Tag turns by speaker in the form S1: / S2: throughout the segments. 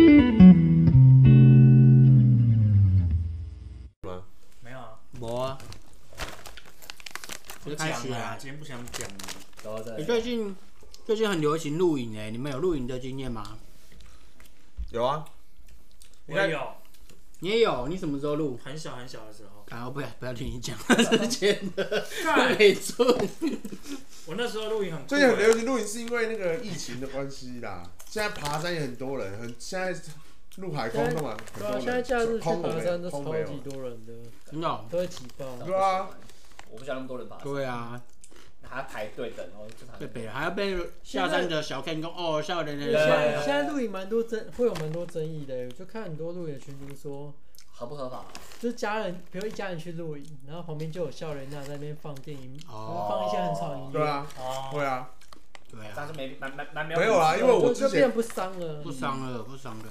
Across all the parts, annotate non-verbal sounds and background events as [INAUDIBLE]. S1: 啊就
S2: 啊开
S1: 讲
S2: 始
S1: 了
S2: 啊
S1: 啦，今天不想讲了。
S3: 然后再
S2: 你最近最近很流行露营诶，你们有露营的经验吗？
S4: 有啊，你
S1: 我
S4: 看
S1: 有，
S2: 你也有，你什么时候录？
S1: 很小很小的时候，
S2: 然后啊不要不要听你 [LAUGHS] 讲之前的没错，
S1: 我那时候露营很酷欸
S4: 最近很流行露营是因为那个疫情的关系啦，现在爬山也很多人，很现在陆海空都嘛很
S3: 对啊，
S4: 多
S3: 现在
S4: 人，
S3: 假日去
S4: 空
S3: 爬山
S4: 没
S3: 都
S4: 空
S3: 超
S4: 没
S3: 级
S4: 有，
S3: 多人的，
S2: 真的哦、
S3: 都会挤爆。
S4: 对啊，
S5: 我不想那么多人爬山，
S2: 对啊，
S5: 还要排队等，哦然后就排
S2: 对
S5: 队。
S2: 北还要被下山的小看工哦，笑脸
S3: 因为
S2: 的
S3: 现在
S5: 对
S3: 现在露营蛮多争，会有蛮多争议的。我就看很多露营的群主说，
S5: 合不合法？
S3: 就是家人，比如一家人去露营，然后旁边就有笑人娜在那边放电影，
S2: 哦
S3: 放一些很吵的音乐，
S4: 对啊，
S1: 哦，
S4: 会啊，
S2: 对啊，
S5: 这样就没蛮蛮蛮
S3: 哎
S5: 没
S4: 没有啊啦，因为我
S3: 就
S4: 之
S3: 就变
S4: 前
S3: 不伤了
S2: 不。伤了，不伤了，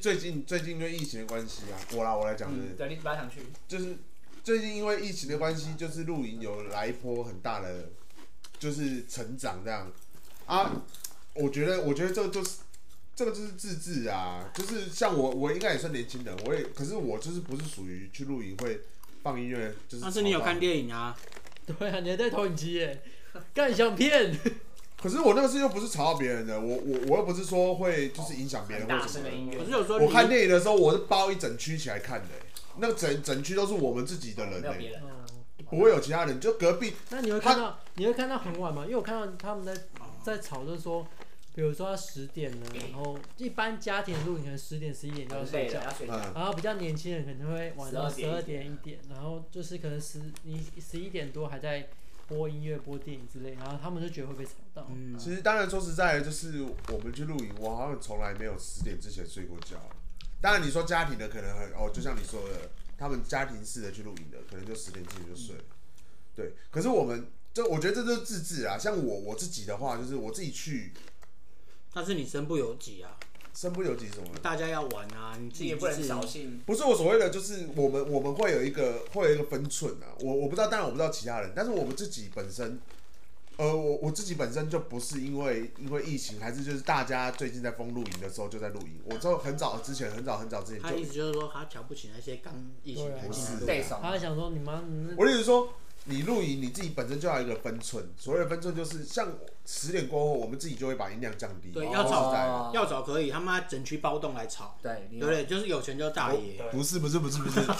S4: 最近最近因为疫情的关系啊，我啦我来讲的
S5: 嗯，对你本来想去，
S4: 就是最近因为疫情的关系，就是露营有来一波很大的，就是成长这样啊。我觉得，我觉得这个就是这个就是自制啊，就是像我，我应该也算年轻人，我也可是我就是不是属于去露营会放音乐，就是。
S2: 但是你有看？电影啊？
S3: 对啊，你还戴投影机耶， [LAUGHS] 干相片。
S4: 可是我那个是又不是吵到别人的，我我我又不是说会就是影响别
S5: 哦很
S4: 人或
S5: 大
S4: 者什
S5: 声
S4: 么
S5: 的
S4: 的。
S5: 音乐
S2: 可是。有时候你
S4: 我看电影的时候，我是包一整区起来看的、欸那个整整区都是我们自己的人、
S5: 没有别
S4: 欸，
S5: 人，
S3: 哦，
S4: 不会有其他人，就隔壁
S3: 那你会看到，你会看到很晚吗？因为我看到他们在在吵，就是说，比如说他十点了，然后一般家庭露营可能十点十一点就要
S5: 很
S3: 睡
S5: 累啊
S3: 觉
S5: 了，，要睡觉。
S4: 嗯。
S3: 然后比较年轻人可能会晚到十二
S5: 12
S3: 点
S5: 点
S3: 一点，然后就是可能十你十一点多还在播音乐、播电影之类，然后他们就觉得会被吵到。
S2: 嗯，
S4: 其实当然说实在的，就是我们去露营，我好像从来没有十点之前睡过觉。当然你说家庭的可能很哦，就像你说的，他们家庭式的去露营的，可能就十点之前就睡了。对，可是我们这我觉得这就是自制啊。像我我自己的话，就是我自己去
S2: 但是你身不由己啊，
S4: 身不由己什么的，
S2: 大家要玩啊，你自
S5: 自
S2: 己
S5: 己也不能
S2: 自制
S5: 扫兴，
S4: 不是我所谓的，就是我们我们会有一个会有一个分寸啊。我我不知道，当然我不知道其他人，但是我们自己本身。呃，我我自己本身就不是因为因为疫情，还是就是大家最近在封露营的时候就在露营。我就很早之前，很早很早之前
S2: 他意
S4: 就，
S2: 思就是说，他瞧不起那些刚疫情才进来
S4: 对
S2: 的
S5: 对手
S3: 他。还想说你妈，你那
S4: 我的意思是说，你露营你自己本身就要有一个分寸。所谓的分寸就是，像十点过后，我们自己就会把音量降低。
S2: 对
S4: 说
S2: 要吵
S4: 实在的，
S2: 要找可以，他妈整区包栋来吵，
S5: 对，你
S4: 嗯
S2: 对不对？就是有钱就大爷，
S4: 不是不是不是不是，你你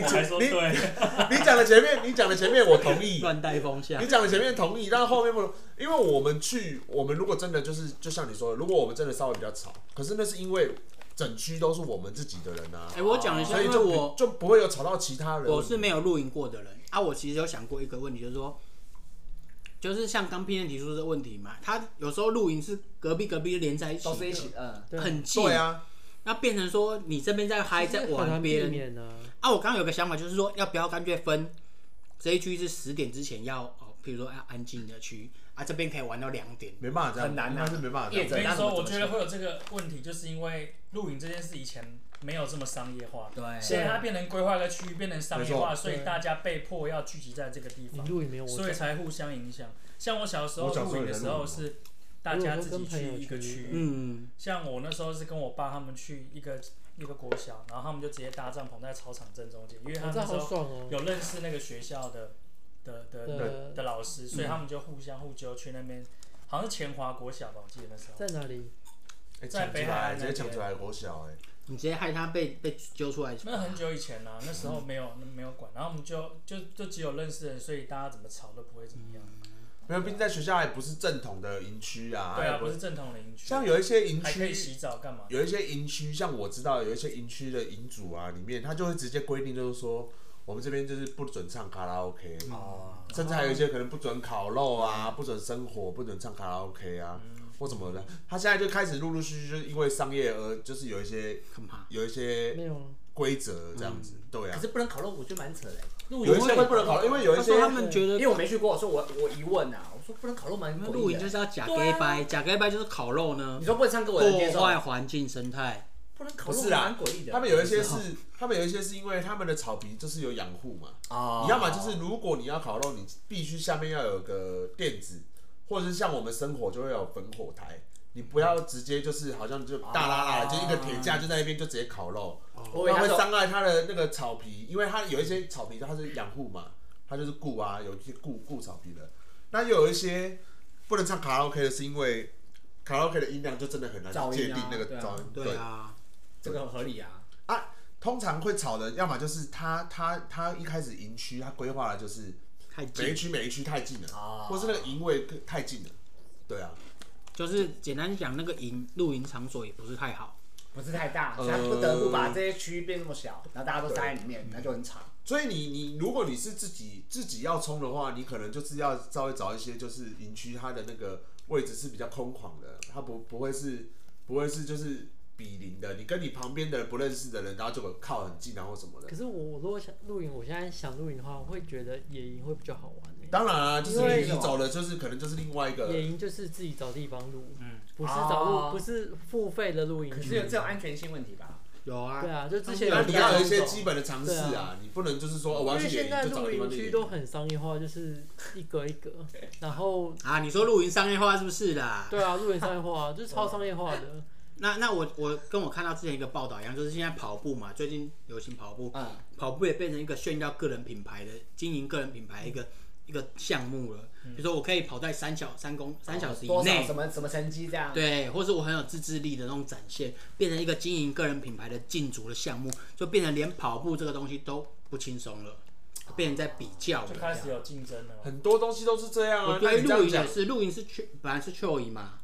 S1: 我还说
S4: 你
S1: 对，
S4: 你讲的前面，你讲的前面我同
S2: [LAUGHS]
S4: 意，
S2: 乱带风向
S4: 你。讲的前面同意，但是后面不同，因为我们去，我们如果真的就是，就像你说的，如果我们真的稍微比较吵，可是那是因为整区都是我们自己的人啊
S2: 哎、，我讲一下，
S4: 所以
S2: 因为
S4: 就不
S2: 我
S4: 就不会有吵到其他人。
S2: 我是没有露营过的人啊，我其实有想过一个问题，就是说，就是像刚 P N 提出的问题嘛，他有时候露营是隔壁隔壁连在一起，
S5: 都是一起，嗯，
S3: 对
S2: 很近，
S4: 对，啊，
S2: 那变成说你这边在嗨在
S3: 很
S2: 玩
S3: 难
S2: 别
S3: 避
S2: 人
S3: 免啊。
S2: 啊，我刚刚有个想法，就是说要不要干脆分这一区是十点之前要哦，比如说要安静的区啊，这边可以玩到两点，
S4: 没办法这样，
S5: 很难啊
S4: 那是没办法这
S5: 业
S4: 样
S5: 者
S1: 所以
S5: 那
S1: 说我觉得会有这个问题，就是因为露营这件事以前没有这么商业化，
S5: 对
S1: 现在它变成规划的区域变成商业化，
S4: 没
S1: 所以
S3: 对
S1: 大家被迫要聚集在这个地
S3: 你
S1: 方，
S3: 录影没有我
S1: 所以
S3: 讲，
S1: 才互相影响。像我小时候
S4: 我小时候
S1: 露营的
S4: 也在
S1: 时
S4: 露
S1: 候
S4: 营
S1: 是大家自己去一个区域，
S2: 嗯，
S1: 像我那时候是跟我爸他们去一个一个国小，然后他们就直接搭帐篷在操场正中间，因为他
S3: 我
S1: 们
S3: 这
S1: 那时
S3: 好
S1: 候
S3: 爽哦。
S1: 有认识那个学校的的的的
S3: 呃，
S1: 的老师，所以他们就互相互揪去那边，好像是前华国小吧，我记得那时候。
S3: 在哪里？
S4: 哎
S1: 在
S4: 抢
S1: 北
S4: 出
S1: 海
S4: 来，
S1: 岸那
S4: 直
S1: 边
S4: 接抢出来国小哎，
S2: 你直接害他被被揪出来，
S1: 那很久以前啦、啊那时候没有没有管，然后我们就就就只有认识人，所以大家怎么吵都不会怎么样。
S4: 嗯没有，毕竟在学校也不是正统的营区啊，
S1: 对啊，
S4: 也
S1: 不是正统的营区，
S4: 像有一些营
S1: 还可以
S4: 区。
S1: 洗澡干嘛？
S4: 有一些营区，像我知道有一些营区的营主啊，里面他就会直接规定，就是说我们这边就是不准唱卡拉 OK，、
S5: 哦，
S4: 甚至还有一些可能不准烤肉啊，不准生火，不准唱卡拉 OK 啊，或怎么的。他现在就开始陆陆续续，就是因为商业而就是有一些
S2: 很怕。
S4: 有一些
S3: 没有啊。
S4: 规则这样
S2: 嗯
S4: 子，对
S5: 可
S4: 啊。
S5: 是不能烤肉，我觉得蛮扯的。
S4: 有一些会不能烤肉，因为有
S2: 他
S4: 一
S2: 说
S4: 些
S2: 他们觉
S5: 因
S2: 得
S5: 为我没去过，所以我我一问啊，我说不能烤肉蛮
S2: 那
S5: 诡异的
S2: 露营就是要假 gay 掰，假 gay 掰就是烤肉呢
S5: 你，说不能唱歌，我能接受
S2: 破。坏环境生态。
S5: 不能烤肉
S4: 不是啦
S5: 蛮诡异的。
S4: 他们有一些是，他们有一些是因为他们的草皮就是有养护嘛，
S5: 啊，
S4: 你要么就是如果你要烤肉，你必须下面要有个垫子，或者是像我们生火就会有焚火台，你不要直接就是好像就大拉拉的，
S5: 啊
S4: 就一个铁架就在那边就直接烤肉，
S5: 我以为
S4: 它
S5: 他
S4: 会
S5: 说
S4: 伤害它的那个草皮，因为它有一些草皮它是养护嘛，它就是顾啊，有一些顾顾草皮的。那又有一些不能唱卡拉 OK 的，是因为卡拉 OK 的音量就真的很难
S5: 噪音啊
S4: 界定那个
S5: 对啊
S4: 噪音。
S2: 对啊，
S5: 这个很合理啊。
S4: 通常会吵的，要么就是他他他一开始营区他规划的就是
S2: 太
S4: 每一
S2: 近，
S4: 区每一区太近了，
S5: 啊
S4: 或是那个营位太近了，对啊，
S2: 就是简单讲，那个营露营场所也不是太好。
S5: 不是太大，所以他不得不把这些区域变那么小，然后大家都塞在里面，那就很吵。
S4: 所以你你如果你是自己自己要冲的话，你可能就是要稍微找一些就是营区它的那个位置是比较空旷的，它不不会是不会是就是比邻的，你跟你旁边的不认识的人，然后就靠很近然后什么的
S3: 可。是我我如果想露营，我现在想露营的话，我会觉得野营会比较好玩、欸。
S4: 当然啊，就是
S3: 因为
S4: 你你走的就是可能就是另外一个
S3: 野营就是自己找地方录，
S2: 嗯
S3: 不是找路，
S5: 哦
S3: 不是付费的露营
S5: 可
S3: 区。
S5: 是有这种安全性问题吧？
S2: 有啊
S3: 对，啊，就之前
S4: 那
S3: 有
S4: 你要有一些
S3: 这种
S4: 基本的常识
S3: 对
S4: 啊，你不能就是说、哦我要去
S3: 因为
S4: 野
S3: 现在
S4: 营就找
S3: 露
S4: 个地方
S3: 营
S4: 去野
S3: 区
S4: 营
S3: 都很商业化，就是一格一
S4: [LAUGHS]
S3: 格，然后
S2: 啊，你说露营商业化是不是啦？
S3: 对啊，露营商业化就是超商业化的。
S2: 那那我我跟我看到之前一个报道一样，就是现在跑步嘛，最近流行跑步，
S5: 嗯，
S2: 跑步也变成一个炫耀个人品牌的经营个人品牌一个、一个项目了。比如说我可以跑在三小三公三小时以
S5: 哦多少
S2: 内
S5: 什，么什么成绩这样？
S2: 对，或是我很有自制力的那种展现，变成一个经营个人品牌的竞逐的项目，就变成连跑步这个东西都不轻松了，变成在比较了
S4: 啊
S1: 就。开始有竞争了嘛。
S4: 很多东西都是这样
S2: 我
S4: 啊。那
S2: 对
S4: 你这
S2: 露
S4: 样
S2: 营
S4: 讲
S2: 也，是，露营是去本来是 c h o 嘛，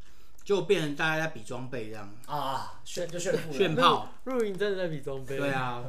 S2: 就变成大家在比装备这样，
S5: 啊，炫就炫富了，
S2: 炫炮。
S3: 露营真的在比装备。
S2: 对，
S4: [LAUGHS]
S2: 啊，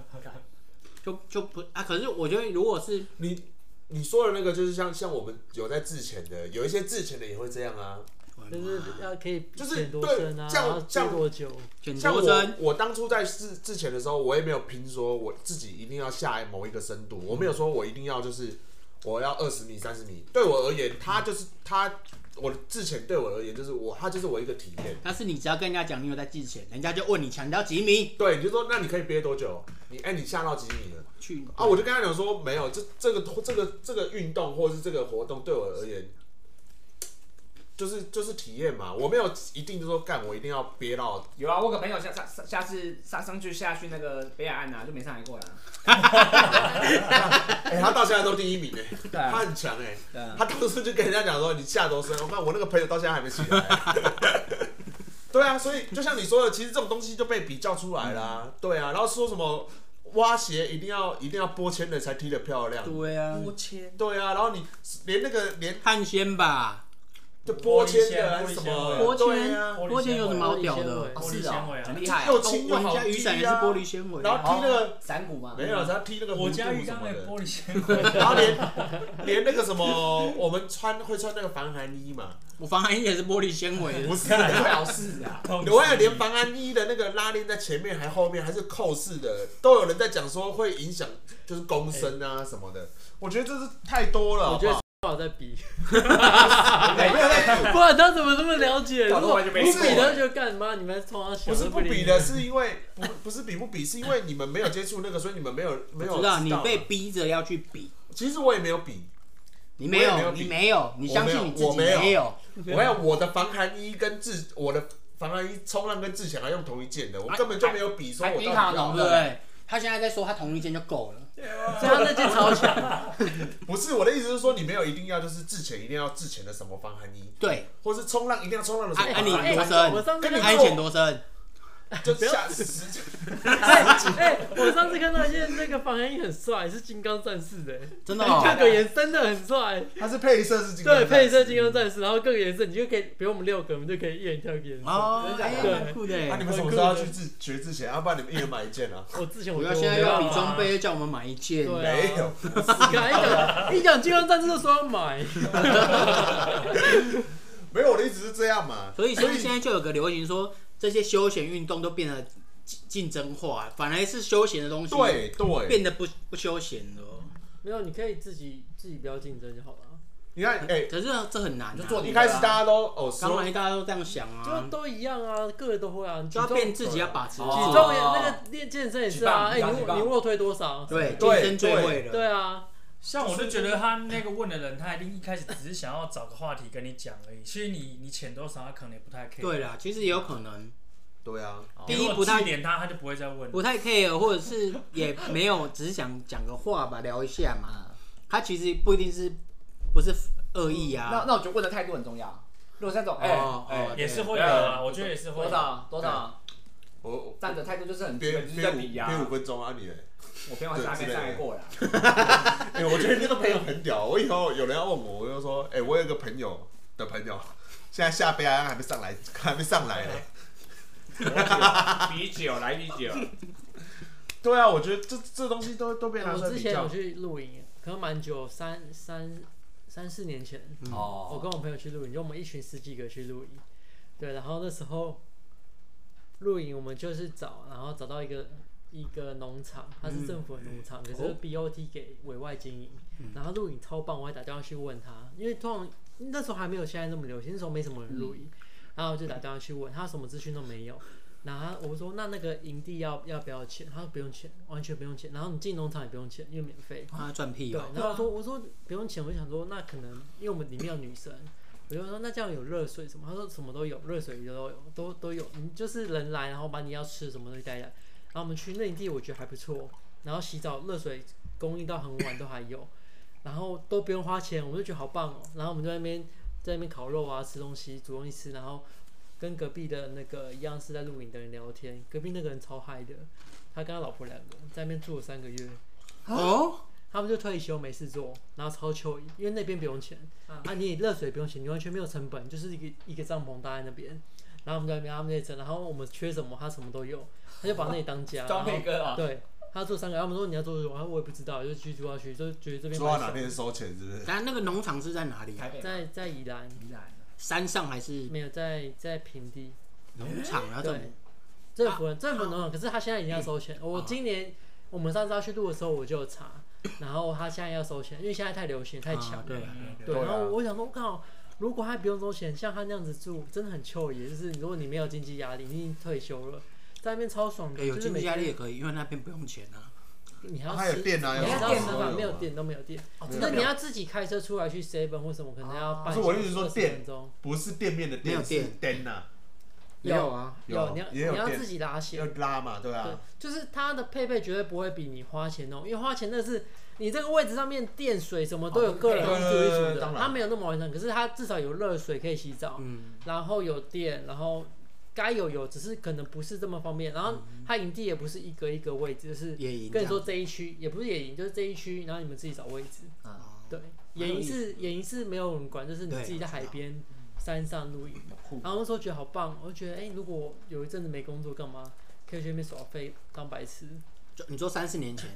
S2: 就就不啊，可是我觉得如果是
S4: 你你说的那个就是像像我们有在自潜的，有一些自潜的也会这样啊。
S2: 哎
S3: 就是要可以
S4: 就是
S3: 选多
S4: 对
S3: 深啊，
S4: 这样
S3: 然后
S4: 这
S3: 追
S4: 样
S3: 多久。
S2: 卷
S4: 像
S2: 轴
S4: 我
S2: 针，
S4: 我当初在自自潜的时候，我也没有拼说我自己一定要下某一个深度，我没有说我一定要就是我要二十米、三十米。对我而言，它就是它我的自潜对我而言就是我它就是我一个体验。
S2: 但是你只要跟人家讲你有在记钱，人家就问你强调几米
S4: 对，你就说那你可以憋多久？你哎、你下到几米了？
S2: 去
S4: 啊，我就跟他讲说，没有，这这个这个这个运动或者是这个活动对我而言，就是就是体验嘛，我没有一定就说干，我一定要憋到，
S5: 有啊，我有个朋友下下下次上上去下去那个北海岸啊，就没上来过了。
S4: 哎、他到现在都第一名哎、
S5: 对
S4: 他
S5: 啊，
S4: 很强哎、
S5: 对啊，
S4: 他当初就跟人家讲说，你下多深？我看我那个朋友到现在还没起来。 [LAUGHS] 对啊，所以就像你说的，其实这种东西就被比较出来啦、对啊，然后说什么挖鞋一定要一定要拨签的才踢得漂亮，
S2: 对啊，
S5: 千
S4: 对啊，然后你连那个连
S2: 碳纤吧，
S4: 就拨签的还
S1: 玻璃
S4: 是
S1: 纤
S4: 什
S1: 玻璃纤
S4: 么
S1: 维
S2: 拨
S4: 对啊
S1: 玻璃纤维
S2: 签拨签有什么好屌的？
S3: 啊
S1: 玻璃纤维啊
S5: 很厉害啊。
S4: 又
S2: 哦
S4: 轻
S2: 我
S4: 又
S2: 们
S4: 好
S2: 家雨伞也
S4: 踢
S2: 是
S4: 啊
S2: 玻璃纤维
S4: 然
S2: 啊，
S4: 后踢那个
S5: 散骨嘛，
S4: 没有，他踢那个
S1: 我
S4: 弧
S1: 家
S4: 度什
S1: 浴缸
S4: 么
S1: 的
S4: 的，
S1: 玻璃纤维，
S4: 然后连连那个什么，我们穿会穿那个防寒衣嘛，
S2: 我防寒衣也是玻璃纤维的，
S4: 是
S5: 最好
S1: [LAUGHS]
S5: 是啊。
S4: 我还有连防寒衣的那个拉链在前面还后面还是扣式的，都有人在讲说会影响就是公升啊什么的，我觉得这是太多了，好
S3: 我
S4: 不
S3: 觉得
S4: 好？
S3: 不好在比， [LAUGHS]
S4: 我没有在
S3: 不然他怎么这么了解？如
S5: 搞得我
S3: 果
S5: 完全
S3: 不
S5: 没事
S3: 比，他就干嘛？你们从小
S4: 不是
S3: 都
S4: 不
S3: 理
S4: 比
S3: 你
S4: 的，是因为不不是比不比，是因为你们没有接触那个，所以你们没有没有啊
S2: 知道
S4: 嘛
S2: 你被逼着要去比，
S4: 其实我也没有比，
S2: 你
S4: 我
S2: 没
S4: 也没有
S2: 有，
S4: 比
S2: 你没有，你相信你自
S4: 我
S2: 己
S4: 没有
S2: 没有，
S4: 我要我的防寒衣跟自我的防寒衣冲浪跟自强还用同一件的，我根本就没有比说我到底
S5: 还还迪卡
S4: 要
S5: 侬
S2: 对不对？他现在在说他同一件就够了，
S3: 所以他那件超强。
S4: 不是我的意思是说你没有一定要就是自前一定要自前的什么防寒衣，
S2: 对，
S4: 或是冲浪一定要冲浪的什么
S3: 哎
S2: 啊
S4: 防
S2: 你
S4: 寒衣，
S2: 多深
S3: 我上次
S4: 跟你
S3: 看
S4: 做
S2: 安全多深，
S4: 就下十
S3: 哎、我上次看到一件那个防寒衣很帅，是金刚战士的、
S2: 真的
S3: [LAUGHS] 那
S2: 哦
S3: 各。个颜色真的很帅，
S4: 它是配色是金刚
S3: 对，
S4: 战士
S3: 配色金刚战士，然后各个颜色你就可以，比如我们六个，我们就可以一人挑一个颜色。
S2: 哦，哎，
S3: 对
S2: 蛮酷的耶。
S4: 啊，你们什么时候要去自学自前？要、不然你们一人买一件啊？
S3: 我之前我
S2: 不
S3: 觉
S2: 要
S3: 得我
S2: 现在
S3: 没
S2: 要
S3: 办
S2: 比
S3: 法
S2: 装，备，又叫我们买一件。
S3: 对啊
S4: 没有，
S3: 敢一讲一 [LAUGHS] 讲金刚战士就说要买，
S4: 没有，我的意思是这样嘛。
S2: 所以现在现在就有个流行说，这些休闲运动都变得竞竞争化，反而是休闲的东西
S4: 对对，
S2: 变得不不休闲了哦。
S3: 没有，你可以自己自己不要竞争就好了，
S4: 你看，哎、
S2: 可是这很难、啊，
S5: 就做
S4: 一开始大家都哦，
S2: 刚
S4: 说
S2: 来大家都这样想啊
S3: 就，都一样啊，各个都会啊，你
S2: 就
S3: 举
S2: 要
S3: 重
S2: 变
S3: 举
S2: 自己要把持住。
S5: 哦
S3: 重也那个练健身也是啊，哎、
S5: 举棒
S3: 你
S5: 举
S3: 握
S5: 棒
S3: 你卧推多少？
S2: 对，竞
S4: 对
S2: 争最会了。
S3: 对啊，
S1: 像我就觉得他那个问的人，他一定一开始只是想要找个话题跟你讲而已。其实你你潜多少，他可能也不太 care。
S2: 对啦，其实也有可能
S4: 对啊，
S2: 第一
S1: 如果
S2: 不太
S1: 记点他，他就不会再问了。
S2: 不太 care，或者是也没有，只是想讲个话吧，聊一下嘛。他其实不一定是不是恶意
S5: 那
S2: 啊，
S5: 那我觉得问的态度很重要。如果是那种，哎、
S2: 哦
S5: 哎、
S2: 哦
S1: 也是会有
S5: 哎
S1: 啊，我觉得也是会
S5: 多
S1: 有。
S5: 少多少
S6: 我我
S5: 站着态度就是很基
S6: 编
S5: 本，就是在
S6: 编五
S5: 比呀、
S6: 编五分钟啊你嘞，
S5: 我朋友还没上来过啦，
S6: [LAUGHS] 哎，我觉得那个朋友很屌，我以后有人要问我，我就说，哎，我有个朋友的朋友，现在下杯啊还没上来，还没上来嘞。
S5: 啤酒来啤酒，
S6: [LAUGHS] 对啊，我觉得这这东西都都被拿出
S3: 我
S6: 来
S3: 之
S6: 比
S3: 前
S6: 较
S3: 有。去露营，可能蛮久，三三三四年前，我
S5: 哦，
S3: 跟我朋友去露营，就我们一群十几个去露营，对，然后那时候露营我们就是找，然后找到一个一个农场，它是政府的农场，可是 BOT 给委外经营，然后露营超棒，我还打电话去问他，因为通常那时候还没有现在那么流行，那时候没什么人露营，然后我就打电话去问他，什么资讯都没有。然后他我说那那个营地要要不要钱？他说不用钱，完全不用钱。然后你进农场也不用钱，因为免费。
S2: 他赚屁
S3: 对啊
S2: 哦，，
S3: 然后我说我说不用钱，我就想说那可能因为我们里面有女生，我就说那这样有热水什么？他说什么都有，热水鱼都有，都都有。你就是人来，然后把你要吃什么东西带来。然后我们去内地，我觉得还不错。然后洗澡热水供应到很晚都还有，然后都不用花钱，我们就觉得好棒哦。然后我们就在那边在那边烤肉啊，吃东西，煮东西吃，然后跟隔壁的那个一样是在录影的人聊天。隔壁那个人超嗨的，他跟他老婆两个在那边住了三个月。
S2: 哦，
S3: 他们就退休没事做，然后超秋，因为那边不用钱啊，你也热水不用钱，你完全没有成本，就是一个一个帐篷搭在那边，然后我们在那边他们在整，然后我们缺什么他什么都有，他就把那里当家，
S5: [LAUGHS] [LAUGHS] 装
S3: 然
S5: 配
S3: 后
S5: 哥啊，
S3: 对，他做三个，他们说你要做什么，我也不知道，就去住下去，就觉得这边
S6: 说到
S3: 蛮
S6: 哪天
S3: 爽。
S6: 收钱是不是？
S2: 但那个农场是在哪里啊？
S5: 台北嘛
S3: 在在宜兰
S5: 宜兰
S2: 山上还是
S3: 没有在在平地
S2: 农场？啊然后怎么
S3: 对？政府政府农场，可是他现在已经要收钱。我
S2: 啊
S3: 今年我们上次要去录的时候我就有查，然后他现在要收钱，因为现在太流行太强
S2: 啊
S3: 了。
S2: 对啊，
S1: 嗯
S3: 对，
S6: 对啊
S3: 然后我想说，靠，如果他不用收钱，像他那样子住，真的很臭也就是如果你没有经济压力，你已经退休了，在那边超爽的，
S2: 哎有
S3: 就是
S2: 经
S3: 每
S2: 济压力也
S3: 天
S2: 可以，因为那边不用钱啊。
S3: 你还要
S6: 还有
S3: 吃，
S6: 电啊，
S3: 你还
S5: 有
S3: 要
S5: 电
S3: 吃
S5: 啊
S3: 饭，没有
S6: 电。
S3: 电都没有电，
S5: 哦
S3: 那你要自己开车出来去 seven 或什么，可能要半
S6: 啊可是我一直说
S3: 小时
S6: 电
S3: 20分钟，
S6: 不是店面的
S2: 没有
S6: 店，
S2: 电
S6: 是灯呐，
S3: 有
S2: 啊，
S3: 你要你
S6: 也有
S3: 要
S6: 电
S3: 自己拿线
S6: 要，拉嘛，对
S3: 对
S6: 啊，，
S3: 就是它的配备绝对不会比你花钱弄，因为花钱那是你这个位置上面电水什么都有个人
S6: 啊对对
S3: 自己
S6: 对对
S3: 煮
S6: 对
S3: 的
S6: 当，然
S3: 它没有那么完善，可是它至少有热水可以洗澡，
S2: 嗯，
S3: 然后有电，然后该有有，只是可能不是这么方便。然后它营地也不是一个一个位置，就是
S2: 嗯野营这样。
S3: 跟你说这一区也不是野营，就是这一区，然后你们自己找位置。
S5: 啊，
S3: 对，
S2: 蛮
S3: 野
S2: 有意
S3: 营
S2: 思
S3: 是野营是没有人管，就是你
S2: 对
S3: 自己在海边、
S2: 嗯
S3: 山上露营。
S5: 酷
S3: 然后那时候觉得好棒，我就觉得哎、如果有一阵子没工作干嘛，可以去那边耍废当白痴。
S2: 就你说三四年前，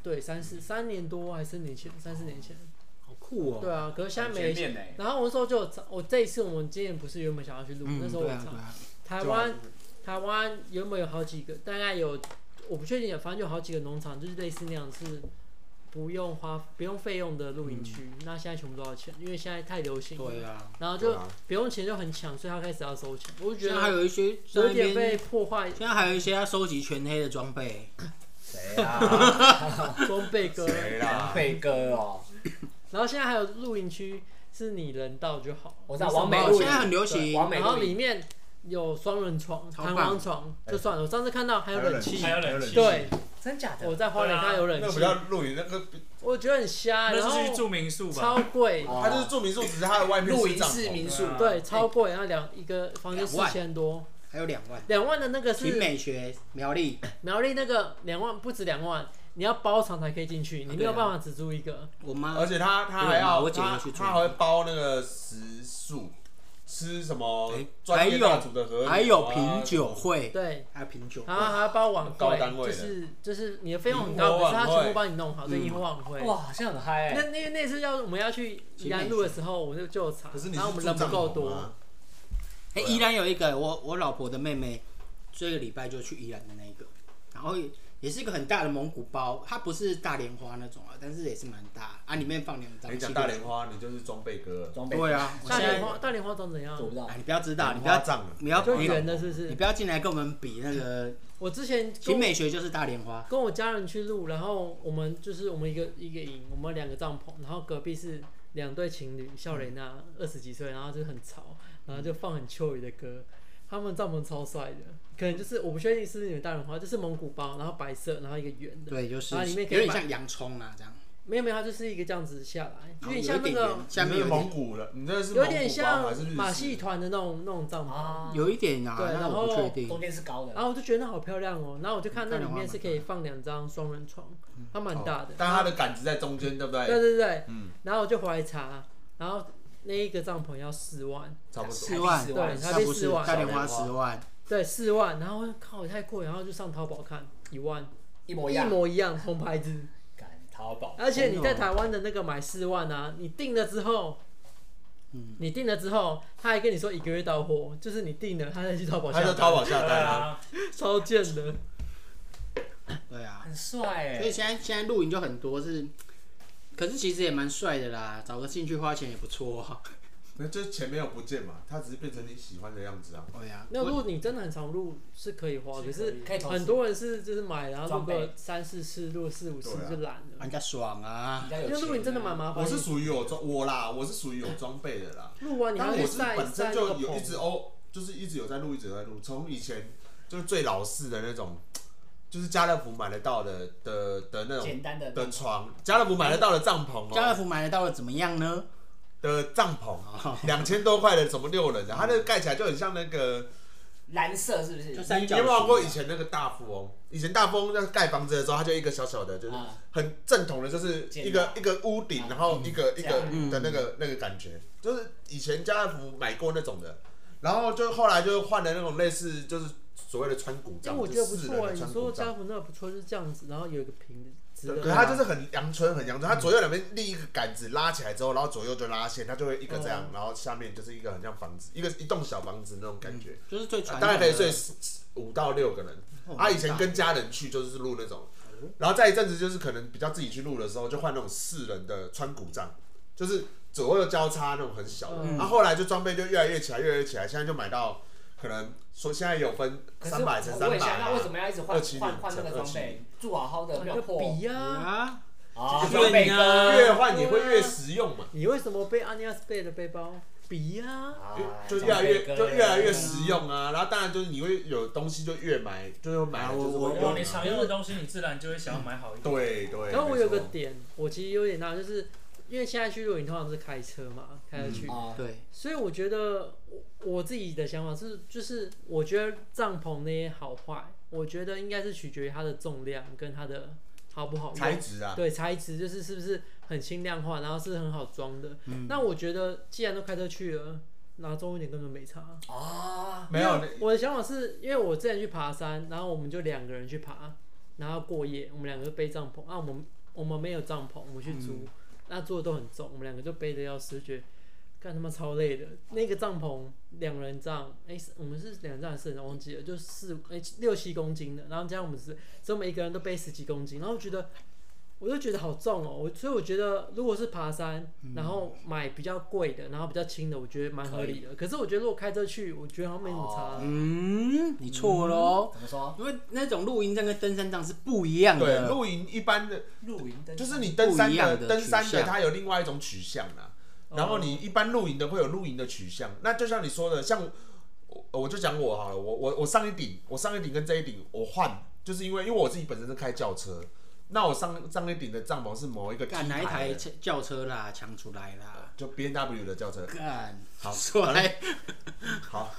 S3: 对，三四三年多还是四年前，三四年前。
S2: 嗯好酷哦。
S3: 对啊，可是现在
S5: 很前
S3: 没。
S5: 面呢，
S3: 然后我那时候就有查我这一次我们今年不是原本想要去录，那
S2: 嗯，
S3: 时候我
S2: 对
S3: 查、
S2: 啊，对啊，
S3: 台湾台湾原本有好几个，大概有我不确定，啊反正有好几个农场，就是类似那样是不用花不用费用的露营区。那现在全部都要钱，因为现在太流行了，
S2: 对啊。
S3: 然后
S6: 对
S3: 就
S6: 啊
S3: 不用钱就很抢，所以他开始要收钱。我就觉
S2: 现在还
S3: 得
S2: 有一些在
S3: 有
S2: 那
S3: 点被
S2: 边，
S3: 破坏
S2: 现在还有一些要收集全黑的装备。
S5: 谁啊？
S3: 装备哥，
S6: 谁啦？
S5: 飞哥哦，
S3: [LAUGHS] 然后现在还有露营区是你人到就好，
S5: 我知道
S3: 你什么
S5: 王美
S2: 哦，
S5: 露
S2: 现在
S5: 营
S2: 很流行。
S5: 完美
S3: 然后
S5: 录
S3: 里
S5: 影，
S3: 面有双人床、
S2: 超
S3: 弹
S2: 棒
S3: 簧床，就算了。我上次看到还有冷气
S1: 还，有冷气
S3: 对，
S5: 真假的？
S3: 我在花莲
S1: 对啊
S3: 看有
S6: 那
S3: 冷
S6: 个
S3: 气
S6: 不，叫露营，那个比
S3: 我觉得很瞎，然
S1: 那是去
S3: 后
S1: 住民宿吧？
S3: 超贵，
S5: 哦
S6: 它就是住民宿，只是它的外面
S5: 露
S6: 是
S5: 营
S6: 帐
S5: 式
S6: 篷。
S5: 民宿，
S1: 啊
S3: 对，超贵，然后两一个房间
S2: 两
S3: 四
S2: 万
S3: 千多，
S2: 还有两万。
S3: 两万的那个
S2: 群
S3: 是
S2: 美学苗栗，
S3: 苗栗那个两万不止两万，你要包场才可以进去，你没有
S2: 对啊
S3: 办法只住一个，
S2: 我妈
S6: 而且它它还
S2: 对
S6: 要
S2: 我姐
S6: 它
S2: 要去住
S6: 它还会包那个食宿，吃什么
S2: 哎
S6: 专业大厨的和牛啊
S2: 还有品酒会，
S3: 对。
S2: 还有品酒
S3: 然后还
S2: 会，
S3: 要包晚
S6: 高单位
S3: 会，就
S6: 的
S3: 是就是你的费用很
S6: 萤火
S3: 高，可
S6: 晚
S3: 是
S6: 会
S3: 他全部帮你弄好，对，
S2: 嗯
S3: 萤火晚会。
S5: 哇，现在很嗨
S3: 那那
S5: 欸，
S3: 那次要我们要去宜兰路的时候，我就就有查
S6: 可是，你是
S3: 然后我们人不够
S6: 住帐篷
S3: 多
S6: 啊，，
S2: 哎，宜兰有一个，我我老婆的妹妹，这个礼拜就去宜兰的那一个，然后也是一个很大的蒙古包，它不是大莲花那种啊，但是也是蛮大啊，里面放两张。
S6: 你讲大莲，花，你就是装备哥了，
S5: 装备
S2: 对啊，我
S3: 大
S2: 现
S3: 莲
S2: 在
S3: 花大莲花长怎样
S5: 做？不到
S2: 啊，，你不要知道，你不
S6: 花啊
S2: 要
S6: 帐了。
S2: 你要
S3: 就
S2: 你
S3: 圆的，是不
S2: 你
S3: 是？
S2: 不要进来跟我们比那个
S3: 我之前
S2: 秦
S3: 跟我
S2: 美学就是大莲花，
S3: 跟我家人去录，然后我们就是我们一个一个营，我们两个帐篷，然后隔壁是两对情侣，笑蕾娜二十几岁，然后就很吵，然后就放很秋雨的歌。他们帐篷超帅的，可能就是我不确定是不是你们大人花，就是蒙古包，然后白色，然后一个圆的，
S2: 对，就是
S3: 然后里面可
S2: 有
S3: 以
S2: 点
S3: 摆
S2: 像洋葱啊这样，
S3: 没有没有，它就是一个这样子下来，有点像
S2: 有一
S3: 那
S2: 点
S3: 个
S2: 点下
S6: 下
S2: 面
S6: 面
S2: 有
S6: 是
S2: 一
S6: 蒙
S2: 点
S6: 古人，你这是
S3: 有
S6: 蒙古
S3: 点
S6: 包
S3: 像
S6: 还是日式
S3: 马戏团的那种那种帐篷。
S1: 啊，
S2: 有一点啊，
S3: 对
S2: 但
S3: 然
S2: 我不
S3: 后
S2: 确定
S5: 中。间是高的，
S3: 然后我就觉得那好漂亮哦，然后我就看那里面是可以放两张双人床，它蛮大的
S4: 哦。但它的杆子在中间，对不
S3: 对
S4: 对？
S3: 对对，
S4: 嗯，
S3: 然后我就回来查，然后那一个帐篷要四万，
S4: 差不
S2: 四
S4: 多。
S2: 万，
S5: 对
S3: 它
S2: 那
S3: 被
S2: 不是
S3: 四万
S2: 大莲花十万，
S3: 对四万，然后我就靠太贵，然后就上淘宝看一万，
S5: 一模一
S3: 一
S5: 样。
S3: 模一样红牌子，
S5: 干淘宝，
S3: 而且你在台湾的那个买四万啊，你订了之后。你订了之后，他还跟你说一个月到货，就是你订了，他再去淘宝
S4: 它
S3: 下
S4: 在
S3: 单，
S4: 淘宝下
S1: 对
S6: [LAUGHS]
S4: 单啊，
S1: 啊，
S3: 超贱的。
S2: 对啊。
S5: 很帅
S2: 所以
S5: 哎，
S2: 现在现在露营就很多是，可是其实也蛮帅的啦，找个兴趣花钱也不错啊。
S6: 那就是钱没有不见嘛，它只是变成你喜欢的样子啊。
S2: 对呀、
S3: 那如果你真的很常录是可以花，可是
S5: 可以投资
S3: 很多人是就是买然后录
S5: 装备
S3: 个三四次，录四五次
S6: 对啊
S3: 就懒了。
S2: 人家爽啊
S5: 人。家
S3: 因
S5: 有
S3: 为录
S5: 钱
S3: 影真的
S5: 啊
S3: 蛮麻烦，
S4: 我是属于有装我啦，我是属于有装备的啦。
S3: 录完你还
S4: 但
S3: 要
S4: 我
S3: 去
S4: 是
S3: 晒
S4: 本
S3: 晒
S4: 身
S3: 那
S4: 就
S3: 个
S4: 有一直
S3: 棚。
S4: 哦，就是一直有在录，一直有在录。从以前就是最老式的那种，就是家乐福买得到的的的那种
S5: 简单的，
S4: 的床，家乐福买得到的帐篷
S2: 家乐
S4: 哦，
S2: 福买得到的怎么样呢？
S4: 的帐篷
S2: 哦，
S4: 两千多块的什么六人的，它那个盖起来就很像那个，
S5: 蓝色是不？
S2: 就是三
S4: 你
S2: 角
S4: 有没有玩过以
S2: 形啊
S4: 前那个大富翁？以前大富翁在盖房子的时候，它就一个小小的，就是
S5: 啊
S4: 很正统的，就是
S5: 简
S4: 一个
S5: 陋
S4: 一个屋
S2: 啊
S4: 顶，然后一个一
S5: 这
S4: 个嗯
S2: 嗯
S5: 样
S4: 的那个那个感觉，就是以前家乐福买过那种
S2: 啊
S4: 的，然后就后来就换了那种类似就是所谓的穿骨
S3: 因
S4: 帐，
S3: 为我觉
S4: 就
S3: 得不
S4: 是四
S3: 错
S4: 人
S3: 哎，
S4: 的
S3: 你
S4: 穿
S3: 说
S4: 骨
S3: 家
S4: 帐。
S3: 乐福那不错，就是这样子，然后有一个平的，值
S4: 对
S3: 得
S4: 可是它就是很阳春，很阳春。它左右两边立一个杆子拉起来之后，然后左右就拉线，它就会一个这
S2: 嗯
S4: 样，然后下面就是一个很像房子，一个一栋小房子那种感觉。
S2: 啊，就是最传统的
S4: 大概可以睡四五到六个人。
S2: 哦
S4: 啊，以前跟家人去就是录那种，然后再一阵子就是可能比较自己去录的时候，就换那种四人的穿骨帐，就是左右交叉那种很小的。
S3: 嗯
S4: 啊，后来就装备就越来越起来，越来越起来，现在就买到可能说现在有分
S5: 可是
S4: 三百乘三
S5: 我
S4: 百
S5: 也想，那为什
S4: 啊，
S5: 么要一直换
S4: 270
S5: 换换那个装备？住好好的没有
S3: 就
S5: 破
S3: 比呀。
S2: 啊，
S5: 啊，
S4: 因为
S5: 装备
S4: 你
S5: 哥
S4: 越换也会越实用嘛，
S3: 你为什么背阿尼亚斯贝的背包？啊比呀。
S2: 啊
S4: 就就越来越就越来越实用啊。然后当然就是你会有东西就越买，最后买了就是
S2: 我
S4: 会
S1: 有
S4: 用
S1: 你
S4: 啊。
S1: 常用的东西，你自然就会想要买好一点。
S4: 对对。
S3: 然后我有个
S4: 没错
S3: 点，我其实有点那，就是因为现在去露营通常是开车嘛，开车去，
S4: 嗯
S5: 啊，
S2: 对，
S3: 所以我觉得我我自己的想法是，就是我觉得帐篷那些好坏，我觉得应该是取决于它的重量跟它的好不好
S4: 材
S3: 用。
S4: 质啊，
S3: 对材质就是是不是很轻量化，然后是很好装的。那我觉得既然都开车去了，拿重一点根本没差。
S5: 啊，
S4: 没有
S3: 因为我的想法是因为我之前去爬山，然后我们就两个人去爬，然后过夜，我们两个就背帐篷啊，我们我们没有帐篷，我们去租，那租的都很重，我们两个就背的要死，就觉得干他妈超累的。那个帐篷两人帐，哎、是我们是两人帐还是四人帐忘记了，就四哎、六七公斤的，然后加上我们是，所以我们一个人都背十几公斤，然后我觉得。我就觉得好重哦，我所以我觉得如果是爬山，然后买比较贵的，然后比较轻的，我觉得蛮合理的。可是我觉得如果开车去，我觉得好像没什么差。
S2: 嗯，你错了哦，
S5: 怎么
S3: 嗯
S5: 说？
S2: 因为那种露营帐跟登山帐是不一样
S4: 对，
S2: 的。
S4: 露营一般的
S5: 露营灯
S4: 就是你登山
S2: 不一
S4: 的
S2: 样的
S4: 登山
S2: 取
S4: 的，
S2: 向
S4: 它有另外一种取向啦。
S3: 哦
S4: 然后你一般露营的会有露营的取向，那就像你说的，像我我就讲我好了，我我我上一顶，我上一顶跟这一顶我换，就是因为因为我自己本身是开轿车，那我上上一顶的帐篷是某一个 T
S2: 干哪一
S4: 牌
S2: 台
S4: 的，
S2: 车轿车啦，抢出来啦！
S4: 就 B N W 的轿车，
S2: 干，
S4: 好
S2: 帅，
S4: 好，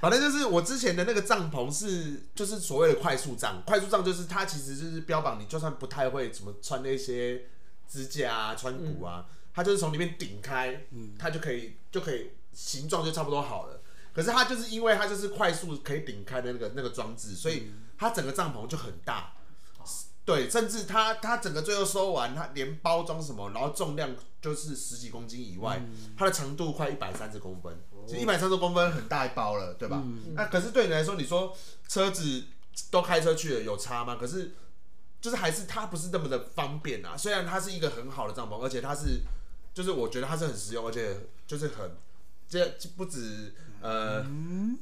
S4: 反正就是我之前的那个帐篷是，就是所谓的快速帐，快速帐就是它其实就是标榜你就算不太会怎么穿那些支架啊、穿骨啊，它就是从里面顶开，它就可以就可以形状就差不多好了。可是它就是因为它就是快速可以顶开的那个那个装置，所以它整个帐篷就很大。对，甚至它它整个最后收完，它连包装什么，然后重量就是十几公斤以外，它的长度快一百三十公分，其实一百三十公分很大一包了，对吧？那可是对你来说，你说车子都开车去了有差吗？可是就是还是它不是那么的方便啊。虽然它是一个很好的帐篷，而且它是就是我觉得它是很实用，而且就是很这不止呃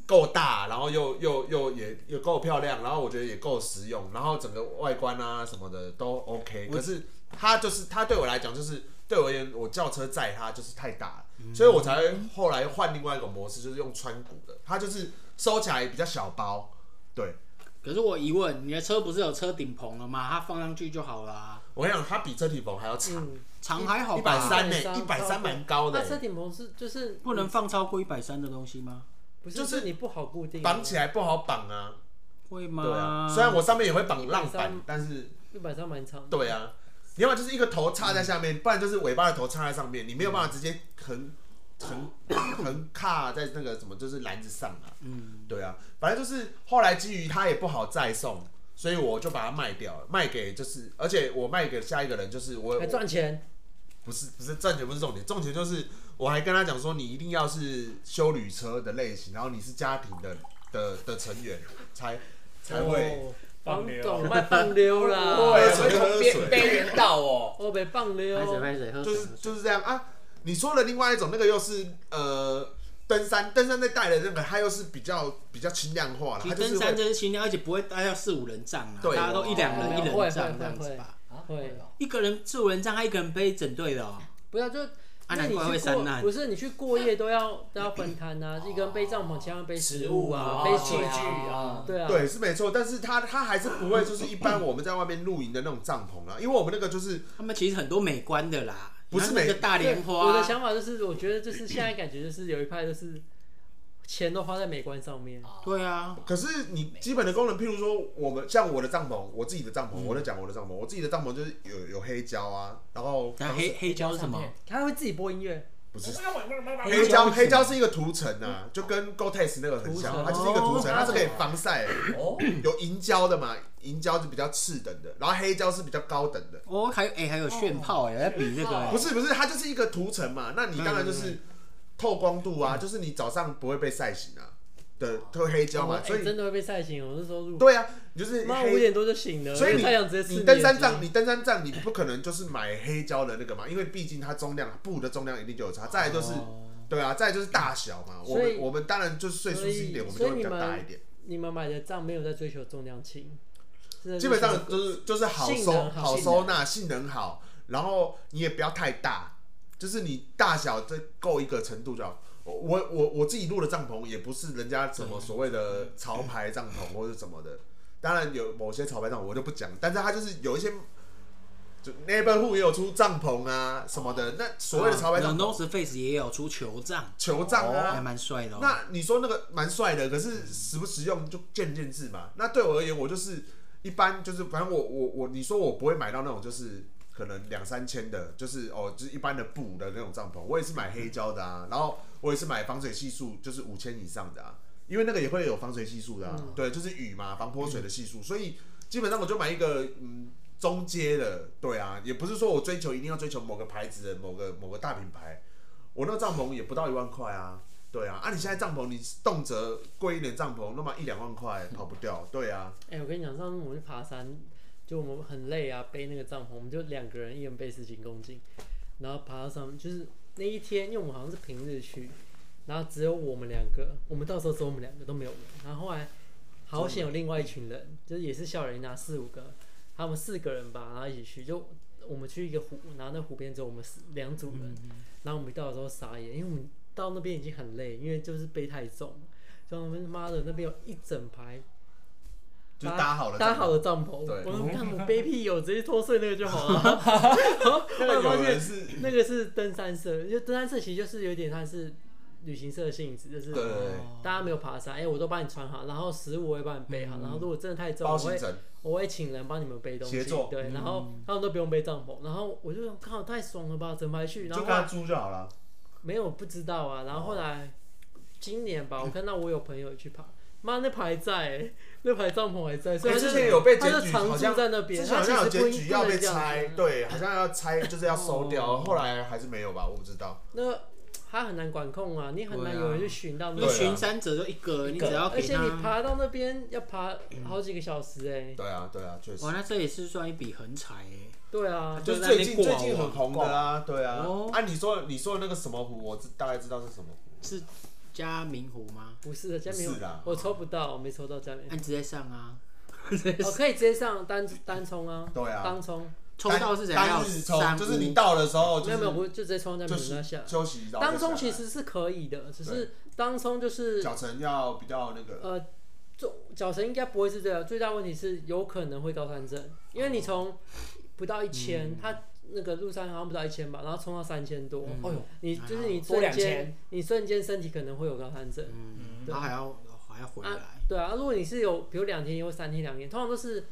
S4: 够大，然后又又又也也够漂亮，然后我觉得也够实用，然后整个外观啊什么的都 OK。可是它就是它对我来讲就是对我而言，我轿车载它就是太大了，所以我才会后来换另外一个模式，就是用穿骨的，它就是收起来比较小包，对。
S2: 可是我疑问，你的车不是有车顶棚了吗？它放上去就好了、啊，
S4: 我跟你讲，它比车体棚还要长，
S3: 嗯，
S2: 长还好
S4: 一
S2: 吧？
S4: 百三呢，
S3: 130
S4: 一百三蛮高的
S3: 那
S4: 欸、
S3: 车顶棚是就是
S2: 不能放超过一百三的东西吗？
S3: 不是
S4: 就
S3: 就是是你不好固定
S4: 绑起来不好绑啊。
S2: 会吗？
S4: 对啊，虽然我上面也会绑浪板
S3: 130，
S4: 但是
S3: 一百三蛮长的，
S4: 对啊，你要么就是一个头插在下面，不然就是尾巴的头插在上面，你没有办法直接横横横卡在那个什么，就是篮子上啊。嗯，对啊，反正就是后来基于它也不好再送，所以我就把它卖掉了，卖给就是，而且我卖给下一个人，就是我
S3: 还赚钱，
S4: 不是不是赚钱不是重点，重点就是我还跟他讲说，你一定要是修旅车的类型，然后你是家庭的的的成员才才会。
S3: 哦
S1: 放
S3: 房
S1: 流
S3: 董卖放溜啦，
S5: 对，
S4: 水
S5: 会
S4: 喝
S5: 从
S4: 水
S5: 边边缘到
S3: [LAUGHS]
S5: 哦。
S3: 我被放溜
S2: 拍，水拍水，喝水
S4: 就是
S2: 喝水
S4: 就是这样啊。你说的另外一种，那个又是呃登山，登山在带的那个，它又是比较比较轻量化了，
S2: 其
S4: 它
S2: 实
S4: 就是
S2: 登山
S4: 会
S2: 就是轻量，而且不会待到四五人帐啊，
S4: 对
S2: 大家都一两人、
S3: 哦
S2: 一人
S3: 会
S2: 帐
S3: 会
S2: 这样子
S3: 会
S2: 吧。
S3: 会。
S2: 一个人四五人帐，他一个人背整队的哦。
S3: 不要就
S2: 啊
S3: 因为
S2: 难
S3: 你
S2: 怪
S3: 去
S2: 会三难
S3: 过，不是你去过夜都要都要分摊啊，一个人背帐篷，其他人背食物啊，背
S5: 器
S3: 水
S5: 具
S3: 啊，
S5: 啊，
S3: 对啊，
S4: 对是没错，但是它它还是不会就是一般我们在外面露营的那种帐篷啊啦，因为我们那个就是
S2: 他们其实很多美观的啦，
S4: 不是
S2: 你看那
S4: 美
S2: 个大
S3: 对
S2: 莲花
S3: 我
S2: 啊、
S3: 的想法就是，我觉得就是现在感觉就是有一派就是钱都花在美观上面，
S2: 对啊，
S4: 可是你基本的功能，譬如说我们像我的帐篷，我自己的帐篷，我在讲我的帐篷，我自己的帐篷就是有有黑胶啊，然后
S2: 然后黑黑胶是什么？
S3: 他会自己播音乐，
S4: 不是
S2: 黑
S4: 黑胶，
S2: 胶是
S4: 黑胶是一个涂层啊，就跟 Gore-Tex 那个很像
S3: 涂，层
S4: 它就是一个涂层，
S5: 哦
S4: 它是可以防晒的。
S5: 哦，
S4: 有银胶的嘛，银胶是比较次等的，然后黑胶是比较高等的。
S2: 哦，还有哎、还有炫炮哎、要比这个、
S5: 哦
S4: 不是不是，它就是一个涂层嘛，那你当然就是透光度啊，就是你早上不会被晒醒啊的，透黑胶嘛，
S3: 哎
S4: 啊所以
S3: 真的会被晒醒。哦我那时候入，
S4: 对啊，你就是
S3: 妈五
S4: 黑。
S3: 点多就醒了，
S4: 所以
S3: 因为
S4: 你
S3: 太阳直接刺
S4: 你
S3: 眼
S4: 登山
S3: 睛
S4: 杖，你登山杖，你不可能就是买黑胶的那个嘛，因为毕竟它重量布的重量一定就有差。再来就是，对啊，再来就是大小嘛。我
S3: 哦所以
S4: 们我们当然就是岁数是一点，我们就会比较大一点。
S3: 你们买的帐没有在追求重量轻，真的
S4: 基本上就是就是好
S3: 性能
S4: 收
S3: 好
S4: 好
S3: 性
S4: 收纳，性能好，然后你也不要太大，就是你大小这够一个程度就好。我我我我自己录的帐篷也不是人家什么所谓的潮牌帐篷或者什么的，当然有某些潮牌帐篷我就不讲，但是它就是有一些。就 neighborhood 也有出帐篷啊什么的，那所谓的潮牌帐
S2: n o
S4: 篷、
S2: s Face 也啊有出球杖，
S4: 球帐啊
S2: 还，蛮帅的、哦。
S4: 那你说那个蛮帅的，可是实不实用就见仁见智嘛。那对我而言，我就是一般就是，反正我我我，你说我不会买到那种就是可能两三千的，就是哦，就是一般的布的那种帐篷，我也是买黑胶的
S2: 嗯
S4: 啊，然后我也是买防水系数就是五千以上的啊，因为那个也会有防水系数的、啊，
S2: 嗯
S4: 对，就是雨嘛，防泼水的系数，所以基本上我就买一个嗯。中阶的，对啊，也不是说我追求一定要追求某个牌子的某个某个大品牌，我那个帐篷也不到一万块啊，对啊，啊你现在帐篷你动辄贵一点帐篷，那么一两万块跑不掉，对啊，
S3: 哎、我跟你讲，上次我们去爬山，就我们很累啊，背那个帐篷，我们就两个人，一人背十几公斤，然后爬到上面，就是那一天，因为我们好像是平日去，然后只有我们两个，我们到时候只有我们两个都没有人，然后后来好险有另外一群人，就是也是校园拿四五个，他们四个人吧，然后一起去，就我们去一个湖，然后那湖边只有我们四两组人，然后我们到的时候傻眼，因为我们到那边已经很累，因为就是背太重了，就我们妈的那边有一整排
S4: 就是搭好了帐篷
S3: 搭好的帐篷。
S4: 对
S3: 我说看我背屁友直接脱睡那个就好
S4: [LAUGHS]
S3: 了。[LAUGHS]
S4: 那个有人是，
S3: 那个是登山社，就登山社其实就是有点它是旅行社的性质，就是
S4: 对
S3: 大家没有爬山，哎、我都帮你穿好，然后食物我会帮你备好，然后如果真的太重，
S4: 包
S3: 我
S4: 行
S3: 会
S4: 程，
S3: 我会请人帮你们背东西
S4: 协作，
S3: 对，然后他们都不用背帐篷，然后我就想靠太爽了吧，整排去，然
S4: 就
S3: 后
S4: 跟他租就好了。
S3: 没有不知道啊，然
S4: 哦
S3: 后后来今年
S4: 嗯
S3: 吧，我看到我有朋友去爬，妈那排在、 [LAUGHS] 欸，那排帐篷还在，所以
S4: 哎
S3: 他就
S4: 之前有被
S3: 他
S4: 检
S3: 就
S4: 举，
S3: 常
S4: 好像
S3: 住在那边，
S4: 之前好像
S3: 他
S4: 有
S3: 其实不
S4: 检
S3: 应
S4: 举要被拆，。
S3: 不能这样啊哦
S4: 对，好像要拆就是要收掉，后来还是没有吧，我不知道。
S3: 那他很难管控啊，你很难有人去寻到那
S2: 因
S4: 对啊
S2: 为
S3: 个，
S2: 巡山者就一个，你
S5: 一个
S2: 只要
S3: 而
S2: 给
S3: 且你
S2: 他，
S3: 爬到那边要爬好几个小时哎、
S4: 对啊，对啊，确实
S3: 哦
S2: 哇，，那这也是算一笔横财哎。
S3: 对啊，
S4: 就是
S2: 在那
S4: 最
S2: 边
S4: 近
S2: 逛
S4: 最
S2: 啊
S4: 近很红的啊，对啊
S2: 哦。
S4: 啊，你说你说的那个什么湖，我知大概知道是什么湖，
S2: 是加明湖吗？
S3: 不是的，家没有
S4: 不是啊啦，
S3: 我抽不到，我没抽到家里
S2: 那。你直接上啊，
S3: 我可以直接上单单冲啊，
S4: 对啊
S3: 单冲，
S2: 抽到是怎样？
S4: 单日抽
S2: 三，
S4: 就是
S2: 屋
S4: 你到的时候
S3: 没
S4: 就
S3: 有没有，
S4: 是
S3: 不就直接冲家
S4: 啊就
S3: 门那下
S4: 是。休息，然后再
S3: 当冲
S4: 下
S3: 其
S4: 来
S3: 实是可以的，只是当冲就是
S4: 脚程要比较那个。
S3: 呃，做脚程应该不会是这样，最大问题是有可能会高山症，因为你从不到一千、它那个路上好像不到一千吧，然后冲到三千多，
S5: 哎呦，
S3: 你就是你
S5: 多
S3: 瞬
S5: 两
S3: 间
S5: 千，
S3: 你瞬间身体可能会有高山症。
S2: 嗯，
S3: 对
S2: 他还要还要回
S3: 啊
S2: 来，，
S3: 对啊，如果你是有比如两天或三天两夜，通常都是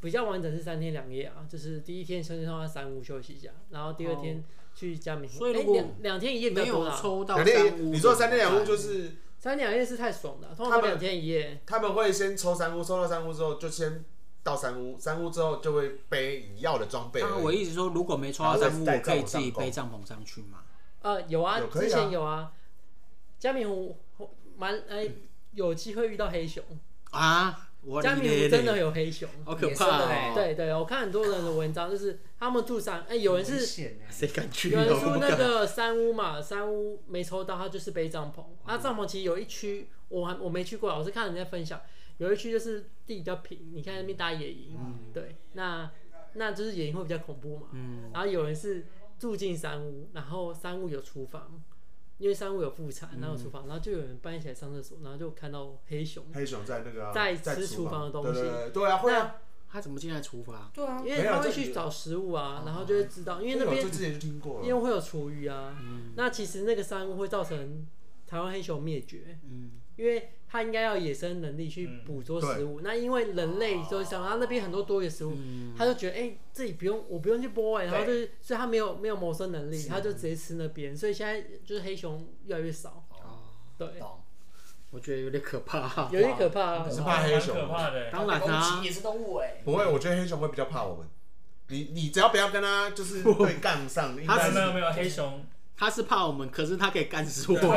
S3: 比较完整是三天两夜啊，就是第一天休息上三五休息一下，然后第二天去加冕。
S2: 所以
S3: 哎
S2: 如果
S3: 两两天一夜比
S2: 没
S3: 较多
S2: 有
S3: 啦，
S2: 抽到
S4: 两
S2: 三
S4: 天，
S2: 屋，
S4: 你说三天两屋就是啊是
S3: 三天两夜是太爽了、通常
S4: 他
S3: 都
S4: 们
S3: 两天一夜。
S4: 他们会先抽三屋，抽到三屋之后就先到三屋，三屋之后就会背你要的装备而已。
S2: 那啊我一直说，如果没抽到
S4: 然后再
S2: 三屋，
S4: 再
S2: 我可以
S4: 帐篷
S2: 自己
S4: 上供
S2: 背帐篷上去吗？
S3: 呃，有啊，
S4: 有可以啊
S3: 之前有啊，加冕湖湖蛮哎、有机会遇到黑熊，
S2: 啊，我
S3: 加冕湖真的有黑熊。
S2: 好可
S5: 野
S2: 怕
S5: 生的
S2: 哦！
S5: 嘞，
S3: 对对，我看很多人的文章，就是他们住山，哎、有人是
S5: 险
S1: 欸
S5: 哎，
S2: 谁敢去
S3: 有
S2: 啊？
S3: 人
S2: 我
S3: 说
S2: 不
S3: 那
S2: 敢
S3: 个山屋嘛，山屋没抽到，他就是背帐篷。啊，帐篷其实有一区，我还我没去过啊，我是看人家分享，有一区就是地比较平，你看那边搭野营，对，那那就是野营会比较恐怖嘛。然后有人是住进山屋，然后山屋有厨房，因为山屋有副产，然后有厨房，然后就有人半夜起来上厕所，然后就看到黑熊，
S4: 黑熊在那个啊
S3: 在
S4: 在
S3: 吃厨房的东西
S4: 对对对对啊，会啊，
S2: 他怎么进来厨房？
S5: 对啊，
S3: 因为他会去找食物啊，然后就会知道，因为那
S4: 我
S3: 边
S4: 就之前就听过
S3: 因
S4: 了。
S3: 为会有厨余啊，
S4: 嗯
S3: 那其实那个山屋会造成台湾黑熊灭绝，
S4: 嗯
S3: 因为它应该要野生能力去捕捉食物，那因为人类都想，
S4: 哦
S3: 它那边很多多余食物，
S4: 嗯
S3: 它就觉得哎、这里不用我不用去剥哎、然后就是所以它没有没有谋生能力，它就直接吃那边，所以现在就是黑熊越来越少，
S4: 哦
S3: 对，
S5: 懂。
S2: 我觉得有点可 [LAUGHS] 怕。
S3: 有点可怕啊
S4: 你。是怕黑熊
S1: 蛮可怕的欸。
S2: 当然
S5: 攻
S2: 啦
S5: 击，也是动物哎，
S4: 不会，我觉得黑熊会比较怕我们。你你只要不要跟他就是 [LAUGHS] 对杠上，应
S1: 没
S4: 该
S1: 有没有
S4: 是
S1: 没有，黑熊
S2: 他是怕我们，可是他可以干死
S1: 对
S2: 我。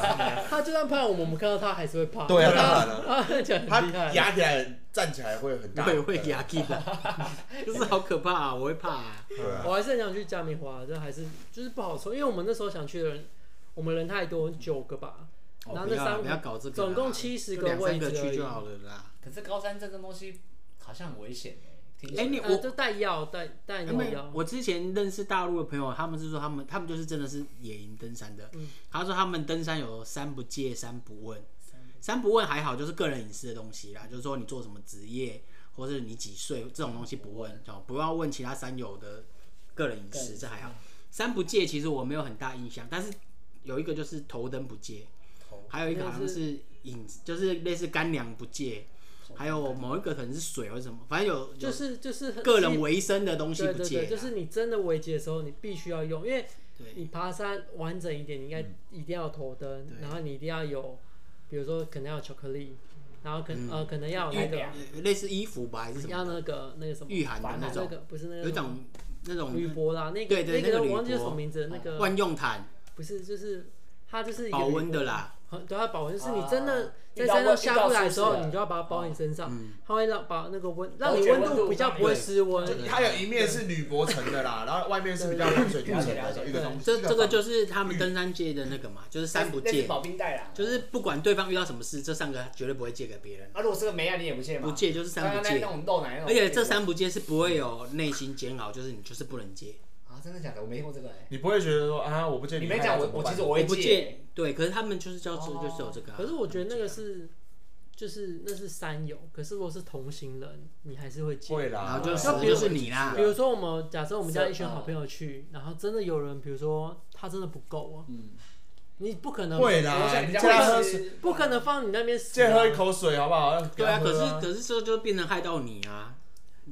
S2: [LAUGHS]
S3: 它就算怕我们，我们看到它还是会怕。
S4: 对啊，当然了，
S3: [LAUGHS] 它看起来
S4: 他
S3: 很厉害。
S4: 压起来站起来会很大。
S2: 我也会压气的， [LAUGHS] 就是好可怕啊！我会怕啊。
S4: 对 [LAUGHS] 啊
S3: 我还是很想去嘉明花，但还是就是不好抽，因为我们那时候想去的人，我们人太多，九个吧，然后
S2: 哦不
S3: 那
S2: 要啦
S3: 三
S2: 不要搞这个啦，啊
S3: 总共70
S2: 就
S3: 个
S2: 两
S3: 位
S2: 三个
S3: 置而
S2: 区
S3: 已
S2: 就好了啦。
S5: 可是高山症这东西好像很危险哎，听起来
S2: 哎，你
S3: 呃，
S2: 我
S3: 就带药带带
S2: 因
S3: 那
S2: 为
S3: 药，
S2: 哎我之前认识大陆的朋友，他们是说他们他们就是真的是野营登山的。他说他们登山有三不戒、三不问。三不问还好，就是个人隐私的东西啦，就是说你做什么职业，或是你几岁这种东西不问，哦，不要问其他山友的个人隐私，这还好。三不戒其实我没有很大印象，但是有一个就是头灯不戒，还有一个好像是饮，就是类似干粮不戒，还有某一个可能是水或者什么，反正有
S3: 就
S2: 有
S3: 是就是很
S2: 个人维生的东西
S3: 对
S2: 不啊
S3: 对
S2: 戒
S3: 对，
S2: 啦，
S3: 呃就是你真的危机的时候，你必须要用，因为
S2: 对嗯
S3: 你爬山完整一点，你应该一定要有头灯，然后你一定要有，比如说可能要有巧克力，然后可
S2: 嗯
S3: 呃可能要有那个
S5: 月亮
S2: 呃类似衣服吧，还是什
S3: 要
S2: 么
S3: 那个那个什么
S2: 啊御寒的那
S3: 那
S2: 种，
S3: 个呃不是那个
S2: 有一种那种
S3: 铝箔啦，那个
S2: 对对
S3: 那
S2: 那
S3: 个
S2: 个铝
S3: 我忘记叫什么
S2: 箔
S3: 名字，那个
S2: 万用毯，
S3: 不是，就是它就是一个
S2: 保温的
S3: 铝箔，
S2: 啦，
S3: 很对它保温，就是
S5: 啊
S3: 你真的在
S5: 遇到
S3: 山上
S5: 温遇
S3: 下
S5: 到
S3: 不来的时
S5: 舒
S3: 候，
S5: 适的
S3: 你就要把它包在你身上，它会让把那个温让
S5: 啊保
S3: 你
S5: 持
S3: 温
S5: 温
S3: 度
S5: 度
S3: 比较不会
S5: 对
S3: 失温。
S4: 就它啊有一面是铝箔层的啦，然后外面是比较软水涂层的一个东西。
S2: 这这个就是他们登山界的那个
S3: [COUGHS]
S2: 嘛，就是三不
S5: 那是
S2: 戒，
S5: 保冰袋啦，
S2: 就是不管对方遇到什么事，这三个绝对不会戒给别人，
S5: 啊，如果是个梅亚你也不戒吗？
S2: 不戒就是三
S5: 刚
S2: 不
S5: 刚那
S2: 戒
S5: 那，种漏奶那种
S2: 而且这三不戒是不会有内心煎熬，就是你就是不能戒，
S5: 啊，真的假的？我没听过这个哎，
S4: 你不会觉得说啊，我不见
S5: 你没讲我，我其实我
S2: 我
S5: 会
S2: 不
S5: 戒
S2: 戒，，对，可是他们就是叫
S5: 哦
S2: 就是有这个啊，
S3: 可是我觉得那个是就是那是山友，可是如果是同行人，你还是会戒。
S4: 会啦，
S2: 然后就
S3: 那
S2: 死
S3: 比如
S2: 就是你啦
S3: 比，如说，我们假设我们
S5: 是
S3: 家一群
S5: 嗯
S3: 好朋友去，然后真的有人，比如说他真的不够啊，
S5: 嗯，
S3: 你不可能
S4: 会
S5: 我
S4: 啦，
S5: 想人
S4: 你
S5: 家
S4: 叫他喝
S5: 会
S4: 水，
S5: 吃，
S3: 不可能放你那边死
S4: 借喝一
S3: 啊，
S4: 口水好不好？
S2: 对啊，可
S4: 给他喝
S2: 是可是这就变成害到你啊，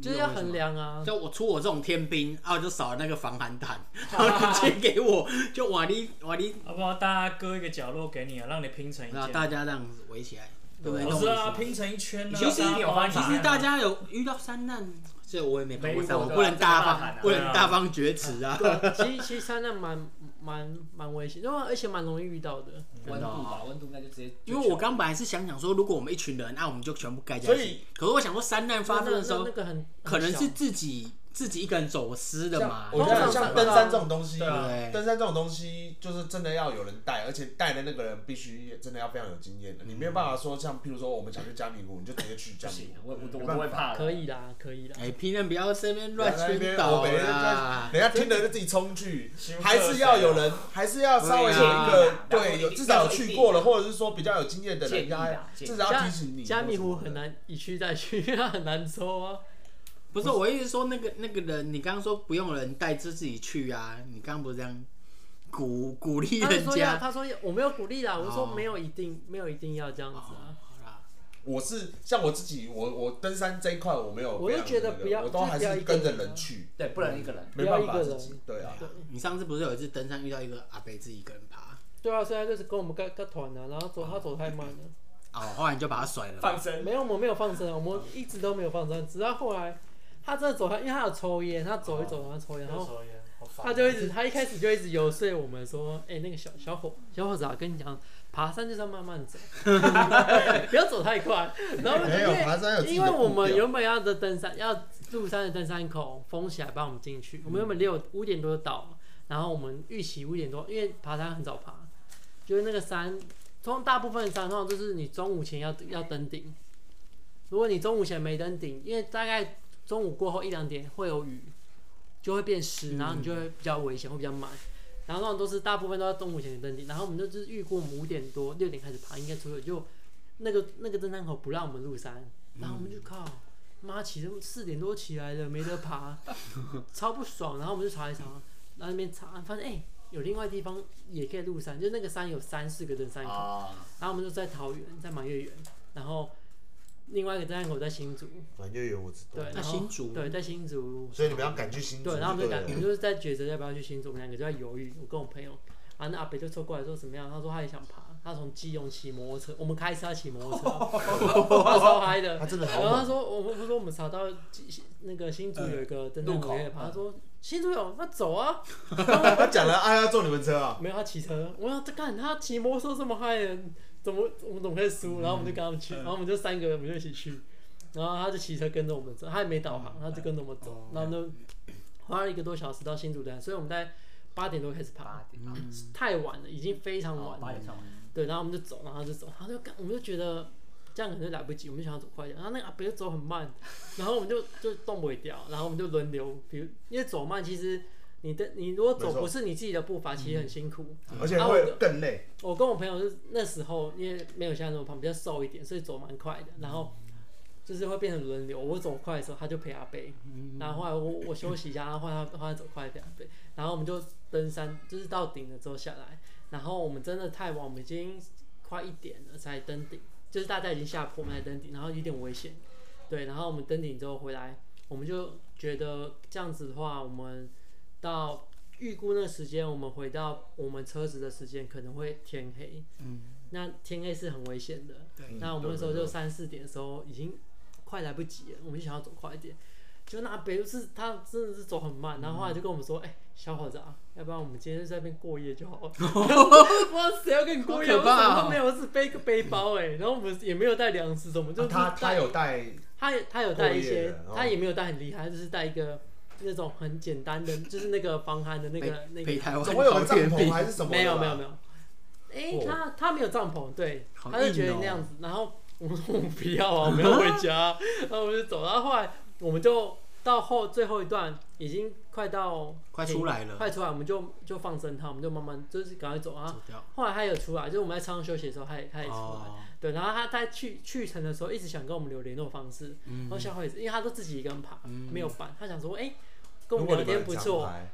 S3: 就是要衡量啊。
S2: 就我出我这种天兵啊，就少了那个防寒毯，然后你借给我，就瓦力瓦力，
S1: 好不好？大家割一个角落给你啊，让你拼成一
S2: 然后
S1: 间。
S2: 大家这样子围起来，对不对？
S1: 我知道啊，
S2: 弄一起
S1: 拼成一圈呢。
S2: 其实
S1: 大家包
S5: 有啊
S1: 起
S2: 其
S1: 来
S2: 实大家有遇到山难，这我也没办过山，
S5: 没遇
S2: 我
S5: 过
S2: 不能大方，不
S5: 对
S1: 啊
S2: 能大方厥词啊。
S3: 对， [LAUGHS] 其实其实山那蛮蛮蛮危险，因为而且蛮容易遇到的。
S5: 温度吧，温度应该就直接，
S2: [LAUGHS] 因为我刚本来是想想说，如果我们一群人，那啊我们就全部盖在一
S4: 所
S2: 起
S4: 以。
S2: 可是我想说，山难发生的时
S3: 那
S2: 候
S3: 那，个很
S2: 可能是
S3: 很小
S2: 自己自己一个人走失的嘛。
S4: 我觉得像登山这种东西，
S1: 对啊
S2: 对
S4: 登山这种东西就是真的要有人带，而且带的那个人必须真的要非常有经验的，你没有办法说像譬如说我们想去加密湖，你就直接去加
S5: 不
S4: 密
S5: 行
S4: 湖，，
S5: 我我我都会怕，
S3: 可以啦，可以啦。
S2: 哎，平人不要这边乱宣
S4: 我
S2: 导
S4: 每天
S2: 啦。
S4: 人家听了就自己冲去
S1: 新，客
S4: 还是要有人，还是要稍微有一个
S5: 对啊
S4: 对，有至少有去过了，或者是说比较有经验的人，
S5: 建议啊
S4: 他至少要
S3: 加
S4: 提醒你。
S3: 加密湖很，难一去再去， [LAUGHS] 很难抽啊。
S2: 不是，我一直说那个那个人，你刚刚说不用人带，就自己去啊。你刚刚不是这样鼓鼓励
S3: 他是
S2: 人
S3: 说要，
S2: 家？
S3: 他说要我没有鼓励啦，我
S2: 哦
S3: 说没有一定，没有一定要这样子啊。
S2: 好啦，
S4: 我是像我自己，我我登山这一块我没有
S3: 我
S4: 非
S3: 就
S4: 常那个，
S3: 觉得不要
S4: 我都还
S3: 就是不要
S4: 是
S3: 一个人
S4: 跟
S3: 啊
S4: 着人去，
S5: 对，不能一个人。
S4: 没
S3: 不要
S4: 办
S3: 一
S4: 法
S3: 个
S4: 自
S3: 人
S4: 己，对啊，
S2: 你上次不是有一次登山遇到一个阿伯自己一个人爬？
S3: 对啊，所以他就是跟我们跟跟团啊，然后走他走太慢了。
S2: 哦，后来你就把他甩了吧。
S5: 放生，
S3: 没有，我们没有放生，啊我们一直都没有放生，直到后来他真的走，他因为他有抽烟，他走一走然后抽烟，然
S1: 右
S3: 后
S1: 手也好烦
S3: 他就一直他一开始就一直游说我们说，哎、那个小小伙小伙子啊，跟你讲，爬山就是要慢慢走， [LAUGHS] 不要走太快。然后我们就
S4: 没有爬山有自己
S3: 因
S4: 的
S3: 为我
S4: 步
S3: 们
S4: 调
S3: 原本要的登山要入山的登山口封起来，帮我们进去。我们原本六五点多就到了，然后我们预期五点多，因为爬山很早爬，就是那个山，通常大部分的山通常就是你中午前要要登顶。如果你中午前没登顶，因为大概中午过后一两点会有雨，就会变
S2: 嗯
S3: 湿，然后你就会比较危险，会比较慢。然后那种都是大部分都要中午前登顶，然后我们就就是预估我们五点多六点开始爬，应该左右就那个那个登山口不让我们入山，
S2: 嗯
S3: 然后我们就靠妈起都四点多起来了，没得
S2: [LAUGHS]
S3: 爬，超不爽。然后我们就查一查，然后那边查发现哎、有另外地方也可以入山，就那个山有三四个登山口，
S5: 啊，
S3: 然后我们就在桃园，在满月园，然后另外一个登山口在新竹，
S4: 反正有我知道
S3: 对，，
S2: 哦在
S3: 然后
S2: 新竹
S3: 对，在新竹，
S4: 所以你们要赶去新竹
S3: 对，然后我们
S4: 就
S3: 就感，
S4: 了
S3: 我们就是在抉择要不要去新竹，我们两个就在犹豫。我跟我朋友，啊，那阿北就凑过来说怎么样？他说他也想爬，他从基隆骑摩托车，我们开车骑摩托
S4: [LAUGHS]
S3: 车，他超嗨的。
S4: 他真的好
S3: 然后他
S4: 猛，
S3: 说，我们不是说我们查到基那个新竹有
S4: 呃
S3: 一个登山口可以爬，他说新竹有，那走啊。
S4: [LAUGHS] 他讲了啊要坐你们车啊，
S3: 没有他骑车，我想这干他骑摩托车这么嗨的，怎么我们怎么可以输？然后我们就跟他们去，然后我们就三个人我们就一起去，然后他就骑车跟着我们走，他也没导航，他就跟着我们走，然后就花了一个多小时到新竹站，所以我们在八点多开始爬
S5: 八，点，哦
S3: 太晚了，已经非常晚
S5: 八
S3: 了
S5: 点。上完，
S3: 对，然后我们就走，然后就走，然后就干，我们就觉得这样可能就来不及，我们就想要走快一点。然后那个阿伯就走很慢，然后我们就就动不掉，然后我们就轮流，比如因为走慢，其实你的你如果
S4: 没
S3: 走
S4: 错嗯
S3: 不是你自己的步伐，其实很辛苦。
S4: 而且
S3: 啊我
S4: 会更累，
S3: 我跟我朋友就是那时候因为没有现在那么胖，比较瘦一点，所以走蛮快的。然后就是会变成轮流，我走快的时候他就陪阿贝，然后后来我我休息一下，然后换他换他走快陪阿贝。然后我们就登山，就是到顶了之后下来，然后我们真的太晚，我们已经快一点了才登顶，就是大家已经下坡，我们才登顶，然后有点危险。对，然后我们登顶之后回来，我们就觉得这样子的话，我们到预估那个时间，我们回到我们车子的时间可能会天黑。嗯，那天黑是很危险的。
S4: 嗯
S2: 对
S3: 嗯那我们那时候就三四点的时候已经快来不及了，我们就想要走快一点。就那阿北就是他真的是走很
S2: 嗯
S3: 慢，然后后来就跟我们说：“哎、小伙子啊，要不然我们今天就在那边过夜就
S2: [LAUGHS]
S3: 好了。”不知道谁要跟你过夜，
S2: 好
S3: 我
S2: 可怕哦
S3: 什么都没有，是背个背包哎、然后我们也没有带粮食什
S2: 啊
S3: 么，就是
S4: 啊他
S3: 带
S4: 他有带
S3: 他也他有带一
S4: 过夜
S3: 些
S4: 的，哦
S3: 他也没有带很厉害，就是带一个那种很简单的，就是那个防寒的那个那
S2: 北北
S3: 个。
S2: 台湾
S4: 总会有个
S2: 朝
S4: 帐
S2: 天
S3: [LAUGHS]
S4: 篷啊
S2: 壁
S4: 还是什么的吧？
S3: 没有没有没有，哎、
S4: 哦
S3: 他他没有帐篷，对，
S2: 好
S3: 他就觉得
S2: 硬哦
S3: 那样子，然后我们说我们不要啊，我们要回家， [LAUGHS] 然后我们就走，然后后来我们就到后最后一段，已经快到
S2: 快出来了
S3: 快出来，我们就就放生他，我们就慢慢就是赶快走啊。
S2: 走掉。
S3: 后来他有出来，就是我们在车上休息的时候，他也他也出来，
S2: 哦
S3: 对，然后他在去去程的时候一直想跟我们留联络方式，
S2: 嗯
S3: 然后小伙子因为他都自己一个人爬，没有伴，他想说，哎、跟我
S4: 如果你们
S3: 们聊天
S4: 很
S3: 不
S4: 常
S3: 错，
S4: 来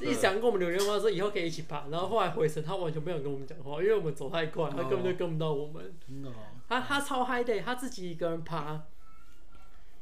S2: 嗯
S3: 一直想跟我们留联络方式，以后可以一起爬，然后后来回程他完全不想跟我们讲话，因为我们走太快，他根本就跟不到我们，
S2: 真的哦，
S3: 他他超嗨的，他自己一个人爬。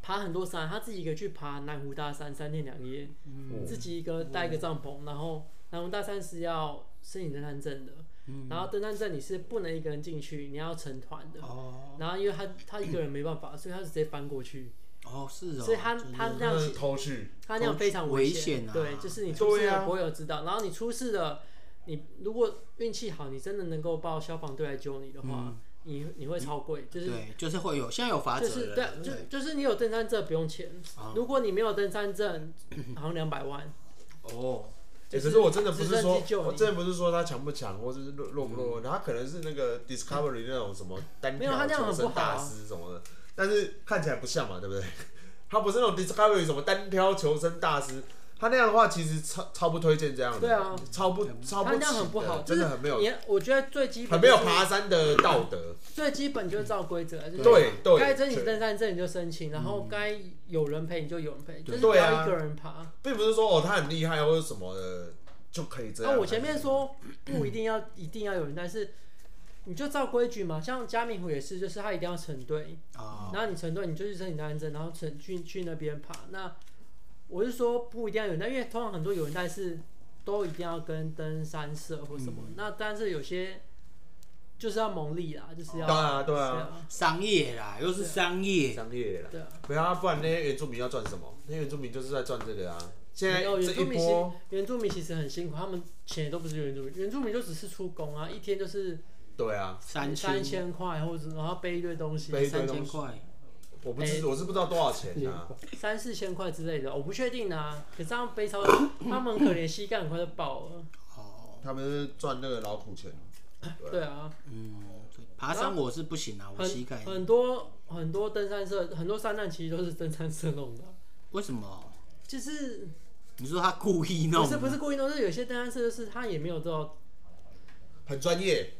S3: 爬很多山，他自己一个去爬南湖大山三天两夜，嗯
S2: 嗯
S4: 嗯
S3: 自己一个带一个帐篷，然后南湖大山是要申请登山证的，
S2: 嗯
S3: 然后登山证你是不能一个人进去，你要成团的。
S2: 哦
S3: 然后因为他他一个人没办法，所以他就直接翻过去，
S2: 哦是哦，
S3: 所以他
S2: 真的
S3: 他那
S4: 他
S3: 样
S4: 是偷去，
S3: 他那样非常
S2: 危
S3: 险
S2: 险啊
S3: 对，就是你出事
S4: 对啊
S3: 了不会有知道，然后你出事了，你如果运气好，你真的能够报消防队来救你的话，
S4: 嗯
S3: 你你会超贵，就是
S2: 对，就是会有现在有法
S3: 就
S2: 则
S3: 是
S2: 了，
S3: 对啊，就就是你有登山证不用钱，
S4: 哦
S3: 如果你没有登山证，好像两百
S4: [COUGHS]
S3: 万，
S2: 哦，
S4: 欸
S3: 就
S4: 可是我真的不
S3: 直
S4: 是
S3: 升
S4: 说
S3: 机救，你嗯
S4: 我真的不是说他强不强，或者是弱弱不弱，他可能是那个 Discovery 那种什么单
S3: 没有
S4: 挑
S3: 他那样
S4: 求
S3: 很不
S4: 生
S3: 好
S4: 大
S3: 啊
S4: 师什么的，但是看起来不像嘛，对不对？他不是那种 Discovery 什么单挑求生大师，他那样的话其实超超不推荐这样的，
S3: 对啊，
S4: 超不超哦不
S3: 他
S4: 起
S3: 那样很不
S4: 的
S3: 好，
S4: 真的很没有
S3: 也我觉得最基本
S4: 很没有
S3: 就是
S4: 爬山的道德，
S3: 最基本就是照规则，就是
S4: 对对，
S3: 该啊争你
S4: 对嗯
S3: 登山证你就申请，然后该有人陪你就有人陪，就是不
S4: 对啊
S3: 要一个人爬。
S4: 并不是说哦他很厉害或者什么的就可以这样。啊
S3: 那我前面说不一定要一定要有人，但是你就照规矩嘛。像嘉明湖也是，就是他一定要成队，
S2: 啊，
S3: 然后你成队你就去申请登山证，然后成去去那边爬。那我是说不一定要有人，但因为通常很多有人但是都一定要跟登山社或什么。
S4: 嗯
S3: 那但是有些就是要蒙力啦，就是要
S4: 当然啊对
S3: 对
S4: 啊，
S3: 啊
S2: 商业啦，又是商业，
S4: 商业啦，
S3: 对啊。
S4: 没有啊，不然那些原住民要赚什么？那些原住民就是在赚这个啊。现在
S3: 没有
S4: 这一
S3: 原住民其实
S4: 波，
S3: 原住民其实很辛苦，他们钱也都不是原住民，原住民就只是出工啊，一天就是
S4: 对啊，
S2: 三
S3: 三
S2: 千
S3: 千块，或者然后背一堆东西，
S4: 背一堆
S2: 三
S4: 东
S2: 千
S4: 西
S2: 块，
S4: 我不
S3: 哎
S4: 知我是不知道多少钱
S3: [LAUGHS]
S4: 啊。
S3: 三四千块之类的，我不确定啊。可是他们
S2: [COUGHS]
S3: 背超，他们很可怜膝盖很快就爆了。
S2: 哦，
S4: 他们是赚那个劳苦钱，
S3: 对啊，
S2: 嗯，爬山我是不行啊，我膝盖
S3: 很很多很多登山社，很多山难其实都是登山社弄的，啊
S2: 为什么？
S3: 就是
S2: 你说他故意弄
S3: 不
S2: 吗？
S3: 是不是故意弄，就是有些登山社就是他也没有做到
S4: 很专业，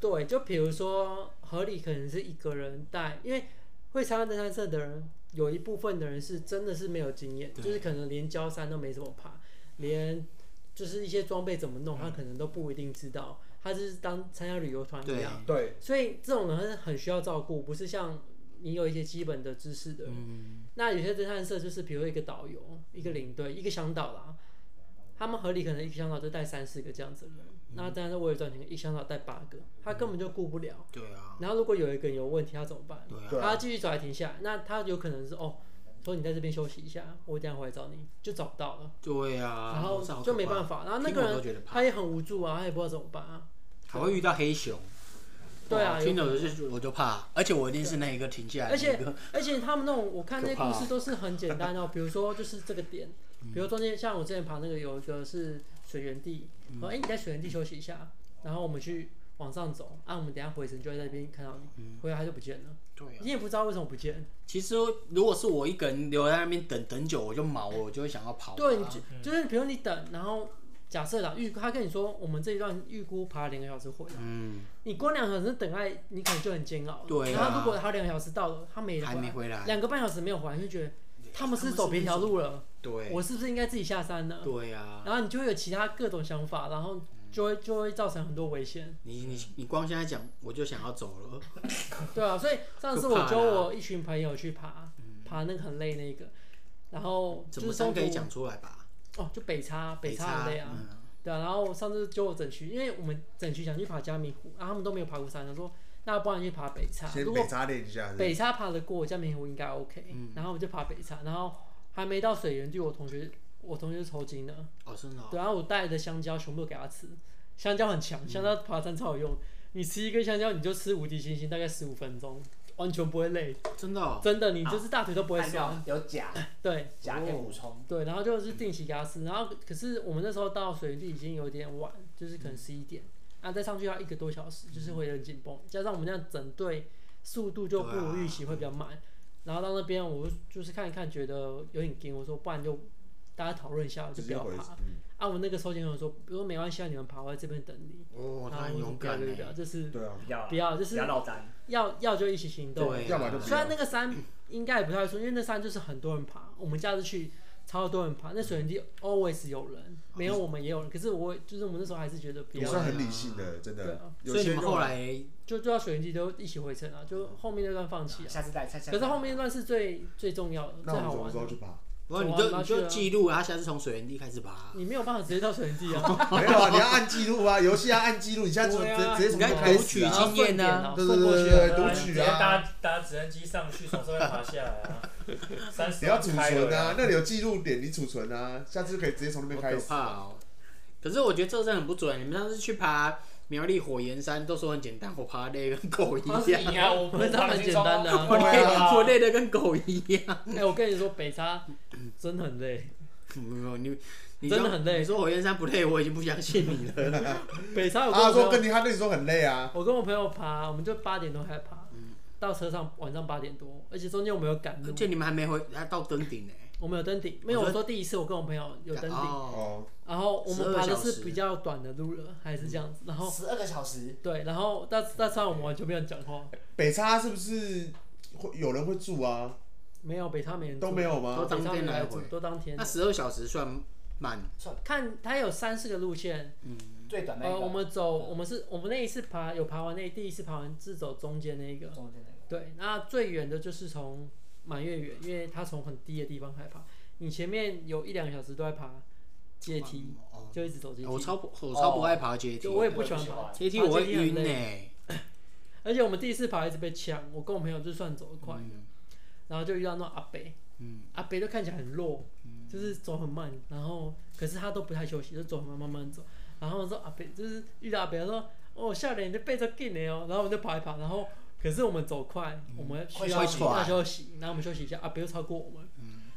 S3: 对，就比如说合理可能是一个人带，因为会参加登山社的人，有一部分的人是真的是没有经验，就是可能连焦山都没怎么爬，连就是一些装备怎么弄，
S2: 嗯
S3: 他可能都不一定知道。他就是当参加旅游团一
S2: 对
S3: 样，
S4: 对，
S3: 所以这种人是很需要照顾，不是像你有一些基本的知识的人。
S4: 嗯
S3: 那有些登山社就是，比如一个导游、一个领队、一个向导啦，他们合理可能一个向导就带三四个这样子的人。
S4: 嗯
S3: 那当然，我也赚钱，一个向导带八个，他根本就顾不了。
S2: 对啊，
S3: 然后如果有一个人有问题，他怎么办？
S4: 对啊
S3: 他继续走还停下来，那他有可能是哦，说你在这边休息一下，我等一下回来找你，就找不到了，
S2: 对啊，
S3: 然后
S2: 这好可
S3: 就没办法。然后那个
S2: 听我都觉
S4: [LAUGHS]
S2: 得
S3: 人
S2: 怕
S3: 他也很无助啊，他也不知道怎么办啊。
S2: 还会遇到黑熊。
S3: 对啊
S2: 哇听着我就我就怕，而且我一定是那一个停下来
S3: 而
S2: 的一
S3: 且
S2: 个，
S3: 而且他们那种我看那些
S2: 可怕啊嗯
S3: 故事都是很简单哦，比 [LAUGHS] 如说就是这个点，比如中间像我之前爬那个有一个是水源地，
S2: 嗯
S3: 然后哎你在水源地休息一下，然后我们去往上走，啊我们等一下回程就会在那边看到你，回来他就不见了，
S2: 嗯对啊
S3: 你也不知道为什么不见，
S2: 其实如果是我一个人留在那边等等久，我就毛了，我就会想要跑啊。
S3: 对，你就就是比如你等，然后假设啦预他跟你说我们这一段预估爬两个小时回来，
S2: 嗯，
S3: 你光两个小时等待你可能就很煎熬了，
S2: 对啊
S3: 然后如果他两个小时到了他没
S2: 还没回来
S3: 两个半小时没有回来，你就觉得他们是不是走别条路了。
S2: 对，
S3: 我是不是应该自己下山呢？
S2: 对啊，
S3: 然后你就会有其他各种想法，然后
S2: 嗯
S3: 就会就会造成很多
S2: [LAUGHS]
S3: 危险。
S2: 你你你光现在讲，我就想要走了。
S3: 对啊，所以上次我
S2: 就
S3: 揪
S2: 怕啦
S3: 我一群朋友去爬，爬那个很累那个，然后
S2: 怎
S3: 就
S2: 么
S3: 是中
S2: 山
S3: 途
S2: 可以讲出来吧？
S3: 哦，就北差
S2: 北
S3: 差很累啊。
S2: 嗯
S3: 对啊，然后上次揪我整区，因为我们整区想去爬嘉明湖，啊然后他们都没有爬过山，他说那不然去爬北差，
S6: 先
S3: 啊如果
S6: 北查练一下，
S3: 北沙爬得过，江明湖应该 OK，、然
S2: 嗯
S3: 后我就爬北沙，然后还没到水源地，我同学我同学就抽筋了，
S2: 哦，真的哦，
S3: 对，然后我带的香蕉全部都给他吃，香蕉很强，香蕉爬山超有用，你吃一根香蕉你就吃无敌星星，大概十五分钟，完全不会累，
S2: 真的哦，
S3: 真的，你就是大腿都不会
S5: 看
S3: 酸，
S5: 到有钾，
S3: 对
S5: 钾可以补充。
S3: 对，然后就是定期给他吃，然后可是我们那时候到水源地已经有点晚，就是可能十一点，啊再上去要一个多小时，就是会有点紧绷，加上我们这样整队速度就不如预期，会比较慢。然后到那边我就是看一看，觉得有点惊，我说不然就大家讨论一下，就
S6: 直
S3: 不
S6: 接
S3: 要
S6: 回嗯
S3: 爬。啊，我们那个收件人说，我说没关系，啊，你们爬，我在这边等你。
S2: 哦，
S3: 然
S2: 他
S3: 后
S2: 很
S3: 我说
S2: 勇
S3: 不要
S2: 敢
S3: 就
S2: 欸
S3: 不要，就是
S6: 对啊，
S5: 不要啦
S3: 不要就是
S5: 不要落单，
S3: 要要就一起行动。
S2: 对啊，
S6: 要么就不
S3: 虽然那个山应该也不太会说，因为那山就是很多人爬，我们假日去超多人爬，那水源地 always 有人，没有我们也有人，可是我就是我们那时候还是觉得不
S6: 我
S3: 要
S6: 算，很理性的，真
S3: 对
S6: 的
S3: 啊。
S6: 有
S2: 所以你
S6: 些
S2: 们
S6: 肉
S2: 后来
S3: 就就到水源地都一起回程啊，就后面那段放弃啊。
S5: 下次再下次再。
S3: 可是
S5: [LAUGHS]
S3: 后面那段是最最重要的，
S6: 那我
S3: 最
S6: 们
S3: 好
S6: 什么
S3: 玩
S6: 时候
S3: 的
S6: 去。
S3: [LAUGHS]
S6: 爬？
S2: 不过你
S3: 走
S2: 就
S3: 啊
S2: 你
S3: 拿去
S2: 就
S3: 啊
S2: 记录啊，下次从水源地开始爬。
S3: 你没有办法直接到水源
S6: [LAUGHS]
S3: 地啊，
S6: 没有啊，你要按记录啊，游戏要按记录，你现在从
S3: 对
S6: 直
S3: 啊
S6: 直接
S2: 你
S6: 从
S2: 该
S6: 头开
S2: 读取
S6: 始啊。
S2: 经验
S3: 啊
S2: 呢？
S6: 对
S3: 顺
S6: 对
S3: 便
S6: 对
S3: 啊顺过去
S6: 对，
S3: 啊
S6: 对
S1: 对啊
S6: 读
S1: 你直
S6: 取
S1: 接
S6: 啊，
S1: 搭搭直升机上去，从上面爬下来啊，三十
S6: 你要储存啊，那
S1: 那
S6: 里有记录点，你储存啊，下次就可以直接从那边
S2: 好
S6: 开
S2: 可
S6: 始
S2: 怕。哦！可是我觉得这真的很不准。你们上次去爬苗栗火焰山，都说很简单，我爬累跟狗一
S5: 都是
S2: 样。
S5: [LAUGHS] 你啊，我
S3: 我们他们简单的、
S2: 我
S3: 啊。
S2: 累，
S6: 对啊
S2: [LAUGHS] 我累的跟狗一样。
S3: 哎、我跟你说，北沙真的很累，
S2: 没有你，你
S3: 真的
S2: 说
S3: 很累
S2: 你说火焰山不累，我已经不相信你了。
S3: 北沙有跟
S6: 他
S3: 我
S6: 啊说
S3: 朋
S6: 跟
S3: 友，
S6: 你，他跟你说很累啊，
S3: 我跟我朋友爬，我们就八点多开始爬，到车上晚上八点多，而且中间我们有赶路
S2: 而，且你们还没回，还到登顶呢。
S3: 我们有登顶，没有
S2: 啊哦我
S3: 我
S2: 说
S3: 说第一次我跟我朋友有登顶，
S2: 哦，
S6: 哦，
S3: 然后我们爬
S2: 12
S3: 的
S2: 小时嗯
S3: 是比较短的路了，还是这样子，然后
S5: 十二个小时，
S3: 对，然后到到山我们完全没有讲话，
S6: 北叉是不是会有人会住啊？
S3: 没有北差没人
S6: 都
S3: 住
S6: 没有
S2: 都
S6: 吗？
S3: 北
S2: 当
S3: 差没
S2: 天来
S3: 人住
S2: 回，
S3: 都当天
S2: 那十二小时算慢，
S3: 看它有三四个路线，
S5: 最短那一
S3: 呃，
S5: 个，
S3: 我们走我们是我们那一次爬有爬完那第一次爬完是走中间那一个，
S5: 中间那个，
S3: 对，那最远的就是从满月远，因为它从很低的地方开始爬，你前面有一两个小时都在爬阶梯，就一直走阶
S2: 哦哎我
S3: 梯，
S2: 超不我超不爱爬阶梯
S3: 哦就，我也不喜欢
S5: 我也不喜
S3: 爬
S5: 欢
S2: 阶梯我会晕
S3: 很累
S2: 呢。
S3: 而且我们第一次爬一直被呛，我跟我朋友就算走得快的，
S2: 嗯
S3: 然后就遇到那种阿北，阿北就看起来很弱，
S2: 嗯
S3: 就是走很慢，然后可是他都不太休息，就走很慢慢慢走。然后我说阿北就是遇到阿北，他说哦笑脸你的背着紧的哦，然后我们就爬一爬，然后可是我们走快，我们需要
S2: 会喘
S3: 大休息，然后我们休息一下，阿北又超过我们，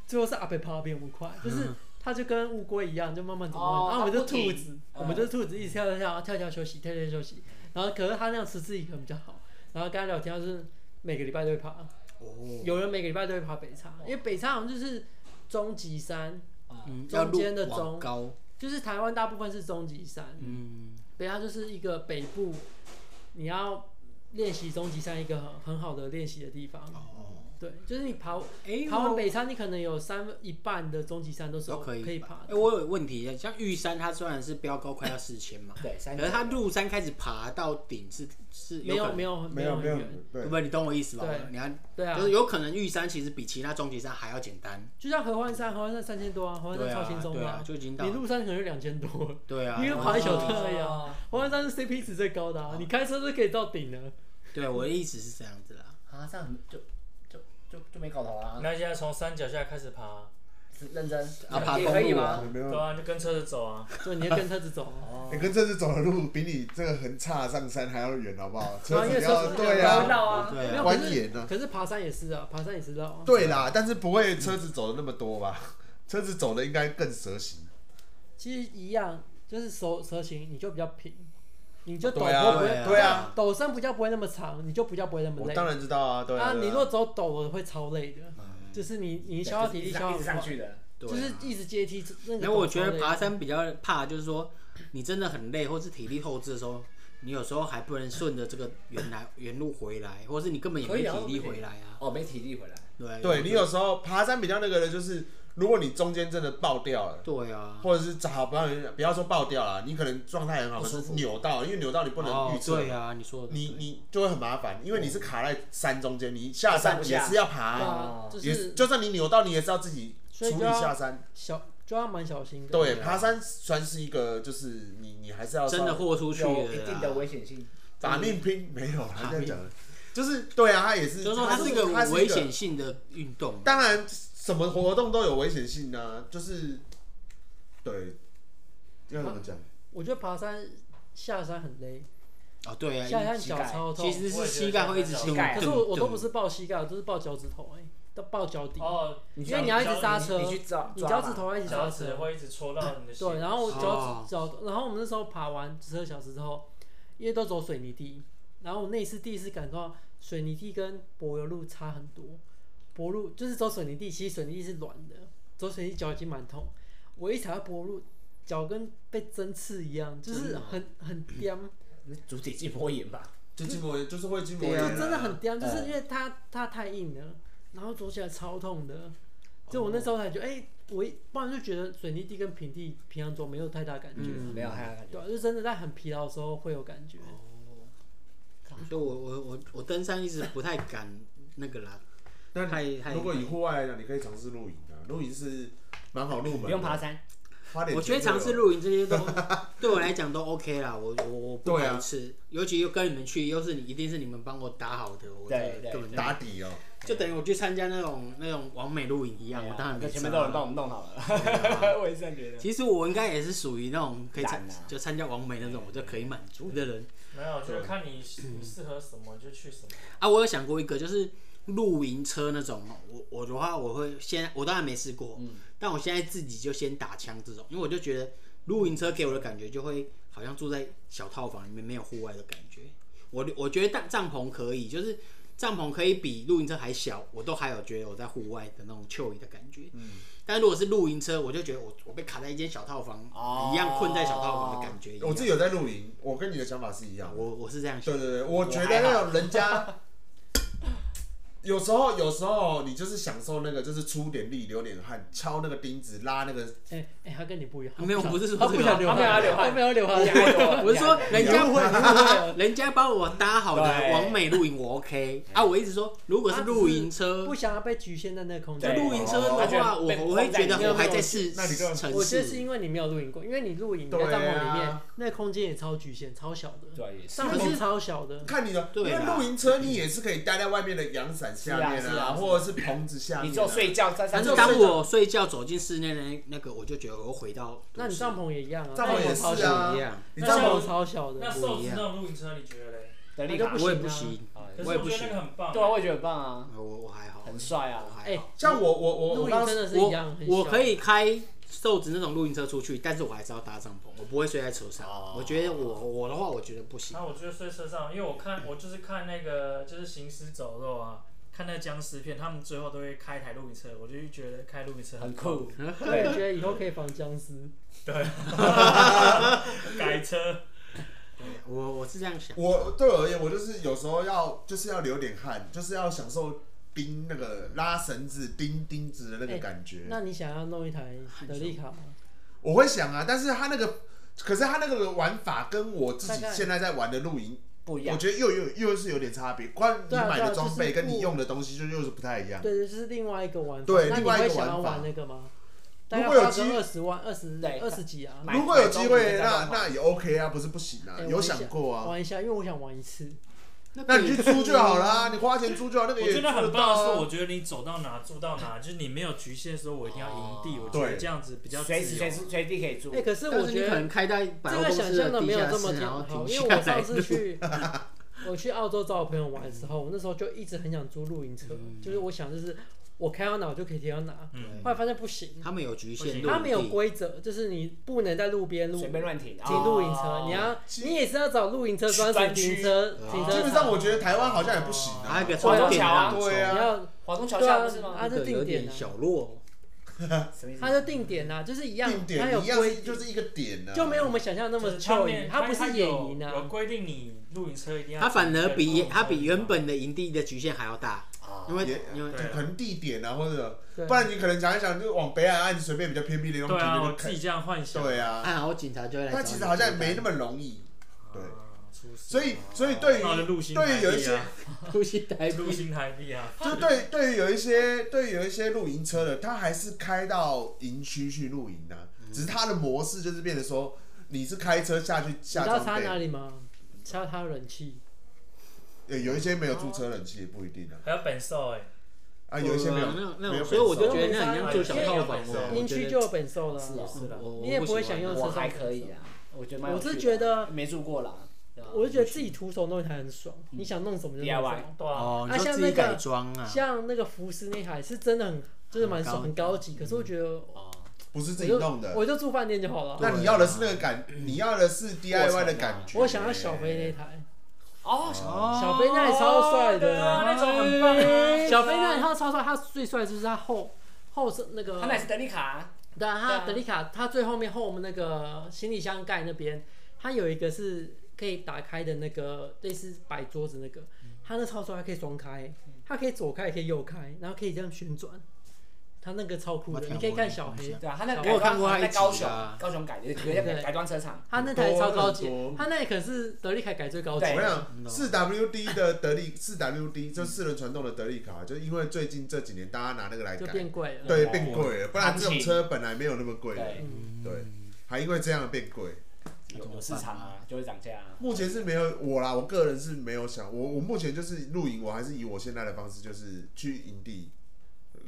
S3: 最后是阿北爬得比我们快，就是。他就跟乌龟一样，就慢慢走慢慢走，
S5: 哦
S3: 然啊后我们就
S5: 它不停嗯
S3: 兔子，我们就兔子一直跳跳跳，跳跳休息，跳跳休息。然后可是他那样持之以恒比较好。然后跟他聊天，他是每个礼拜都会爬，
S2: 哦，
S3: 有人每个礼拜都会爬北叉，因为
S5: 哦
S3: 北叉好像就是中级山，
S2: 嗯，
S3: 中
S2: 要路
S3: 间的
S2: 往
S3: 中
S2: 高，
S3: 就是台湾大部分是中级山，
S2: 嗯，
S3: 北叉就是一个北部，你要练习中级山一个很很好的练习的地方。
S5: 哦
S3: 对，就是你爬
S2: 哎，
S3: 爬完
S2: 我
S3: 北叉，你可能有三分一半的中级山都是
S2: 都可
S3: 可
S2: 以
S3: 以
S2: 吧
S3: 爬
S2: 哎，
S3: 的。
S2: 我有问题，像玉山它虽然是标高快要四千嘛，
S5: 对，三
S2: 可
S5: 个
S2: 是它入山开始爬到顶是是
S3: 没
S2: 可
S3: 有
S2: 能
S3: 没有
S6: 没
S3: 有
S6: 有
S3: 很
S6: 没有
S3: 远，，
S6: 对
S2: 对不，对？你懂我意思吧
S3: 对？
S2: 你看，
S3: 对啊
S2: 就，是有可能玉山其实比其他中级山还要简单，
S3: 就像合欢山，合欢山三千多啊，合欢
S2: 对
S3: 山
S2: 啊
S3: 超轻，松
S2: 对
S3: 的
S2: 啊
S3: 啊，，
S2: 就已经到
S3: 你入山可能就两千多了。
S2: 对啊，哦
S3: 因为
S2: 我
S3: 爬一小
S5: 哦
S3: 段而已啊。合欢山是 CP 值最高的啊，你开车都可以到顶的。
S2: 对我的意思是这样子啦，
S5: 啊，这样很就就就就没搞头啊，
S1: 那现在从山脚下开始爬，
S5: 是认真
S2: 啊爬
S5: 也
S2: 公
S5: 可以
S2: 路
S5: 吗？
S6: 没
S4: 嗯
S1: 对
S6: 有。
S1: 啊，就跟车子走啊。
S3: 对，你要跟车子走
S2: 哦
S3: 啊。
S4: 哎
S6: 你跟这次走的路比你这个横叉上山还要远，好不好？
S3: 然
S6: 车
S3: 后因为
S6: 子
S3: 车
S6: 要
S3: 子
S6: 对
S5: 啊
S6: 啊，
S5: 绕啊，
S2: 对
S3: 没
S2: 啊
S6: 蜿
S3: 有，可是
S6: 蜒啊
S3: 可是爬山也是啊，爬山也是绕啊。
S4: 对啦，但是不会车子走的那么多吧？车子走的应该更蛇形。
S3: 其实一样，就是手蛇形你就比较平，你就陡
S4: 对啊
S3: 坡不
S2: 对
S3: 会
S2: 啊，
S4: 对啊，
S3: 陡山比较不会那么长，你就比较不会那么
S4: 我
S3: 累。
S4: 当然知道啊，对啊。
S3: 啊，
S4: 对啊
S3: 你若走陡的会超累的，
S2: 嗯
S3: 就是你你消耗体力
S5: 一直
S3: 消
S5: 上
S3: 耗
S5: 一直上去的，
S2: 对啊
S3: 就是一直阶梯那个陡超累的。
S2: 然后我觉得爬山比较怕，就是说你真的很累，或是体力透支的时候，你有时候还不能顺着这个原来原路回来，或是你根本也
S5: 可
S2: 没
S5: 以啊
S2: 体力
S5: 我们可
S2: 回
S5: 以
S2: 来啊。
S5: 哦，没体力回来，
S2: 对，啊
S4: 对你有时候爬山比较那个的，就是如果你中间真的爆掉了。
S2: 对啊，
S4: 或者是好不要不要说爆掉了，你可能状态很好，可是扭到，因为扭到你不能预
S2: 哦，
S4: 测，
S2: 对啊，你说的
S4: 你
S2: 对
S4: 你就会很麻烦，因为你是卡在山中间，你下山也是要爬
S3: 对
S4: 啊，
S3: 啊，就
S4: 也是
S3: 是
S4: 就算你扭到，你也是要自己处
S3: 所以
S4: 理
S3: 就要啊
S4: 下山。
S3: 小就要蛮小心的。
S4: 对，爬山算是一个，就是你你还是要
S2: 真的
S4: 稍微
S2: 豁出去
S5: 有一
S2: 了
S5: 定的
S2: 啦，
S5: 危险性，
S4: 把命拼，没
S2: [LAUGHS]
S4: 有啦，
S2: 打
S4: 这样
S2: 命
S4: 讲的，就是对啊，他也是，
S2: 就是说
S4: 它
S2: 它是一个
S4: 它是
S2: 危险性的运动。
S4: 当然，什么活动都有危险性啊，就是对，要怎么讲？
S3: 我觉得爬山下山很累，
S2: 哦，对啊，
S3: 下山
S5: 膝
S3: 脚
S5: 盖
S3: 超痛
S2: 其。实是膝盖会一直
S1: 我
S5: 也觉得
S2: 动
S5: 是
S3: 可是我我都
S2: 动
S3: 不是抱膝盖，我都是抱脚趾头、哎，都抱脚底。
S1: 哦，
S3: 因为你要一直刹车
S5: 你去抓
S3: 你
S5: 抓
S3: 脚
S5: 嘛
S3: 趾头要一直
S1: 脚
S3: 刹
S1: 趾
S3: 车，
S1: 会一直戳到你的鞋。
S3: 对，然后我脚
S2: 哦
S3: 趾脚，然后我们那时候爬完十二小时之后，因为都走水泥地，然后我那一次第一次感受到水泥地跟柏油路差很多。柏路就是走水泥地，其实水泥地是软的，走水泥脚已经蛮痛。我一踩到柏路，脚跟被针刺一样，就是
S2: 哦
S3: 很很颠，
S2: 嗯
S5: 你是足底筋膜炎吧？
S4: 就筋膜炎，就是会筋膜
S2: 对
S4: 炎
S2: 啊
S4: 啊，
S3: 真的很颠，就是因为它它太硬了，然后走起来超痛的。就我
S2: 哦
S3: 那时候才觉得，哎、我一不然就觉得水泥地跟平地平常走没有太大感觉，
S2: 嗯
S5: 没有，还有感觉
S3: 对、啊，就真的在很疲劳的时候会有感觉。
S2: 所以我我我我登山一直不太敢那个啦，
S4: 那
S2: 太太
S4: 如果以户外来讲，你可以尝试露营啊，露营是蛮好入门的，
S5: 不用爬山，
S4: 花点钱就有。
S2: 我觉得尝试露营这些都对我来讲都 OK 啦，我我我不
S4: 对啊
S2: 排斥，尤其又跟你们去，又是你一定是你们帮我打好的，我
S5: 对
S2: 这个根本
S5: 对
S4: 打底哦，
S2: 就等于我去参加那种那种完美露营一样，我当然没
S5: 跟
S2: 差啊
S5: 前面都有人帮我们弄好了，我也是这样觉得。
S2: 其实我应该也是属于那种可以参、
S5: 懒啊
S2: 就参加完美那种我就可以满足的人
S1: 没有，就是看你你适合什么就去什么。
S2: 啊。我有想过一个，就是露营车那种，哦我我的话我会先，我当然没试过，但我现在自己就先打枪这种，因为我就觉得露营车给我的感觉就会好像住在小套房里面，没有户外的感觉。我我觉得帐帐篷可以，就是帐篷可以比露营车还小，我都还有觉得我在户外的那种惬意的感觉。嗯，但如果是露营车，我就觉得我我被卡在一间小套房，
S5: 哦
S2: 一样困在小套房的感觉一样。嗯
S4: 我自己有在露营，我跟你的想法是一样。
S2: 我我是这样想
S4: 对，对对，我觉得那种人家有时候有时候你就是享受那个，就是出点力、流点汗、敲那个钉子、拉那个
S3: 哎哎，他跟你不一样，
S2: 没有我不是说
S3: 他不
S2: 这个
S3: 想流汗，
S5: 他没有要流汗
S3: 他没有流
S5: 你还有啊
S3: 汗，
S2: 我是说人家
S3: 误会误
S2: 人家帮我搭好的
S5: 对
S2: 完美露营，我 OK 啊。我一直说，如果是露营
S3: 会，
S2: 车
S3: 不，想要哦被局限在那个空
S5: 对
S3: 间。
S2: 露营车的
S5: 他觉
S2: 话，
S5: 得
S2: 我
S5: 被
S2: 我会觉
S5: 框在里
S2: 得
S5: 面
S2: 我还在市
S6: 那你就
S2: 城
S3: 我觉得是
S2: 市。
S3: 因为你没有露营过，因为你露营你在
S4: 对啊
S3: 帐篷里面，那空间也超局限，超小的，
S5: 对，也是
S3: 帐
S2: 可
S3: 篷
S2: 是
S3: 超小的。
S4: 看你的，因
S2: 对
S4: 为
S2: 啦
S4: 露营车你也是可以待在外面的阳伞下面
S5: 是啊是啊
S4: 或者是棚子下面啊。
S5: 你只有睡觉在
S2: 但
S5: 山
S2: 是
S5: 上
S2: 当我睡觉走进室内的那那个，我就觉得我回到
S3: 那你帐篷也一样啊，
S4: 帐篷也
S3: 超
S4: 是
S3: 小，
S4: 啊
S2: 一样，
S4: 你帐
S1: 那
S4: 篷
S1: 像
S3: 超小
S1: 那
S3: 的，
S1: 瘦子那种露营车，你觉得嘞？
S5: 的力
S3: 那就
S5: 卡
S3: 不，
S2: 我也不
S3: 行啊
S2: 行，
S5: 啊
S1: 可是
S2: 我也
S1: 我
S2: 不
S1: 觉得
S2: 行
S1: 那个很棒。欸
S5: 对啊，我也觉得很棒啊，
S2: 我我还好，
S5: 很帅啊
S2: 我，还
S3: 哎
S2: 好。，
S4: 像我我我我
S3: 露
S4: 刚
S3: 营真的是一样，
S2: 我
S3: 很小
S2: 我可以开瘦子那种露营车出去，但是我还是要搭帐篷，我不会睡在车上。
S4: 哦
S2: 我觉得我我的话，我觉得不行
S1: 那。我觉得睡车上，因为我看我就是看那个就是行尸走肉啊，看那个僵尸片，他们最后都会开一台露营车，我就觉得开露营车
S5: 很
S1: 很
S5: 酷，
S3: 所以
S5: 对
S3: 我，觉得以后可以防僵尸。
S1: [LAUGHS] 改车。
S2: 我我是这样想。
S4: 我对我而言，我就是有时候要就是要流点汗，就是要享受钉那个拉绳子、钉钉子的那个感觉。
S3: 那你想要弄一台德利卡吗？
S4: 我会想啊，但是他那个，可是他那个玩法跟我自己
S3: 大概
S4: 现在在玩的露营，
S5: 不一
S4: 我
S5: 样，
S4: 觉得又又又是有点差别。光你
S3: 对啊
S4: 买
S3: 对啊
S4: 的装备
S3: 就是
S4: 跟你
S3: 不
S4: 用的东西就又是不太一样。
S3: 对，就是另外一个玩法。
S4: 对
S3: 那你
S4: 另外一
S3: 会
S4: 个玩
S3: 想
S4: 法
S3: 要玩那个吗？大
S4: 如
S3: 概
S4: 果有
S3: 花
S4: 机
S3: 个二十万、二十、
S5: 对
S3: 二十几啊，
S5: 买
S4: 如果有机会，
S5: 买装
S4: 那
S5: 备
S4: 那也 OK 啊，不是不行啊
S3: 哎，
S4: 有
S3: 我想
S4: 想过啊。
S3: 玩一下，因为我想玩一次。
S4: 那你去租就好啊啦，你花钱租就好，那个
S1: 我
S4: 也
S1: 觉
S4: 租
S1: 得
S4: 得
S1: 很棒
S4: 到
S1: 的是，
S4: 啊。
S1: 我觉得你走到哪住到哪，就是你没有局限说我一定要营地，我觉得
S4: 对
S1: 这样子比较自
S5: 随时随
S1: 由。
S5: 时随地可以住
S3: 哎，，可是
S2: 但
S3: 我
S2: 是你
S3: 觉
S2: 可
S3: 得
S2: 能开在百
S3: 这
S2: 货
S3: 个
S2: 公司
S3: 想象
S2: 的
S3: 的
S2: 地
S3: 没有
S2: 下
S3: 这么
S2: 室，
S3: 天
S2: 然后
S3: 好，
S2: 停
S3: 因为
S2: 下
S3: 我
S2: 来
S3: 上次
S2: 录。
S3: 去我去澳洲找我朋友玩的时候，我那时候就一直很想租露营车，就是我想就是我开到哪我就可以停到哪，
S1: 嗯
S3: 后来发现不行，
S2: 他们有局限
S1: 不行
S2: 录
S3: 它没有
S2: 影地
S3: 规则，就是你不能在路边露
S5: 随便乱停，
S3: 停露营车
S5: 哦，
S3: 你要
S4: 其
S3: 你也是要找露营车专属
S5: 专区
S3: 停车
S2: 对啊
S3: 停车
S4: 哦
S3: 场，
S4: 基本上我觉得台湾好像也不行啊。
S2: 还有一个
S5: 华
S2: 充
S5: 中
S2: 电
S5: 桥
S2: 啊
S5: 啊，
S4: 对啊
S3: 你要
S5: 华东桥
S3: 对
S5: 下
S3: 啊
S5: 不是，吗？
S3: 它
S2: 那个
S3: 是
S2: 有
S3: 定点
S2: 点
S3: 啊，
S2: 小落。
S5: 什么意思
S3: 它是定点啊，就是一样，
S4: 定
S3: 它
S4: 点
S3: 有
S4: 一样
S3: 规
S4: 是就是一个点呢、啊，
S3: 就没有我们想象那么
S1: 上
S3: 蚯
S1: 面
S3: 蚓，它不是野
S1: 有
S3: 营
S1: 有
S3: 啊，
S1: 规定你露营车一定要。
S2: 它反而比
S1: 它
S2: 它比原本的营地的局限还要大，
S5: 啊
S2: 因为
S4: 也
S2: 因为
S1: 对啊
S4: 可能地点啊，或者
S3: 对
S4: 不然你可能想一想，就往北海岸随便比较偏僻的地方
S1: 对啊，
S4: 停
S1: 我
S4: 就
S1: 自
S4: 可
S1: 己
S4: 以。
S1: 这样幻想。
S4: 对啊，
S2: 啊，我警察就会来。
S4: 但其实好像也没那
S2: 么。
S4: 么容易。对
S1: 啊，出事
S4: 所以所以对于
S1: 那就入新
S4: 对于有一
S1: 台币啊
S2: 呼吸台
S1: 入新台币啊，
S4: 就对对于有一些对于有一些露营车的，他还是开到营区去露营的、啊，只是他的模式就是变得说你是开车下去
S3: 你
S4: 下
S3: 知道差
S4: 装
S3: 哪
S4: 备，
S3: 里吗？差它冷气，
S4: 有有一些没有
S3: 哦
S4: 驻车冷气也不一定啊，
S1: 还有本寿哎。
S4: 啊有一些没有
S2: 那
S4: 没
S2: 那
S4: 有
S2: 所以我
S4: 本
S2: 就觉
S4: 身
S2: 得那很像住小套房哦。
S3: 营区就有本兽了啊。
S5: 是啊
S2: 我我
S3: 你也不会想用
S5: 我还可以啊，我觉得蛮有趣的
S3: 我是觉得
S5: 没住过啦，对吧
S3: 我就觉得自己徒手弄一台很爽，
S4: 嗯
S3: 你想弄什么就弄什
S5: DIY
S3: 么。
S1: 对啊，
S2: 哦，
S3: 啊
S2: 你说
S3: 像
S2: 自
S3: 那
S2: 己
S3: 个
S2: 改装啊？
S3: 像那个福斯那台是真的很，就是蛮爽，很
S2: 很
S3: 高级。可是我觉得，
S5: 哦
S4: 不嗯是自己
S3: 我就
S4: 弄的。
S3: 我就住饭店就好了。
S4: 那你要的是那个感，你要的是 DIY 的感觉。
S3: 我想要小飞那台，
S5: 哦，小
S3: 小飞那也超帅
S1: 对
S3: 的
S1: 啊，
S3: 啊，
S1: 那种很棒啊。
S3: 小飞那他超帅，他最帅就是他后后是那个
S5: 他，那也是德利卡啊，
S3: 对啊，
S5: 对
S3: 他
S5: 啊
S3: 德利卡，他最后面后我们那个行李箱盖那边，他有一个是可以打开的那个类似摆桌子那个，
S2: 嗯
S3: 他那超帅，它可以双开，它可以左开也可以右开，然后可以这样旋转，他那个超酷
S2: 我
S3: 的，
S2: 看
S3: 你可以
S2: 过
S3: 看
S2: 那
S3: 小黑
S2: 东西。
S5: 对啊，他那个
S2: 我有看过他一
S5: 在
S2: 集
S5: 高雄
S2: 啊，
S5: 高雄改的，有点改改装车厂，
S3: 他那台超高级
S4: 很多很，多
S3: 他那可是德利凯改最高级
S5: 对
S4: 我
S5: 没
S4: 跟你
S5: 有
S4: 讲，四 WD 的德利，四 WD 就四轮传动的德利卡，就因为最近这几年大家拿那个来
S3: 就
S4: 改，
S3: 变贵了。
S4: 对，
S5: 哦
S4: 变贵了。不然这种车本来没有那么贵，
S5: 对，
S4: 对，还因为这样变贵。
S5: 有有市场啊，就会涨价啊。
S4: 目前是没有我啦，我个人是没有想我，我目前就是露营，我还是以我现在的方式，就是去营地，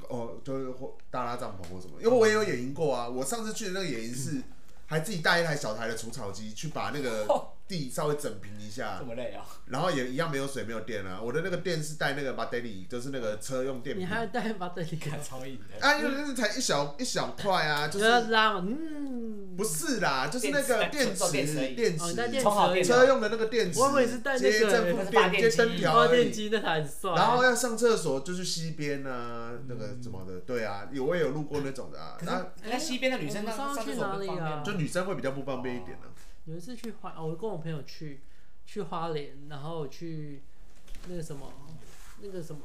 S4: 哦，就是或搭搭帐篷或什么，因为我也有野营过啊。我上次去的那个野营是，还自己带一台小台的除草机去把那个地稍微整平一下
S5: 这，么累啊！
S4: 然后也一样没有水没有电啊。我的那个电是带那个 battery，就是那个车用电
S3: 你
S4: 瓶，
S3: 还要带把德利凯，
S5: 超硬的，
S4: 啊，因为那是才一小一小块啊，就
S3: 就是要拉嘛，嗯，
S6: 不是啦，就是那个
S5: 电池哎
S6: 池
S5: 做电池而已
S6: 电
S3: 哦，你带电池
S5: 充好
S3: 而
S5: 电
S3: 已
S5: 池
S6: 车用的那个
S4: 啊
S6: 电池，
S3: 我以为是带那个
S6: 接正负
S5: 发
S6: 电、
S5: 电
S6: 接
S5: 机
S6: 灯条
S3: 发
S6: 而
S3: 电
S6: 已。
S3: 机那台很帅。
S6: 然后要上厕所就去西边啊，那个什么的，对啊，有我也有路过那种的啊。
S5: 嗯可
S6: 那
S5: 是嗯那西边的女生上
S3: 哎我们
S5: 上
S3: 上
S5: 厕
S3: 次
S5: 所
S3: 哪
S5: 不
S3: 里
S5: 方便
S3: 啊
S5: 吗？
S6: 就女生会比较不方便一
S4: 啊
S6: 点呢。
S3: 有一次去花，哦我跟我朋友去去花莲，然后去那个什么那个什么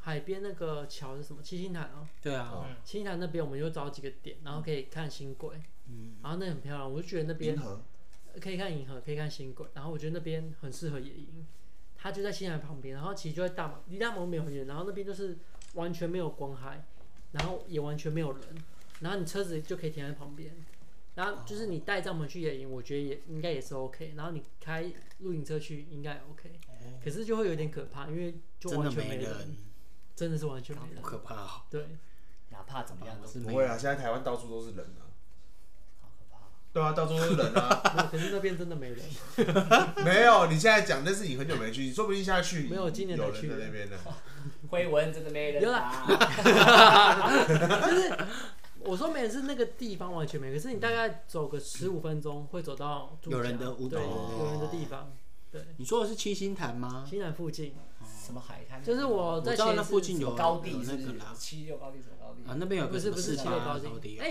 S3: 海边那个桥是什么七星潭哦，
S2: 对啊，
S3: 七星潭那边我们就找几个点，然后可以看星轨，嗯，然后那很漂亮，我就觉得那边
S6: 银河，
S3: 可以看银河，可以看星轨，然后我觉得那边很适合野营。它就在西南旁边，然后其实就在大马，离大马没有很远，然后那边就是完全没有光害，然后也完全没有人，然后你车子就可以停在旁边，然后就是你带帐篷去野营，我觉得也应该也是 OK，然后你开露营车去应该也 OK，可是就会有点可怕，因为就
S2: 哦真
S3: 完
S2: 的
S3: 全
S2: 没
S3: 人，
S2: 人，
S3: 真的是完全没人
S2: 好，可怕哦，
S3: 对， [LAUGHS]
S5: 哪怕怎么样都
S2: 是
S5: 是
S2: 没
S4: 不会
S2: 人。
S4: 啊，现在台湾到处都是人啊。
S5: 好可怕。
S4: 对啊，到处都是人
S5: [LAUGHS]
S4: 啊。
S3: 没有可是那边真的没人，
S4: 没有，你现在讲那是你很久没去，你说不定现在去
S3: 没有我今年才
S4: 有人
S3: 去
S4: 在那边啊呢。
S5: 灰文真的啊没人
S3: 有
S5: 打，
S3: [LAUGHS] 我说没人是那个地方完全没人，可是你大概走个十五分钟会走到住
S2: 有人
S3: 家
S2: 的屋
S3: 对，
S2: 哦
S3: 有人的地方，对，
S2: 你说的是七星潭吗？
S3: 西南附近，
S5: 什么海滩？
S3: 就是我
S2: 我知
S3: 在
S2: 道
S3: 前
S2: 那
S3: 一
S2: 附
S3: 次
S2: 近有
S5: 高地
S2: 有
S5: 是
S2: 那
S5: 不
S2: 个
S5: 是
S2: 啦，
S5: 七六高地什么高地
S2: 啊，那边有
S3: 不
S2: 个
S3: 是
S2: 什
S3: 不
S2: 么
S3: 是
S2: 四
S3: 七
S2: 八
S3: 六高
S2: 高地啊
S3: 地，，哎，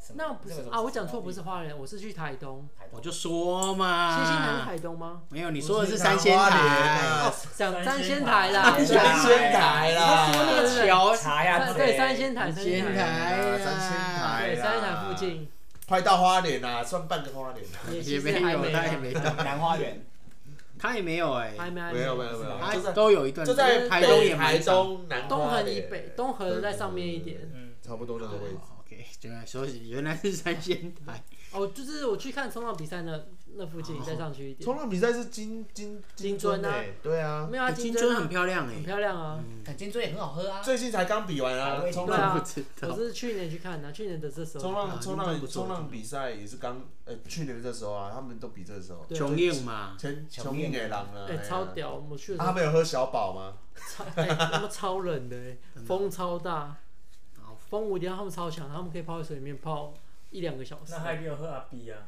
S5: 什么
S3: 那不是啊，我讲错，不是花莲，我是去台东，
S5: 台
S2: 我
S5: 东，
S2: 就说嘛，
S3: 七星潭是台东吗？
S2: 没有，你说的是三仙
S4: 花莲
S2: 台，
S4: 啊
S3: 哦，讲三仙台啦，
S5: 三仙
S3: 对
S5: 台
S4: 三仙台啦，
S3: 说那个
S2: 桥
S5: 查呀，
S3: 对三仙台，三仙
S2: 仙
S3: 台，
S2: 台
S4: 啊
S2: 啊，
S4: 三仙台
S3: 对
S4: 啦
S3: 三仙台附近
S4: 快到花莲啦，算半个花莲啊啦。
S3: 也其
S2: 也
S3: 实
S2: 没
S3: 还
S2: 有，
S3: 没
S2: 他也
S3: 啊，
S2: 没，
S5: 南花园，
S2: 他也没有哎，
S3: 还没还
S4: 没有没有没有，
S2: 他
S4: 就在
S2: 都有一段，
S4: 就在
S2: 台东
S4: 北
S2: 也
S4: 台
S2: 蛮长
S4: 东南
S3: 东
S4: 花
S3: 横
S4: 莲
S3: 以北，东横在上面一点。
S1: 嗯，
S4: 差不多那个位置。
S2: 哦 OK，原来说原来是三仙台，
S3: 哦，就是我去看冲浪比赛那那附近，再上去一
S4: 冲
S3: 点。
S4: 浪比赛是金金
S3: 金
S4: 樽
S3: 樽啊
S4: 欸对啊，
S3: 没有啊，
S2: 哎金
S3: 针
S2: 针很漂亮
S3: 很
S2: 哎，
S3: 漂亮啊！
S5: 肯金锥也很好喝啊。
S4: 最近才刚比完啊
S5: 我，也
S4: 冲
S3: 对
S4: 浪
S3: 啊
S2: 不知，道
S3: 我是去年去看的、去年的这时
S4: 冲
S3: 候。
S2: 啊
S4: 浪冲
S2: 那
S4: 浪
S2: 不错
S4: 冲浪比赛也是刚呃去年这时候啊，他们都比这时候
S3: 对
S2: 琼印嘛，
S4: 前
S5: 前
S4: 前
S5: 面
S4: 面野狼啊，哎
S3: 哎、
S4: 呀
S3: 超！屌！我们去
S4: 啊
S3: 的时
S4: 他
S3: 候
S4: 们有喝小宝吗？
S3: 超，哎、他们超冷的、哎风超大
S2: 好，
S3: 风五点他们超强，他们可以泡在水里面泡一两个小时。
S1: 那还有没有喝阿 B 啊？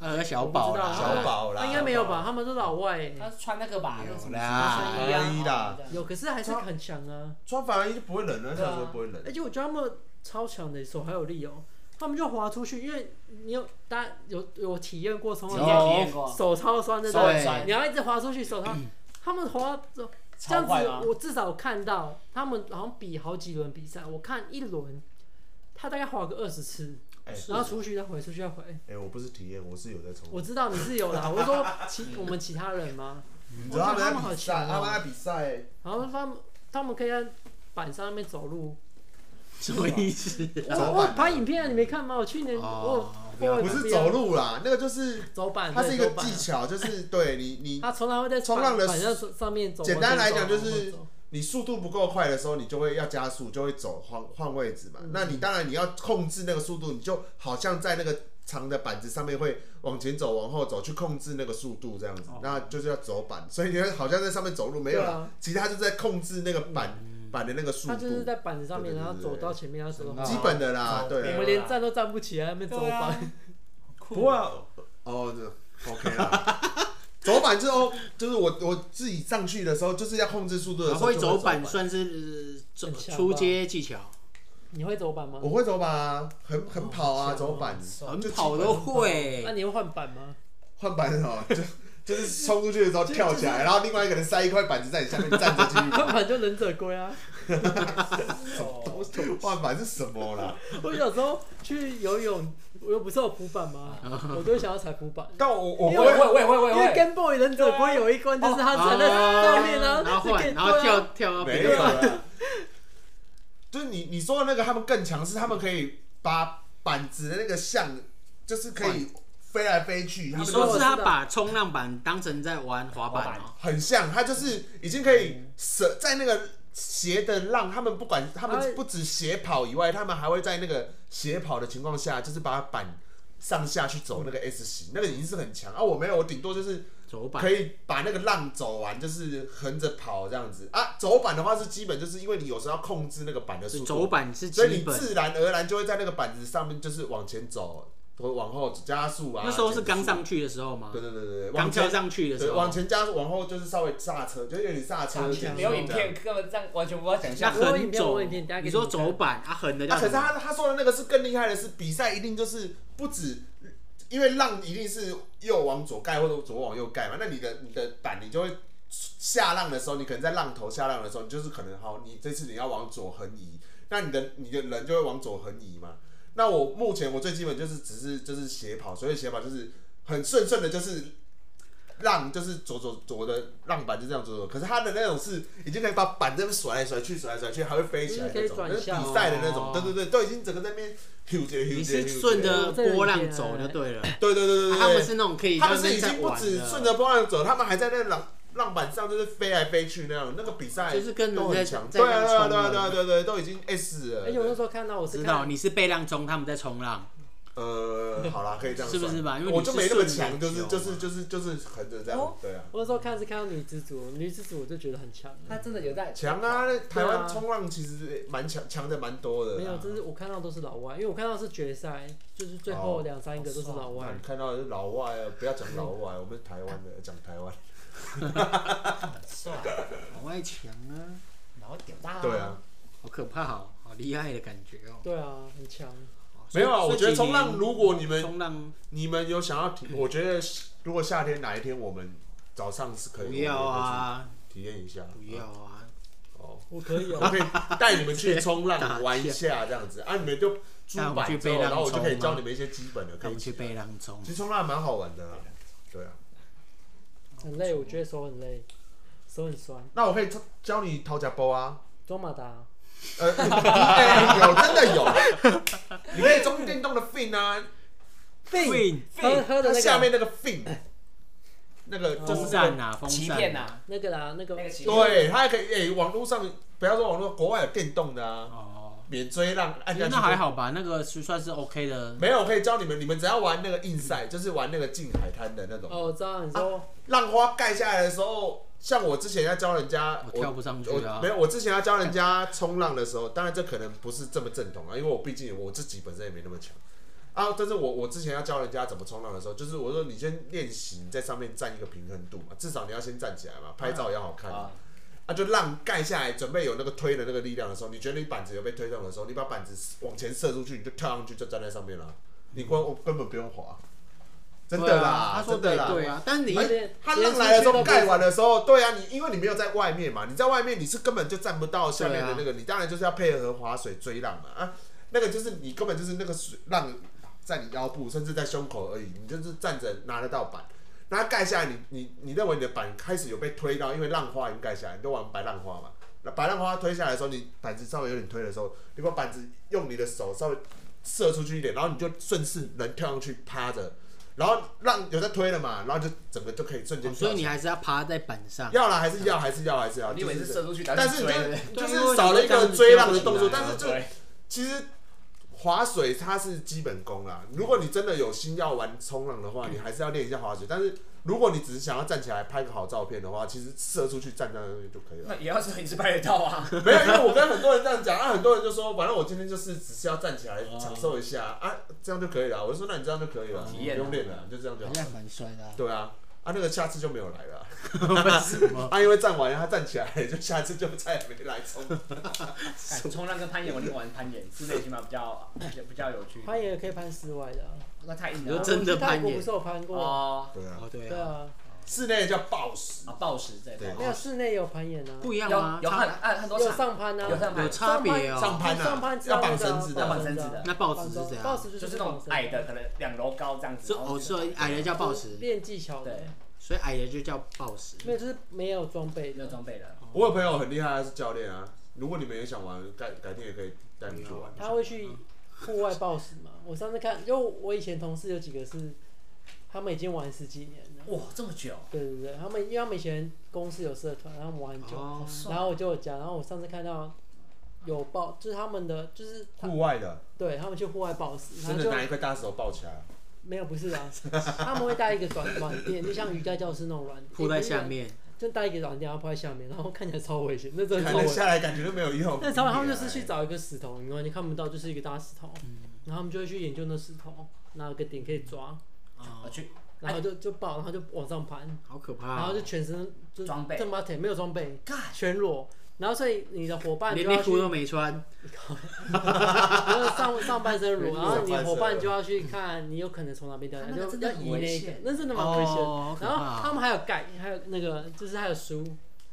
S2: 呃小宝
S3: 我不知道
S2: 啦，
S4: 小宝啦，
S3: 啊应该没有吧？他们都老外、
S5: 他
S3: 哎
S5: 穿那个吧，那
S2: 有
S5: 个什么
S2: 啦
S5: 什么
S4: 防
S5: 睡
S4: 疫
S5: 衣
S4: 啦
S5: 啊，
S3: 有，可是还是很强啊！
S4: 穿反而就不会冷了，那
S5: 对啊
S4: 时候不会冷
S3: 而。且我觉得他们超强的，手还有力哦。他们就滑出去，因为你有大家有有体验过冲
S5: 你
S3: 浪
S5: 也
S3: 比赛
S5: 体验过，
S3: 手超酸的，
S5: 手
S3: 对
S5: 很
S3: 不对
S5: 酸
S3: 你要一直滑出去，手超，
S4: 嗯
S3: 他们滑这这
S5: 超
S3: 样
S5: 快
S3: 子
S5: 吗，？
S3: 我至少看到他们好像比好几轮比赛，我看一轮，他大概滑个二十次，
S4: 哎，
S3: 然后出去再回，出去再回。
S4: 哎，我不是体验，我是有在冲
S3: 我。知道你是
S4: [LAUGHS]
S3: 有啦，我说其我们其他人吗？
S4: 你
S3: 我
S4: 知
S3: 觉
S4: 道
S3: 得
S4: 他们在
S3: 他们好
S4: 比赛，
S3: 强
S4: 他们
S3: 哦，
S4: 在比赛，
S3: 然后他们他们可以在板上面走路，
S2: 什么意思？
S3: 我
S4: 走板
S3: 我拍影片啊你没看吗？我去年
S2: 哦
S3: 我
S2: 不
S3: 我
S4: 不是走路啦，那个就是
S3: 走板，
S4: 它是一
S3: 对
S4: 个
S3: 走板啊
S4: 技巧，
S3: [LAUGHS]
S4: 就是对你你
S3: 他从来会在
S4: 冲浪的
S3: 板上上面走，
S4: 简单来讲就是
S3: 往前走往后走
S4: 你速度不够快的时候，你就会要加速，就会走换换位置
S3: 嗯
S4: 嘛。那你当然你要控制那个速度，你就好像在那个长的板子上面会往前走、往后走，去控制那个速度这样子。那就是要走板，所以你会好像在上面走路没有
S3: 哦对
S4: 啦
S3: 啊，嗯
S4: 其实他就在控制那个板板的那个速
S3: 他就是
S4: 度，
S3: 在哦板子上
S4: 对
S3: 面，
S4: 对对
S3: 然后走到前面，然后
S2: 啊
S3: 走到后
S4: 基
S3: 面。
S4: 本的啦，
S1: 走
S4: 对
S1: 边
S3: 我
S4: 啊。
S3: 们连站都站不起来，那边走
S5: 对啊
S3: 板。
S1: 酷
S4: 不过哦，这 OK 啦。 [LAUGHS] 走板就是哦，就是我我自己上去的时候，就是要控制速度的时
S2: 然
S3: 啊
S4: 候，
S2: 后会
S4: 就
S2: 走板算是呃走
S3: 很强吧
S2: 出街技巧，
S3: 你会走板吗
S4: 我？会走板啊，很很跑嗯啊，
S3: 哦
S4: 走板，
S2: 很
S4: 就基
S2: 跑
S4: 本
S2: 都会
S3: 啊那、。你会换板吗？
S4: 换板哦，就就是 [LAUGHS] 冲出去的时候跳起来，然后另外一个人塞一块板子在你下面站着 [LAUGHS] 继续
S3: [LAUGHS] 换板就忍者龟啊！
S4: 跑。换板是什么啦？
S3: 我有时候去游泳，我又不是有浮板
S2: [LAUGHS]
S3: 吗？我就会想要踩浮板。
S4: 但我我
S3: 因
S5: 我
S3: 为
S5: 也
S4: 会
S5: 会，我也会，我也
S3: 因为
S5: 会。
S3: Game Boy 忍者龟有一关，就是他
S2: 啊哦
S3: 站在上面， [LAUGHS] 然后
S2: 然后
S3: 就可以
S2: 换，然后
S3: 对啊
S2: 跳跳到
S4: 没
S2: 别
S4: 有
S2: 的。
S4: 啦。就是你你说的那个，他们更强是他们可以把板子的那个像，就是可以飞来飞去。他
S2: 你
S4: 们
S2: 说
S4: 就是
S2: 他把冲浪板当成在玩滑板哦？
S4: 很像，他就是已经可以舍在那个斜的浪，他们不管他
S3: 哎
S4: 们不止斜跑以外，他们还会在那个斜跑的情况下，就是把板上下去走那个 S 型，那个已经是很强啊。我没有，我顶多就是
S2: 走板
S4: 可以把那个浪走完，就是横着跑这样子啊。走板的话是基本，就是因为你有时候要控制那个板的速
S2: 是
S4: 度，
S2: 走板是
S4: 所以
S2: 基
S4: 你
S2: 本，
S4: 自然而然就会在那个板子上面就是往前走，会往后加速啊。
S2: 那时候是刚
S4: 减
S2: 上去的时候吗
S4: 速，？对对对对对，
S2: 刚
S4: 往
S2: 跳
S4: 前
S2: 上去的时
S4: 对
S2: 候
S4: 往，前加速，往后就是稍微刹车，就有点刹车。啊减速
S5: 没有影
S4: 这样
S5: 片，根本这样完全无法想
S2: 那
S5: 象。
S3: 我有影
S2: 横
S3: 片
S2: 走
S3: 我有影片等下，
S2: 你
S3: 给你
S2: 说
S3: 们看
S2: 走板啊，横的叫
S4: 啊，可
S2: 什
S4: 是他
S2: 么？
S4: 他说的那个是更厉害的是，比赛一定就是不止，因为浪一定是右往左盖或者左往右盖嘛，那你的你的板你就会下浪的时候，你可能在浪头下浪的时候，你就是可能好，你这次你要往左横移，那你的你的人就会往左横移嘛。那我目前我最基本就是只是就是斜跑，所以斜跑就是很顺顺的，就是浪就是左左左的浪板就这样左左，可是他的那种是已经可以把板这边甩来甩去甩来甩去，还会飞起来
S3: 嗯就是
S4: 那种，
S3: 可以转
S4: 那是
S3: 向
S4: 比赛的那种，
S2: 哦
S4: 对对对，都已经整个在那边 Q 节 Q
S2: 你
S4: 节，
S2: 是顺着
S3: 啊
S2: 波浪走就对了，
S4: 对对对对
S2: 啊
S4: 对，
S2: 他们是那种可以
S4: 他们
S2: 在那
S4: 是已
S2: 边
S4: 经
S2: 在
S4: 不
S2: 玩
S4: 止
S2: 的
S4: 顺着波浪走，他们还在那浪浪板上就是飞来飞去那样，那个比赛
S2: 就是跟人
S4: 都
S2: 在
S4: 很强，
S2: 在
S4: 对啊对啊
S2: 那边
S4: 对啊
S2: 冲
S4: 对
S2: 浪
S4: 啊对啊对啊，都已经 S 了，
S3: 而哎且我那时候看到我是
S2: 知道
S3: 看
S2: 你是被浪中，他们在冲浪，
S4: 呃，好啦，可以这样
S2: 是不
S4: 算
S2: 是吧因为
S4: 我
S2: 你
S4: 就是没那么
S2: 顺着
S4: 强，就是
S2: 球
S4: 就是
S2: 嘛
S4: 就是就是横着这样
S3: 哦，
S4: 对啊。
S3: 我那时候看是看到女子组，女子组我就觉得很强了。
S5: 他真的有在
S4: 强啊！那台
S3: 对
S4: 湾
S3: 啊
S4: 冲浪其实蛮强，强的蛮多的啦。
S3: 没有，这是我看到都是老外，因为我看到是决赛，就是最后
S4: 哦
S3: 两三个都是老
S4: 那
S3: 外
S4: 你。看到的是老外啊，不要讲老外，我们是台湾的讲台湾。
S5: 帅，
S2: 往外强啊，
S5: 然后屌大。
S4: 对啊，，
S2: 好可怕哦，好厉害的感觉哦。
S3: 对啊，很强。
S4: 没有啊，我觉得冲浪，如果你
S2: 你
S4: 们
S2: 冲浪
S4: 你们有想要体，我觉得如果夏天哪一天我们早上是可以，
S2: 不要，啊，
S4: 体验一下，
S2: 不要啊，
S4: 哦，
S3: 我可以
S4: 我
S3: 哦，
S4: 可以带你们
S2: [LAUGHS]
S4: 去冲
S2: 打
S4: 浪
S2: 架
S4: 玩一下这样子啊，你们就租
S2: 带我们去
S4: 板之后，
S2: 被浪
S4: 然后我就可以
S2: 冲吗
S4: 教你们一些基本的，
S2: 带
S4: 可
S2: 我
S4: 以
S2: 们去
S4: 骑啊
S2: 被浪中
S4: 其。实冲浪蛮好玩的啦，对啊。
S3: 很累，我觉得手很累，手很酸。
S4: 那我可以教教你掏假包
S2: [LAUGHS]
S4: 啊，
S3: 装马达，
S4: 呃，哎有真的有，
S2: [LAUGHS]
S4: 你可以装电动的 fin 啊，
S2: Win，
S3: 喝喝的
S4: 它
S3: 那
S4: 下面
S3: 个
S4: 那个 fin，那个就
S2: 风
S4: 是
S2: 扇啊，风
S5: 欺
S2: 扇
S5: 骗呐，
S3: 那个啦，那个
S5: 那个欺骗
S4: 对，它还可以，哎，网络上不要说网络，国外有电动的啊，
S2: 哦，
S4: 免追浪，按下去
S2: 那还。好吧，那个是算是 OK 的。
S4: 没有，我可以教你们，你们只要玩那个硬赛，就是玩那个近海滩的那种，
S3: 哦，我知道你说
S4: 浪花盖下来的时候，像我之前要教人家，
S2: 我
S4: 我
S2: 跳不上去啊
S4: 我没有，我之前要教人家冲浪的时候，当然这可能不是这么正统啊，因为我毕竟我自己本身也没那么强啊。但是我我之前要教人家怎么冲浪的时候，就是我说你先练习你在上面站一个平衡度嘛，至少你要先站起来嘛，拍照也好看
S5: 啊
S4: 啊。啊，就浪盖下来，准备有那个推的那个力量的时候，你觉得你板子有被推动的时候，你把板子往前射出去，你就跳上去，就站在上面了。啊你光我根本不用滑，真
S2: 对
S4: 的
S2: 啊
S4: 啦，
S2: 他说
S4: 真的
S2: 对
S4: 啦，
S2: 对啊，但你
S3: 哎
S2: 一
S4: 他浪来的时候盖完的时候，对啊，你因为你没有在外面嘛，你在外面你是根本就站不到下面的那个，你当然就是要配合划水追浪嘛啊，那个就是你根本就是那个水浪在你腰部甚至在胸口而已，你就是站着拿得到板，那它盖下来你你你认为你的板开始有被推到，因为浪花已经盖下来，你都玩白浪花嘛，那白浪花推下来的时候，你板子稍微有点推的时候，你把板子用你的手稍微射出去一点，然后你就顺势人跳上去趴着。然后浪有在推了嘛，然后就整个就可以瞬间跳
S2: 哦
S4: 起来、
S2: 所以你还是要趴在板上。
S4: 要啦，还是要，还是要，还是要。
S5: 哦你以为
S4: 就是
S5: 射出去，然后
S4: 但
S5: 啊你
S4: 是
S5: 追
S4: 就
S5: 对不对
S4: 就
S2: 对因为
S4: 是少了一个追浪的动作，
S2: 我想
S4: 但
S2: 说
S4: 是就
S5: 对
S4: 其实划水它是基本功啦。如果你真的有心要玩冲浪的话，你还是要练一下划水。但是如果你只是想要站起来拍个好照片的话，其实射出去站在那边就可以了。
S5: 那也要是你是拍得到啊。
S4: 没有，因为我跟很多人这样讲，啊，很多人就说，反正我今天就是只是要站起来享受一下啊，这样就可以了。我就说，那你这样就可以了，
S5: 体
S4: 你
S5: 验啊
S4: 不用练了，你就这样就好
S2: 好
S4: 了
S2: 像。蛮帅的、啊，
S4: [LAUGHS] 对啊，啊，那个下次就没有来了。
S2: 为什么？
S4: [LAUGHS] 啊，因为站完他站起来，就下次就再也没来冲。 [LAUGHS]
S5: 哎冲浪跟攀岩，我另外玩攀岩，室内起码比较比较比较有趣。
S3: 攀岩也可以攀室外的啊。
S5: 那太硬
S2: 你说
S5: 了。
S2: 真的
S3: 我去泰国
S2: 攀岩
S3: 不是有攀过？
S5: 哦，
S4: 对啊，
S2: 哦，对
S3: 对
S2: 啊，
S3: 啊，
S4: 室内叫暴食
S5: 啊，暴食这一
S4: 对
S5: 类
S3: 没有室内也有攀岩啊，
S2: 不一样吗
S5: 有？有
S2: 差
S5: 按按很多
S3: 有
S5: 场，
S3: 上攀啊，
S5: 有上攀
S2: 有差别哦。
S4: 上攀啊
S3: 上攀知
S4: 要
S3: 道那
S4: 绑
S3: 个啊
S4: 绳子的
S5: 要绑绳子的
S2: 那报纸是怎
S3: 报
S2: 样？
S3: 纸
S5: 就是是那种矮的，可能两楼高这样子。
S2: 是
S5: 然后
S2: 哦，所以矮的叫报纸，
S3: 练技巧的
S5: 对，
S2: 所以矮的就叫报纸。
S3: 没有就是没有装备
S5: 没有
S3: 的。
S5: 装备了。
S4: 我有朋友很厉害，他是教练啊。如果你们也想玩，改改天也可以带你们去玩。
S3: 他会去户外暴食嘛？我上次看，因为我以前同事有几个是，他们已经玩十几年了。
S5: 哇，这么久，
S3: 对对对，他们因为他们以前公司有社团，然后他们玩很久，
S2: 哦，
S5: 帅
S3: 然后我就有加，然后我上次看到有报，就是他们的，就是他
S4: 户外的，
S3: 对他们去户外暴食，然
S4: 真的
S3: 后就
S4: 拿一块大石头抱起来，
S3: 没有不是啊， [LAUGHS] 他们会带一个软软垫，就像瑜伽教室那种软垫，
S2: 铺在下，面，
S3: 就带一个软垫，然后铺在下面，然后看起来超危险，那真的
S4: 可
S3: 超危
S4: 能
S3: 险。
S4: 下来感觉都没有用。
S2: 嗯
S3: 那时候他们就是去找一个石头，你完全看不到，就是一个大石头，然后我们就会去研究那石头，哪个点可以抓，
S5: 我去
S3: 然后就就抱，然后就往上攀，
S2: 好可怕、
S3: 然后
S2: 哦
S3: 就！全身就
S5: 装备
S3: 正八腿，没有装备，
S5: God
S3: 全裸。然后所以你的伙伴就
S2: 连
S3: 要
S2: 内
S3: 去 [LAUGHS]
S2: 裤都没穿，
S3: 然后上上半身
S2: [LAUGHS]
S3: 裸，然后你
S4: 上半身
S3: 伙伴就要去看你有可能从哪边掉下来，
S5: 他那个
S3: 就
S5: 真
S3: 要
S5: 的很
S3: 移
S5: 危
S3: 那个
S5: 险，
S3: 那真的蛮危险的。
S2: 哦好可怕
S3: 然后他们还有盖，还有那个就是还有书，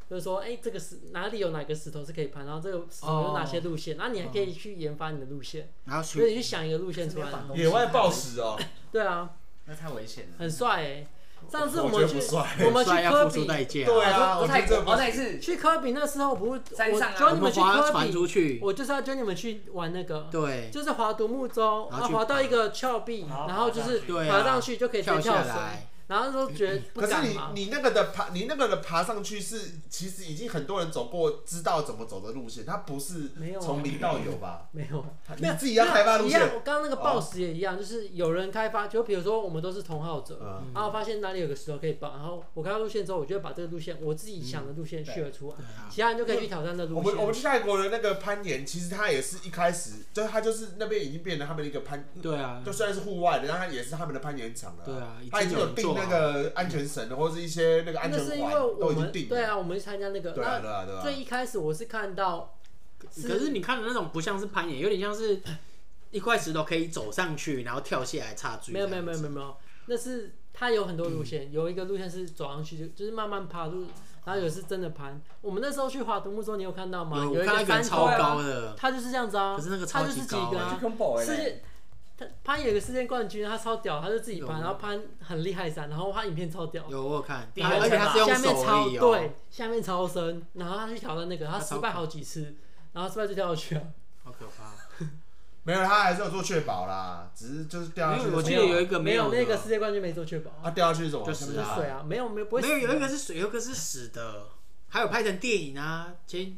S3: 就是说哎、这个石哪里有哪个石头是可以攀，然后这个石头有哪些路线，然后你还
S2: 哦
S3: 可以去研发你的路线，
S2: 然后
S3: 所以
S2: 去
S3: 你去想一个路线出来。
S4: 野外暴食哦，
S3: 对啊，
S5: 那太危险了。
S3: 很帅哎、上次
S4: 我觉
S3: 们去
S4: 得不帅
S3: 我们去
S2: 帅
S3: 科
S2: 要付出代
S3: 比，
S2: 价。
S4: 对啊，
S5: 我
S4: 我觉
S5: 泰
S4: 得这
S5: 国，
S4: 不
S5: 我那一次
S3: 去科比那时候不是
S5: 山
S3: 我
S5: 上啊
S3: 教
S2: 我
S3: 你们
S2: 们
S3: 去
S2: 划
S3: 科
S2: 船出
S3: 比，
S2: 去，
S3: 我就是要教你们去玩那个。
S2: 对，
S3: 就是划独木舟，
S2: 然
S3: 然
S2: 后
S3: 后
S2: 去
S3: 划到
S2: 爬
S3: 一个峭壁，
S1: 然后
S3: 嗯然后就
S1: 爬上
S3: 是
S1: 去
S2: 对啊
S3: 爬上去就可以直接
S2: 跳
S3: 跳
S2: 下
S3: 水，
S2: 来，嗯
S3: 然后都觉得不
S4: 可是
S3: 敢
S4: 你
S3: 嘛。
S4: 你那个的爬，你那个的爬上去是，其实已经很多人走过，知道怎么走的路线，它不是
S3: 没有啊
S4: 从零到有吧？
S3: 没有，
S4: 你自己要开发路
S3: 一样
S4: 线，，
S3: 我刚刚那个
S4: 哦
S3: 暴食也一样，就是有人开发，就比如说我们都是同好者，
S4: 嗯
S3: 然后发现哪里有个石头可以绑，然后我开发路线之后，我就会把这个路线我自己想的路线
S5: 对
S3: 学出来
S2: 对，啊
S3: 其他人就可以去挑战这
S4: 嗯我
S3: 路
S4: 们我们
S3: 线。
S4: 去泰国的那个攀岩，其实它也是一开始，就是它就是那边已经变成他们的一个攀，
S2: 对啊
S4: 就，虽然是户外的，但它也是他们的攀岩场了。
S2: 对啊
S4: 它已
S2: 已
S4: 经
S2: 经有
S4: 有
S2: 人
S4: 定
S2: 做
S4: 那
S2: 啊
S4: 个安全绳的，或是一些那个安
S3: 那
S4: 全
S3: 是因
S4: 环
S3: 为我
S4: 都已经
S3: 们
S4: 定了。
S3: 对啊，我们去参加那个，
S4: 对啊，对啊，对
S3: 那
S4: 啊。
S3: 最一开始我是看到，
S2: 可是你看的那种不像是攀岩，有点像是一块石头可以走上去，然后跳下来插住。
S3: 没有没有没有没有没有，那是它有很多路线，有一个路线是走上去就就是慢慢爬路，然后有是真的攀。我们那时候去华独木舟，你有看到吗？
S2: 有
S3: 有
S2: 我
S3: 一
S2: 看到
S3: 个
S2: 一个
S3: 山
S2: 人
S3: 头
S2: 超
S3: 啊，
S2: 高的，
S3: 他就是这样子啊。
S2: 可是那个
S3: 他
S2: 超
S3: 就是
S2: 级
S3: 几
S2: 高
S3: 个
S2: 欸
S3: 啊
S5: 去，跟 boy
S3: 世界他攀有个世界冠军，他超屌，他就自己
S2: 有
S3: 攀，然后攀很厉害山，然后他影片超屌，
S2: 有我有看，
S5: 第一
S2: 然
S5: 人
S2: 后而且
S5: 称
S2: 他
S5: 嘛
S2: 是用
S3: 下面
S2: 手
S3: 超
S2: 而已哦
S3: 对，，下面超深，然后他去挑战那个，他
S2: 他超
S3: 失败
S2: 酷
S3: 好几次，然后失败就掉下去了。
S2: 好可怕。哦
S4: 没有，他还是有做确保啦，只是就是掉下
S2: 因
S4: 去。
S2: 为我记得有一个
S3: 没
S2: 有
S3: 那个
S2: 的啊
S3: 世界冠军没做确保，
S4: 他掉下去是什么？
S2: 就是
S3: 就是
S2: 啊
S3: 水啊，没有没有不会
S2: 没
S3: 死
S2: 有
S3: 的。
S2: 有一个是水，有一个是死的，还有拍成电影啊，前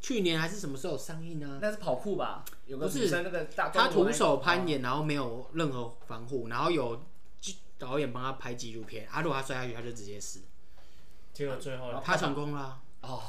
S2: 去年还是什么时候有上映啊？
S5: 那是跑酷吧？有个
S2: 不是
S5: 女生那个啊大
S2: 他徒手攀，岩，然后没有任何防护，然后有导演帮他拍纪录片。啊，如果他摔下去，他就直接死。
S1: 结果最后
S5: 好
S2: 他成功了啊。
S5: 哦，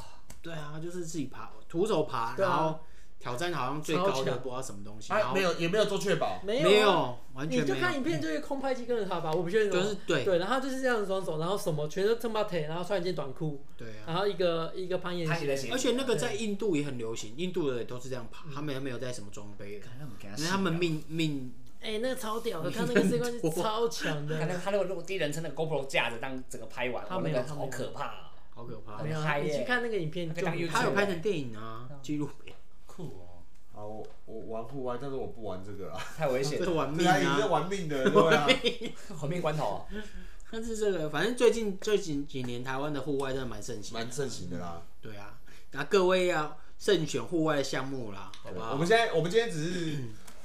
S2: 对啊，他就是自己爬，徒手爬，
S3: 对啊
S2: 然后挑战好像最高
S3: 超
S2: 的
S3: 强
S2: 不知道什么东西，然
S4: 他
S2: 后
S4: 没有也没有做确保，
S3: 没
S2: 没
S3: 有啊，
S2: 有，完
S3: 你
S2: 全
S3: 就
S2: 没
S3: 看
S2: 有，
S3: 影片就是空拍机跟着他吧，我不确定怎
S2: 就
S3: 么。
S2: 是对
S3: 对，然后他就是这样子双手，然后什么全都正八腿，然后穿一件
S2: [LAUGHS]
S3: 短裤，
S2: 对啊。
S3: 然后一个一个攀岩
S5: 攀岩的
S3: 鞋，
S5: 鞋
S2: 而且那个在印度也很流行，印度的也都是这样爬，
S3: 嗯
S2: 他们也没有带什么装备的，
S5: 看他们给他啊
S2: 因为他们命命
S3: 哎，那个超屌的，
S2: [LAUGHS]
S3: 看那个世界冠军超强的
S5: 看。那他那个落地人称的 GoPro 架着，当整个拍完，
S3: 他
S5: 哇
S3: 没有
S5: 那个
S3: 他没
S5: 好
S3: 有
S5: 可怕啊！
S2: 好可怕
S5: 对。
S3: 没有啊，
S5: 嗨
S3: 你
S5: 耶
S3: 去看那个影片
S5: 那个
S3: 就
S5: 当
S3: 很
S5: YouTuber
S2: 他有拍成电影啊，纪录片，
S5: 酷哦，
S4: 好，我我玩互玩，但是我不玩这个啦。
S5: 太危险
S2: 这
S5: 了，
S2: 玩
S4: 这
S2: 命
S4: 他已经在
S2: 啊！
S4: 玩命的，对啊。
S5: 亡命关头啊。
S2: 但是这个，反正最近最近几年台湾的户外真的蛮盛行的，
S4: 蛮盛行的啦。
S2: 对啊，那各位要慎选户外的项目啦，好不
S4: 对
S2: 好？
S4: 我们现在我们今天只是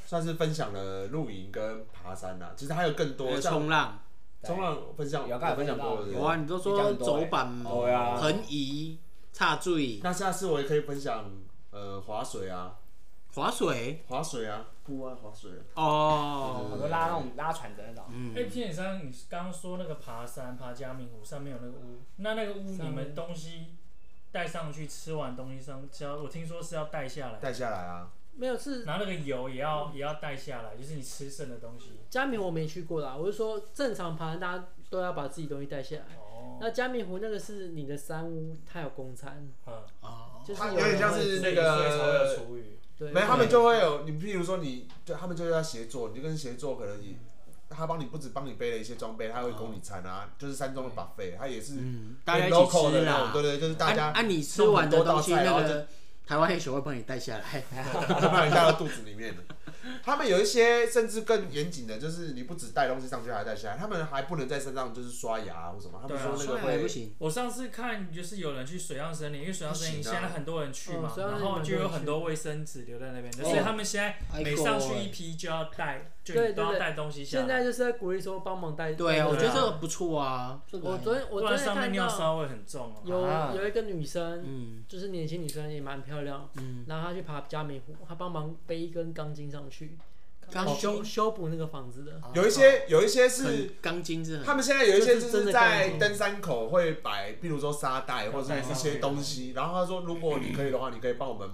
S4: 算是分享了露营跟爬山啦，其实还有更
S2: 还
S4: 多
S2: 有
S4: 像
S2: 呃冲浪，
S4: 冲浪分享，
S5: 有刚才
S4: 分享过
S5: 分享
S2: 有
S5: 到
S2: 啊，
S4: 的。
S2: 你都
S5: 你讲
S2: 说
S4: 哎
S5: 很多欸
S2: 走板嘛，
S4: 哦
S5: 对啊
S2: 横移、插坠、
S4: 那下次我也可以分享呃划水啊，
S2: 划水
S4: 划水啊，户外划水。
S2: 哦，
S5: 我都拉那种拉船的那种，
S1: 哎，偏远山，你刚刚说那个爬山，爬嘉明湖上面有那个屋，那那个屋
S3: 上
S1: 你
S3: 面
S1: 们东西带上去，吃完东西上，只要我听说是要带下来，
S4: 带下来啊，
S3: 没有是
S1: 然后那个油也要也要带下来，就是你吃剩的东西。
S3: 嘉明湖我没去过啦，我是说正常爬山大家都要把自己东西带下来。
S1: 哦，
S3: 那嘉明湖那个是你的山屋，它有公餐，
S1: 嗯，
S2: 哦，
S3: 就是
S4: 它有
S3: 人
S4: 点像
S3: 会
S4: 是
S1: 所
S4: 那
S1: 以所以才会有
S4: 个，
S1: 厨余。
S3: 对，
S4: 没有他们就会有你，譬如说你，对他们就要协作，你就跟协作可能你。他帮你不止帮你背了一些装备，他会供你餐啊，就是山中的 buffet，他也是
S2: 嗯，大家
S4: 很
S2: 一起
S4: local
S2: 吃
S4: 的那种，
S2: 啦。
S4: 对对，就是大家
S2: 啊，啊你吃完的东西，
S4: 弄很多道菜然
S2: 那
S4: 后
S2: 个台湾黑熊会帮你带下
S4: [LAUGHS]
S2: 来。
S4: 就把你带到肚子里面了。他们有一些甚至更严谨的，就是你不只带东西上去，还带下来，他们还不能在身上就是刷牙或什么，他们说那
S2: 出
S4: 个
S2: 来
S4: 会
S2: 不行，
S1: 我上次看就是有人去水上森林，因为水上森林
S4: 不行
S1: 现
S4: 啊
S1: 在很多人去
S3: 嗯
S1: 嘛，
S3: 水上森林
S1: 然后就有很多
S3: 很多人去
S1: 卫生纸留在那边，
S2: 哦
S1: 所以他们现在
S2: 哎
S1: 每
S2: 呦
S1: 上去一批就要带，就
S3: 欸对对
S1: 都要
S3: 对
S1: 带东西下
S3: 现在
S1: 来，
S3: 就是在鼓励说帮忙带。
S2: 对啊，
S3: 带
S2: 我
S3: 路
S2: 觉
S3: 人
S2: 得这个不错啊，这个
S3: 我
S2: 还
S3: 昨天
S1: 不
S3: 我昨
S1: 然
S3: 天
S1: 上面
S3: 看
S1: 尿
S3: 到
S1: 骚味很重哦。
S3: 有
S5: 啊
S3: 有一个女生，
S2: 嗯
S3: 就是年轻女生也蛮漂亮，
S2: 嗯，
S3: 然后她去爬嘉明湖，她帮忙背一根钢筋上去，
S2: 钢
S3: 修
S2: 筋啊
S3: 修补那个房子的。
S4: 有一些有一些哦是
S2: 很钢筋是
S4: 他
S2: 很
S4: 们现在有一些就
S3: 就是真
S4: 是
S3: 的
S4: 在
S3: 干净
S4: 登山口会摆，比如说沙袋或者是一些东西，然后他说如果你可以的话，你可以帮我们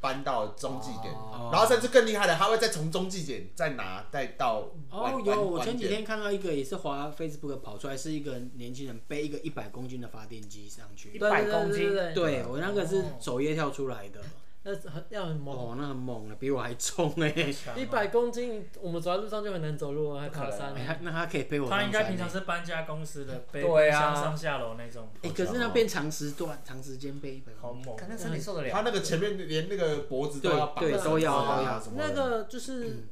S4: 搬到中继点，
S2: 哦
S4: 然后甚至更厉害的，他会再从中继点再拿再到晚
S2: 哦，
S4: 晚
S2: 有我
S4: 晚
S2: 前几
S4: 点
S2: 天看到一个也是滑 Facebook 跑出来，是一个年轻人背一个一百公斤的发电机上去。
S3: 对啊对对
S5: 公斤
S3: 对对对，
S2: 对我那个
S1: 哦
S2: 是首页跳出来的，
S3: 那是很要很猛，
S2: 哦，那很猛的，比我还
S1: [LAUGHS]
S2: 重哎、
S3: 一百公斤，我们走在路上就很难走路啊，还
S5: 不可
S3: 爬
S5: 能
S3: 山
S2: 哎。呀那他可以背我上
S1: 他
S2: 山欸。
S1: 应该平常是搬家公司的，背
S5: 对
S1: 背
S5: 啊
S1: 箱上下楼那种，
S2: 哎、可
S1: 哦
S2: 是那变长时段、长时间背一百
S1: 好
S2: 公斤，
S1: 猛。
S5: 看那身体受得了。
S4: 他那个前面连那个脖子都要绑
S2: 对对
S4: 着
S2: 都要
S4: 啊
S2: 都要
S4: 什么的嗯
S3: 那个就是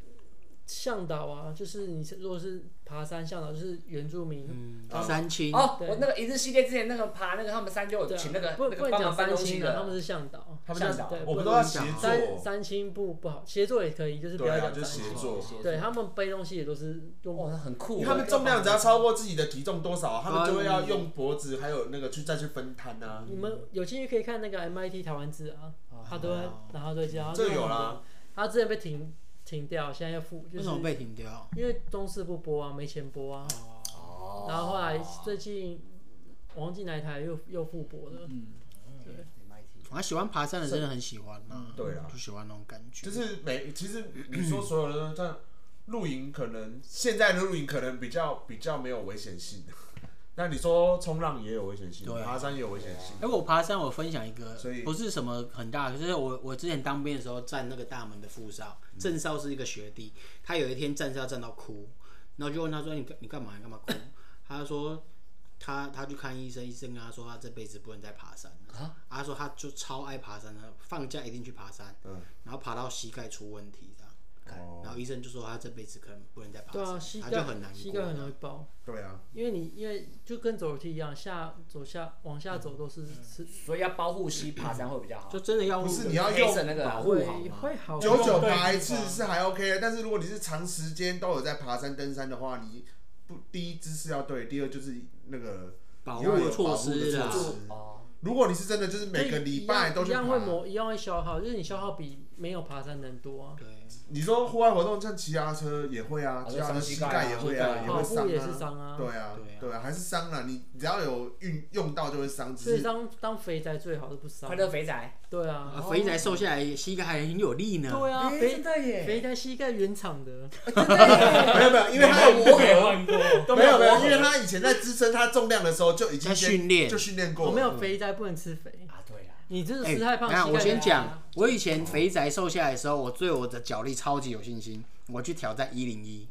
S3: 向导啊，就是你是如果是爬山向导，就是原住民，
S2: 嗯，三清、
S5: 哦，
S3: 对
S5: 我那个一日系列之前那个爬那个他们三就有
S3: 对啊
S5: 请那个
S3: 不
S5: 那
S3: 不
S5: 个
S3: 能
S5: 帮忙
S3: 讲
S5: 搬
S3: 三
S5: 东西
S3: 清啊，他们
S5: 的，
S3: 是向导，
S5: 他
S4: 像
S5: 向导
S3: 对
S4: 我们都要
S2: 不
S4: 协
S2: 能讲
S3: 三
S4: 作，
S3: 三清不不好，协作也可以，就是不
S4: 对
S3: 要
S4: 啊，
S3: 讲
S4: 就
S3: 三
S4: 协
S3: 清。
S4: 作。
S3: 对他们背东西也都是
S5: 哇，
S3: 用
S5: 那很酷
S4: 因
S5: 欸。
S4: 为他们重量只要超过自己的体重多少，他们就会要
S2: 嗯
S4: 用脖子还有那个去再去分摊啊。
S3: 你们有兴趣可以看那个 MIT 台湾字啊，他都会，然后对教。
S4: 这个有啦，
S3: 他之前被停停掉，现在又复，
S2: 为
S3: 就是
S2: 什么被停掉？
S3: 因为中视不播啊，没钱播啊。
S4: 哦
S3: 然后后来最近王进来台又又复播了，
S2: 我、喜欢爬山的，真的很喜欢啊。
S4: 对啊
S2: 就喜欢那种感觉。
S4: 就是每其实你说所有的都像露营，可能现在的露营可能比较比较没有危险性， [LAUGHS] 那你说冲浪也有危险性
S2: 对，啊
S4: 爬山也有危险性
S2: 哎、，我爬山，我分享一个
S4: 所以，
S2: 不是什么很大的，就是我我之前当兵的时候站那个大门的副哨，
S4: 嗯
S2: 正哨是一个学弟，他有一天站哨站到哭，然后就问他说你干你干嘛你干嘛哭？ [COUGHS] 他就说他他去看医生，医生跟他说他这辈子不能再爬山了。啊，他说他就超爱爬山的，放假一定去爬山，
S4: 嗯
S2: 然后爬到膝盖出问题这样。
S4: 哦，
S2: 然后医生就说他这辈子可能不能再爬
S3: 对
S2: 山，
S3: 啊，膝
S2: 他就
S3: 盖
S2: 很难过。
S3: 膝盖很容易爆，
S4: 对啊，
S3: 因为你因为就跟走楼梯一样，下走下往下走都是
S4: 嗯
S3: 是
S5: 所以要包护膝爬山会比较好
S2: 就。真的要
S4: 不是你要
S5: 黑
S4: 用
S5: 色那个啊
S2: 保护
S3: 会
S2: 好吗
S3: 会好
S4: 久
S3: 爆
S4: 久爬一次是还 OK 的，但是如果你是长时间都有在爬山登山的话，你不第一姿势要对，第二就是那个
S2: 保
S4: 你要有
S2: 护措施
S4: 保
S2: 啦
S4: 护的。措施
S5: 哦，
S4: 如果你是真的就是每个礼拜都
S3: 一
S4: 去
S3: 样一样会
S4: 爬，
S3: 磨，一样会消耗，就是你消耗比没有爬山的人多啊。
S2: 对，
S4: 你说户外活动像骑脚踏车也会啊，
S5: 啊
S4: 骑脚踏车
S5: 就伤
S4: 膝
S5: 膝盖啊
S4: 盖也会啊，
S2: 膝盖
S4: 也
S3: 跑
S4: 会
S3: 步也是
S4: 伤啊。
S3: 伤啊，
S4: 对啊
S2: 对啊，
S4: 对啊，还是伤了。你只要有运用到就会伤，
S3: 所
S4: 只
S3: 以
S4: 是
S3: 当当肥宅最好是不伤
S5: 快。乐肥仔。
S3: 对啊，
S2: 啊，肥宅瘦下来膝盖还很有力呢。
S3: 对啊，
S5: 诶
S3: 肥
S5: 的
S3: 肥，宅膝盖原厂的，
S4: [LAUGHS] 没有没有，因为他有
S1: 我
S4: 磨
S1: 没
S4: 合，
S1: 换过，
S5: 都
S4: 没有没有，因
S5: 磨
S4: 为
S5: 合
S4: 他以前在支撑他重量的时候就已经
S2: 在
S4: 先
S2: 训练
S4: 就训练过
S3: 我
S4: 了，
S3: 哦没有肥宅不能吃肥，
S5: 啊，对啦，
S3: 你真的
S2: 嗯哎，
S3: 吃太胖
S2: 等一下
S3: 膝盖。
S2: 我先讲，我以前肥宅瘦下来的时候，我对我的脚力超级有信心，我去挑战一零一，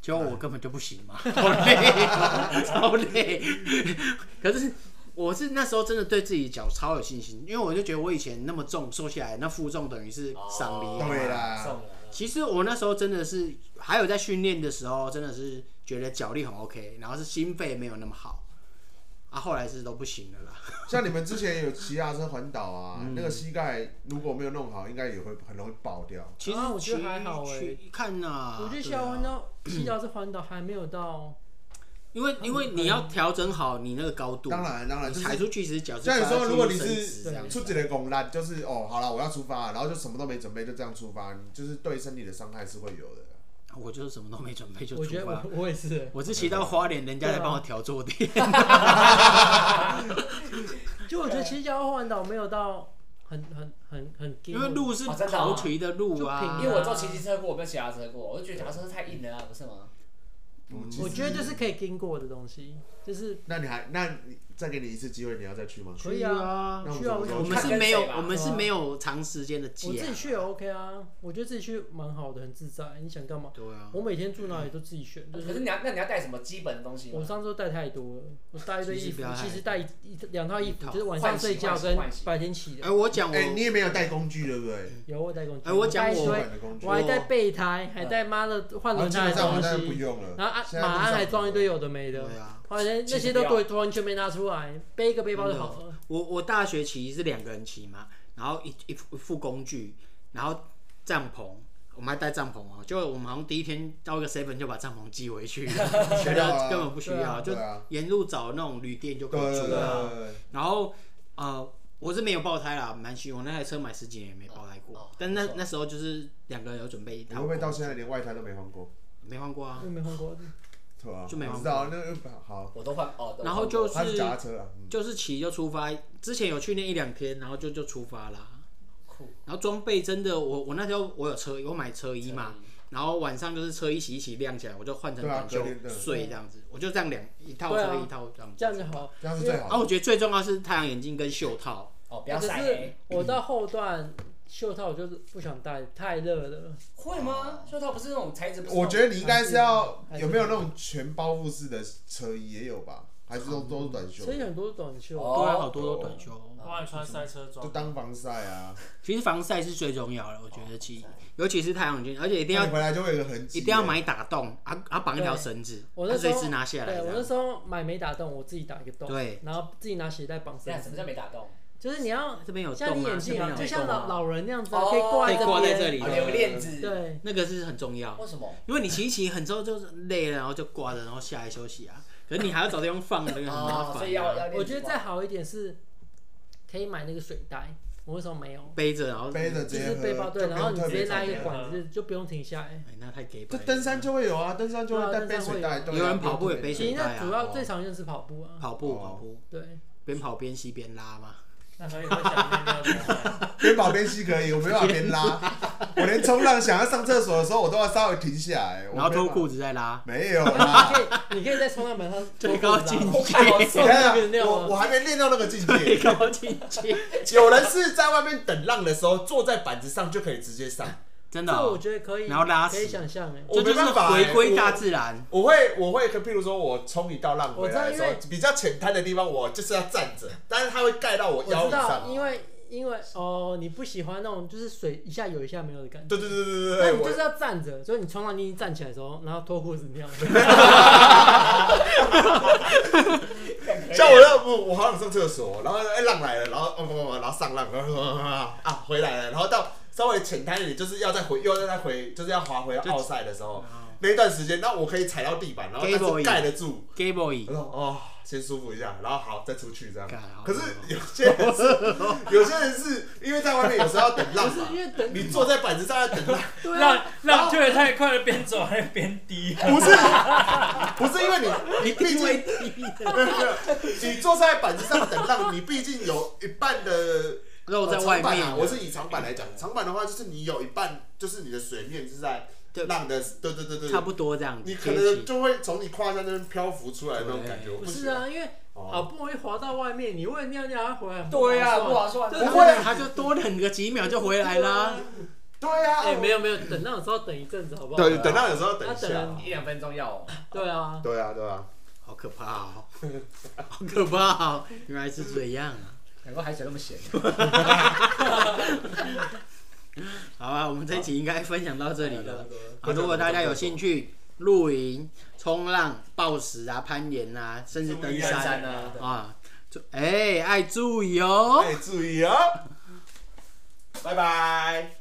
S2: 结果我根本就不
S3: [LAUGHS]
S2: 行嘛，好累，超累。可是我是那时候真的对自己脚超有信心，因为我就觉得我以前那么重瘦下来，那负重等于是赏
S5: 哦
S2: 梨。
S4: 对
S5: 送
S4: 啦，
S5: 了
S2: 其实我那时候真的是，还有在训练的时候，真的是觉得脚力很 OK，然后是心肺没有那么好，啊，后来是都不行了啦。
S4: 像你们之前有骑脚踏车环岛啊，那个膝盖如果没有弄好，应该也会很容易爆掉。
S2: 其实
S3: 啊我觉得
S2: 去
S3: 还好欸
S2: 去看呐、
S3: 我觉
S2: 对
S3: 得西澳
S2: 啊
S3: 环岛，
S2: [CLEARS THROAT]
S3: 西澳是环岛还没有到，
S2: 因
S3: 嗯
S2: 为因为你要调整好你那个高度，
S4: 当然当然，
S2: 你
S4: 就是
S2: 踩出去时脚是
S4: 像你
S2: 发
S4: 说，
S2: 出
S4: 如果你
S2: 伸直
S4: 是
S2: 这样
S4: 出几个拱烂，就是哦，好了，我要出发了，然后就什么都没准备，就这样出发，你就是对身体的伤害是会有的。
S2: 啊我就是什么都没准备就
S3: 我
S2: 出
S3: 觉得
S2: 发
S3: 我。我也是，
S2: 我是骑到花莲，人家来帮我调坐垫。
S3: 啊就我觉得其实西澳环岛没有到很很很很，
S2: 因为路是
S5: 哦真的哦
S2: 刨垂的路啊
S3: 就
S5: 因
S3: 平
S5: 为我坐骑机车过，我没有骑脚踏车过，我就觉得脚踏车太硬了啊，不是吗？
S4: 其实
S3: 我觉得就是可以经过的东西，就是
S4: 那你还那你再给你一次机会，你要再去吗？
S3: 可以
S2: 去
S3: 啊
S2: 啊，
S4: 那我们怎么说
S2: 我
S3: 去啊，我
S2: 们啊
S3: 们
S2: 是没有，
S5: 看跟谁吧
S2: 我们是没有长时间的假。
S3: 我自己去也 OK 啊，我觉得自己去蛮好的，很自在。你想干嘛？
S2: 对啊，
S3: 我每天住哪里都自己选，就
S5: 可
S3: 是
S5: 是你要那你要带什么基本的东西吗？
S3: 我上周带太多了，我带一堆衣
S2: 其实不
S3: 服
S2: 要，带
S3: 其实带一一两套衣
S2: 一
S3: 服，
S2: 套
S3: 就是晚上睡觉
S5: 换洗
S3: 跟
S5: 换洗
S3: 白天起
S2: 哎，
S3: 的。
S2: 我讲我
S4: 哎、你也没有带工具，对不对？
S3: 有我带工具，
S2: 哎我讲
S3: 带一
S4: 基
S2: 我
S3: 堆
S4: 本的工具，
S3: 我还带备胎，还带妈的换
S4: 然后啊
S3: 轮
S4: 基
S3: 胎
S4: 本
S3: 的
S4: 上我
S3: 东
S4: 当然不
S3: 西，
S4: 用了。
S3: 然后啊
S4: 现在
S3: 马
S4: 路
S3: 鞍
S4: 上
S3: 还装一堆有的没的
S2: 对，啊，
S3: 反正那些都都都完全没拿出来，背一个背包就好了。
S2: 我我大学骑是两个人骑嘛，然后一一副一副工具，然后帐篷，我们还带帐篷哦、就我们好像第一天到一个 seven 就把帐篷寄回去，觉
S4: 要啊
S2: 得根本不需
S3: 对
S2: 要，
S3: 啊
S2: 就
S4: 对啊
S2: 沿路找那种旅店就
S4: 对
S2: 可以
S4: 对对
S2: 住了。
S4: 对对，
S2: 然后呃，我是没有爆胎啦，蛮幸运，我那台车买十几年也没爆胎
S5: 哦
S2: 过
S5: 哦，
S2: 但那
S5: 不错
S2: 那时候就是两个人有准备一
S4: 你
S2: 套
S4: 会不，会到现在连外胎都没换过？
S2: 没换过啊
S3: 我。没换过，
S4: 对啊，
S2: 就没
S4: 我
S2: 换
S4: 知
S2: 过
S4: 道，那个好，
S5: 我都换哦，都换
S2: 然后就
S4: 他是
S2: 是
S4: 脚踏车啊，嗯
S2: 就是骑就出发，之前有训练一两天，然后就就出发啦。
S1: 酷。
S2: 然后装备真的，我我那时候我有车，我买车衣嘛，然后晚上就是车衣洗一洗晾起来，我就换成
S6: 对啊
S2: 短袖
S6: 隔天的
S2: 睡这样子，我就这样两一套
S3: 对啊
S2: 车衣一套这样
S3: 这样
S2: 子。
S3: 就好。
S6: 这样是最
S2: 然
S6: 好
S2: 后
S6: 的。
S2: 我觉得最重要是太阳眼镜跟袖套，
S5: 哦，不要
S3: 只
S5: 晒黑
S3: 哎是。我到后段袖套我就是不想戴，太热了。
S5: 会吗？袖套不是那种材质，
S6: 我觉得你应该是要
S3: 还是
S6: 有没有那种全包覆式的车衣也有吧，还是都都是短袖
S3: 所，以很多短袖，
S5: 哦
S2: 对啊，好多都短袖。
S1: 我还穿赛车装
S6: 就，当防晒啊。
S2: 其实防晒是最重要的，我觉得其尤其是太阳眼镜，而且一定
S6: 那
S2: 要
S6: 你回来就会有一个痕迹，
S2: 一定要买打洞，啊啊绑一条绳子，
S3: 我
S2: 啊
S3: 那时
S2: 随
S3: 候
S2: 时拿下来
S3: 对
S2: 这
S3: 我那
S2: 样。
S3: 时候买没打洞，我自己打一个洞，
S2: 对，
S3: 然后自己拿鞋带绑
S5: 这
S3: 绳
S5: 样什么
S3: 子
S5: 叫，没打洞？
S3: 就是你要
S2: 这边有
S3: 像
S2: 洞
S3: 你
S2: 啊，
S3: 眼
S2: 这
S3: 镜
S2: 边
S3: 啊，
S2: 有
S3: 就
S2: 洞
S3: 像
S2: 啊
S3: 老老人那样子啊，
S5: 哦
S3: 可以挂
S2: 可以挂在这
S3: 里，
S2: 里
S5: 啊，留链子。啊
S3: 对，
S2: 那个是很重要
S5: 为。什么？
S2: 因为你骑一骑，很之后就是累了，然后就挂着，然后下来休息啊。可是你还要找地方放，这个很麻
S5: 哦，所
S2: 烦、
S5: 以要
S2: 啊。
S5: 要链子
S3: 我觉得再好一点是可以买那个水袋，我为什么没有？
S2: 背着，然后
S6: 背着直接
S3: 就是
S6: 喝
S3: 背包对，
S6: 就不
S3: 然后
S6: 用
S3: 你
S6: 特
S3: 直
S6: 别
S3: 接拉
S6: 找
S3: 一
S6: 地
S3: 个
S6: 方
S3: 管子，就不用停下来。
S2: 哎，那太给
S6: 这
S2: 白了。
S6: 登山就会有啊，登山就会带
S3: 对啊
S6: 背水袋，
S3: 登山会
S6: 对啊
S3: 有
S2: 有人跑步也背
S3: 其
S2: 水
S3: 实
S2: 袋
S3: 那主
S2: 啊，
S3: 要最常用是跑步啊，
S2: 跑步
S6: 哦
S2: 跑步，
S3: 对， [LAUGHS]
S2: 边跑边吸边拉嘛。
S1: 那可以分享尿尿怎么办？
S6: 边跑边吸可以，我没办法边拉，我连冲浪想要上厕所的时候，我都要稍微停下来，
S2: 然后脱
S6: 脱
S2: 裤子再拉，
S6: 没有
S3: 你
S6: 啦，
S3: 可以你可以在冲浪板上
S2: 最高境
S3: 多
S2: 界，
S3: [LAUGHS]
S6: 等一下
S3: 变尿
S6: 我
S3: 啊
S6: 我还没练到那个境
S2: 最
S6: 界，
S2: 高境界，
S4: 有人是在外面等浪的时候，坐在板子上就可以直接上。
S2: 真的
S3: 这我
S2: 哦、
S3: 觉得可以，
S2: 然后拉
S3: 可以
S2: 屎
S3: 想象哎，
S2: 这
S4: 我
S2: 就
S4: 没
S2: 是
S4: 办法欸
S2: 回归大
S4: 我
S2: 自然。
S4: 我会，我会，可譬如说，我冲一道浪回来的时
S3: 我知道因
S4: 候，比较浅滩的地方，我就是要站着，但是它会盖到我
S3: 我
S4: 腰以
S3: 知道，
S4: 上。
S3: 因为因为哦，你不喜欢那种就是水一下有一下没有的感觉。
S4: 对对对对
S3: 那
S4: 对
S3: 你就
S4: 对，
S3: 是要站着，所以你冲浪你已经站起来的时候，然后脱裤子
S4: [LAUGHS]
S3: 尿。 [LAUGHS]
S4: 我像我那我我好想上厕所，然后哎、浪来了，然后哦不不不，然后上浪，然后啊回来了，然后到稍微浅滩一点，就是要再回，又要再回，就是要滑回奥赛的时候，那一段时间，那我可以踩到地板，然后但
S2: Gable 椅
S4: 是盖得住，
S2: Gay boy，
S4: 我说哦，先舒服一下，然后好再出去这样
S2: 干好。
S4: 可是有些人是，有些人是因为在外面有时候要等浪嘛
S3: 不是因为等，
S4: 你坐在板子上要等浪，
S1: 让让退得太快了，边走还边滴。
S4: 不是不是因为你你毕竟
S3: 啊
S4: 没有没有你坐在板子上等浪，你毕竟有一半的
S2: 肉在
S4: 呃
S2: 外
S4: 长板啊
S2: 面。
S4: 我是以长板来讲，长板的话就是你有一半就是你的水面是在
S2: 对
S4: 浪的，对对对对，
S2: 差不多这样子
S4: 你可
S2: 贴起
S4: 能就会从你胯下那边漂浮出来的那种感觉。我
S3: 不
S4: 喜
S3: 是
S4: 欢
S3: 啊，因为好不容易滑到外面，你为了尿尿还回来。
S5: 对啊，
S3: 呀，
S5: 不划
S3: [LAUGHS]
S5: 算。
S3: 对
S2: 不
S5: [LAUGHS]
S3: 啊
S2: 会，他就多等个几秒就回来啦。
S4: 对呀、啊，
S3: 哎，没有没有，等那种时候等一阵子好不好？
S4: 对，等到有时候等
S3: 他
S4: 一
S3: 等
S4: 下
S3: 了。
S5: 一两分钟要哦，
S3: 对啊，
S4: 对啊，对啊。
S2: 好可怕哦，好可怕哦，原来是这样啊。
S5: 难怪海水那么咸。 [LAUGHS]
S2: 好啊，我们这一集应该分享到这里了。啊，
S4: 对
S2: 如果大家有兴趣露营、冲浪、暴食啊、攀岩啊，甚至登
S5: 登山
S2: 山
S5: 啊，
S2: 啊，注哎、爱注意哦。
S4: 哎，注意哦，拜拜。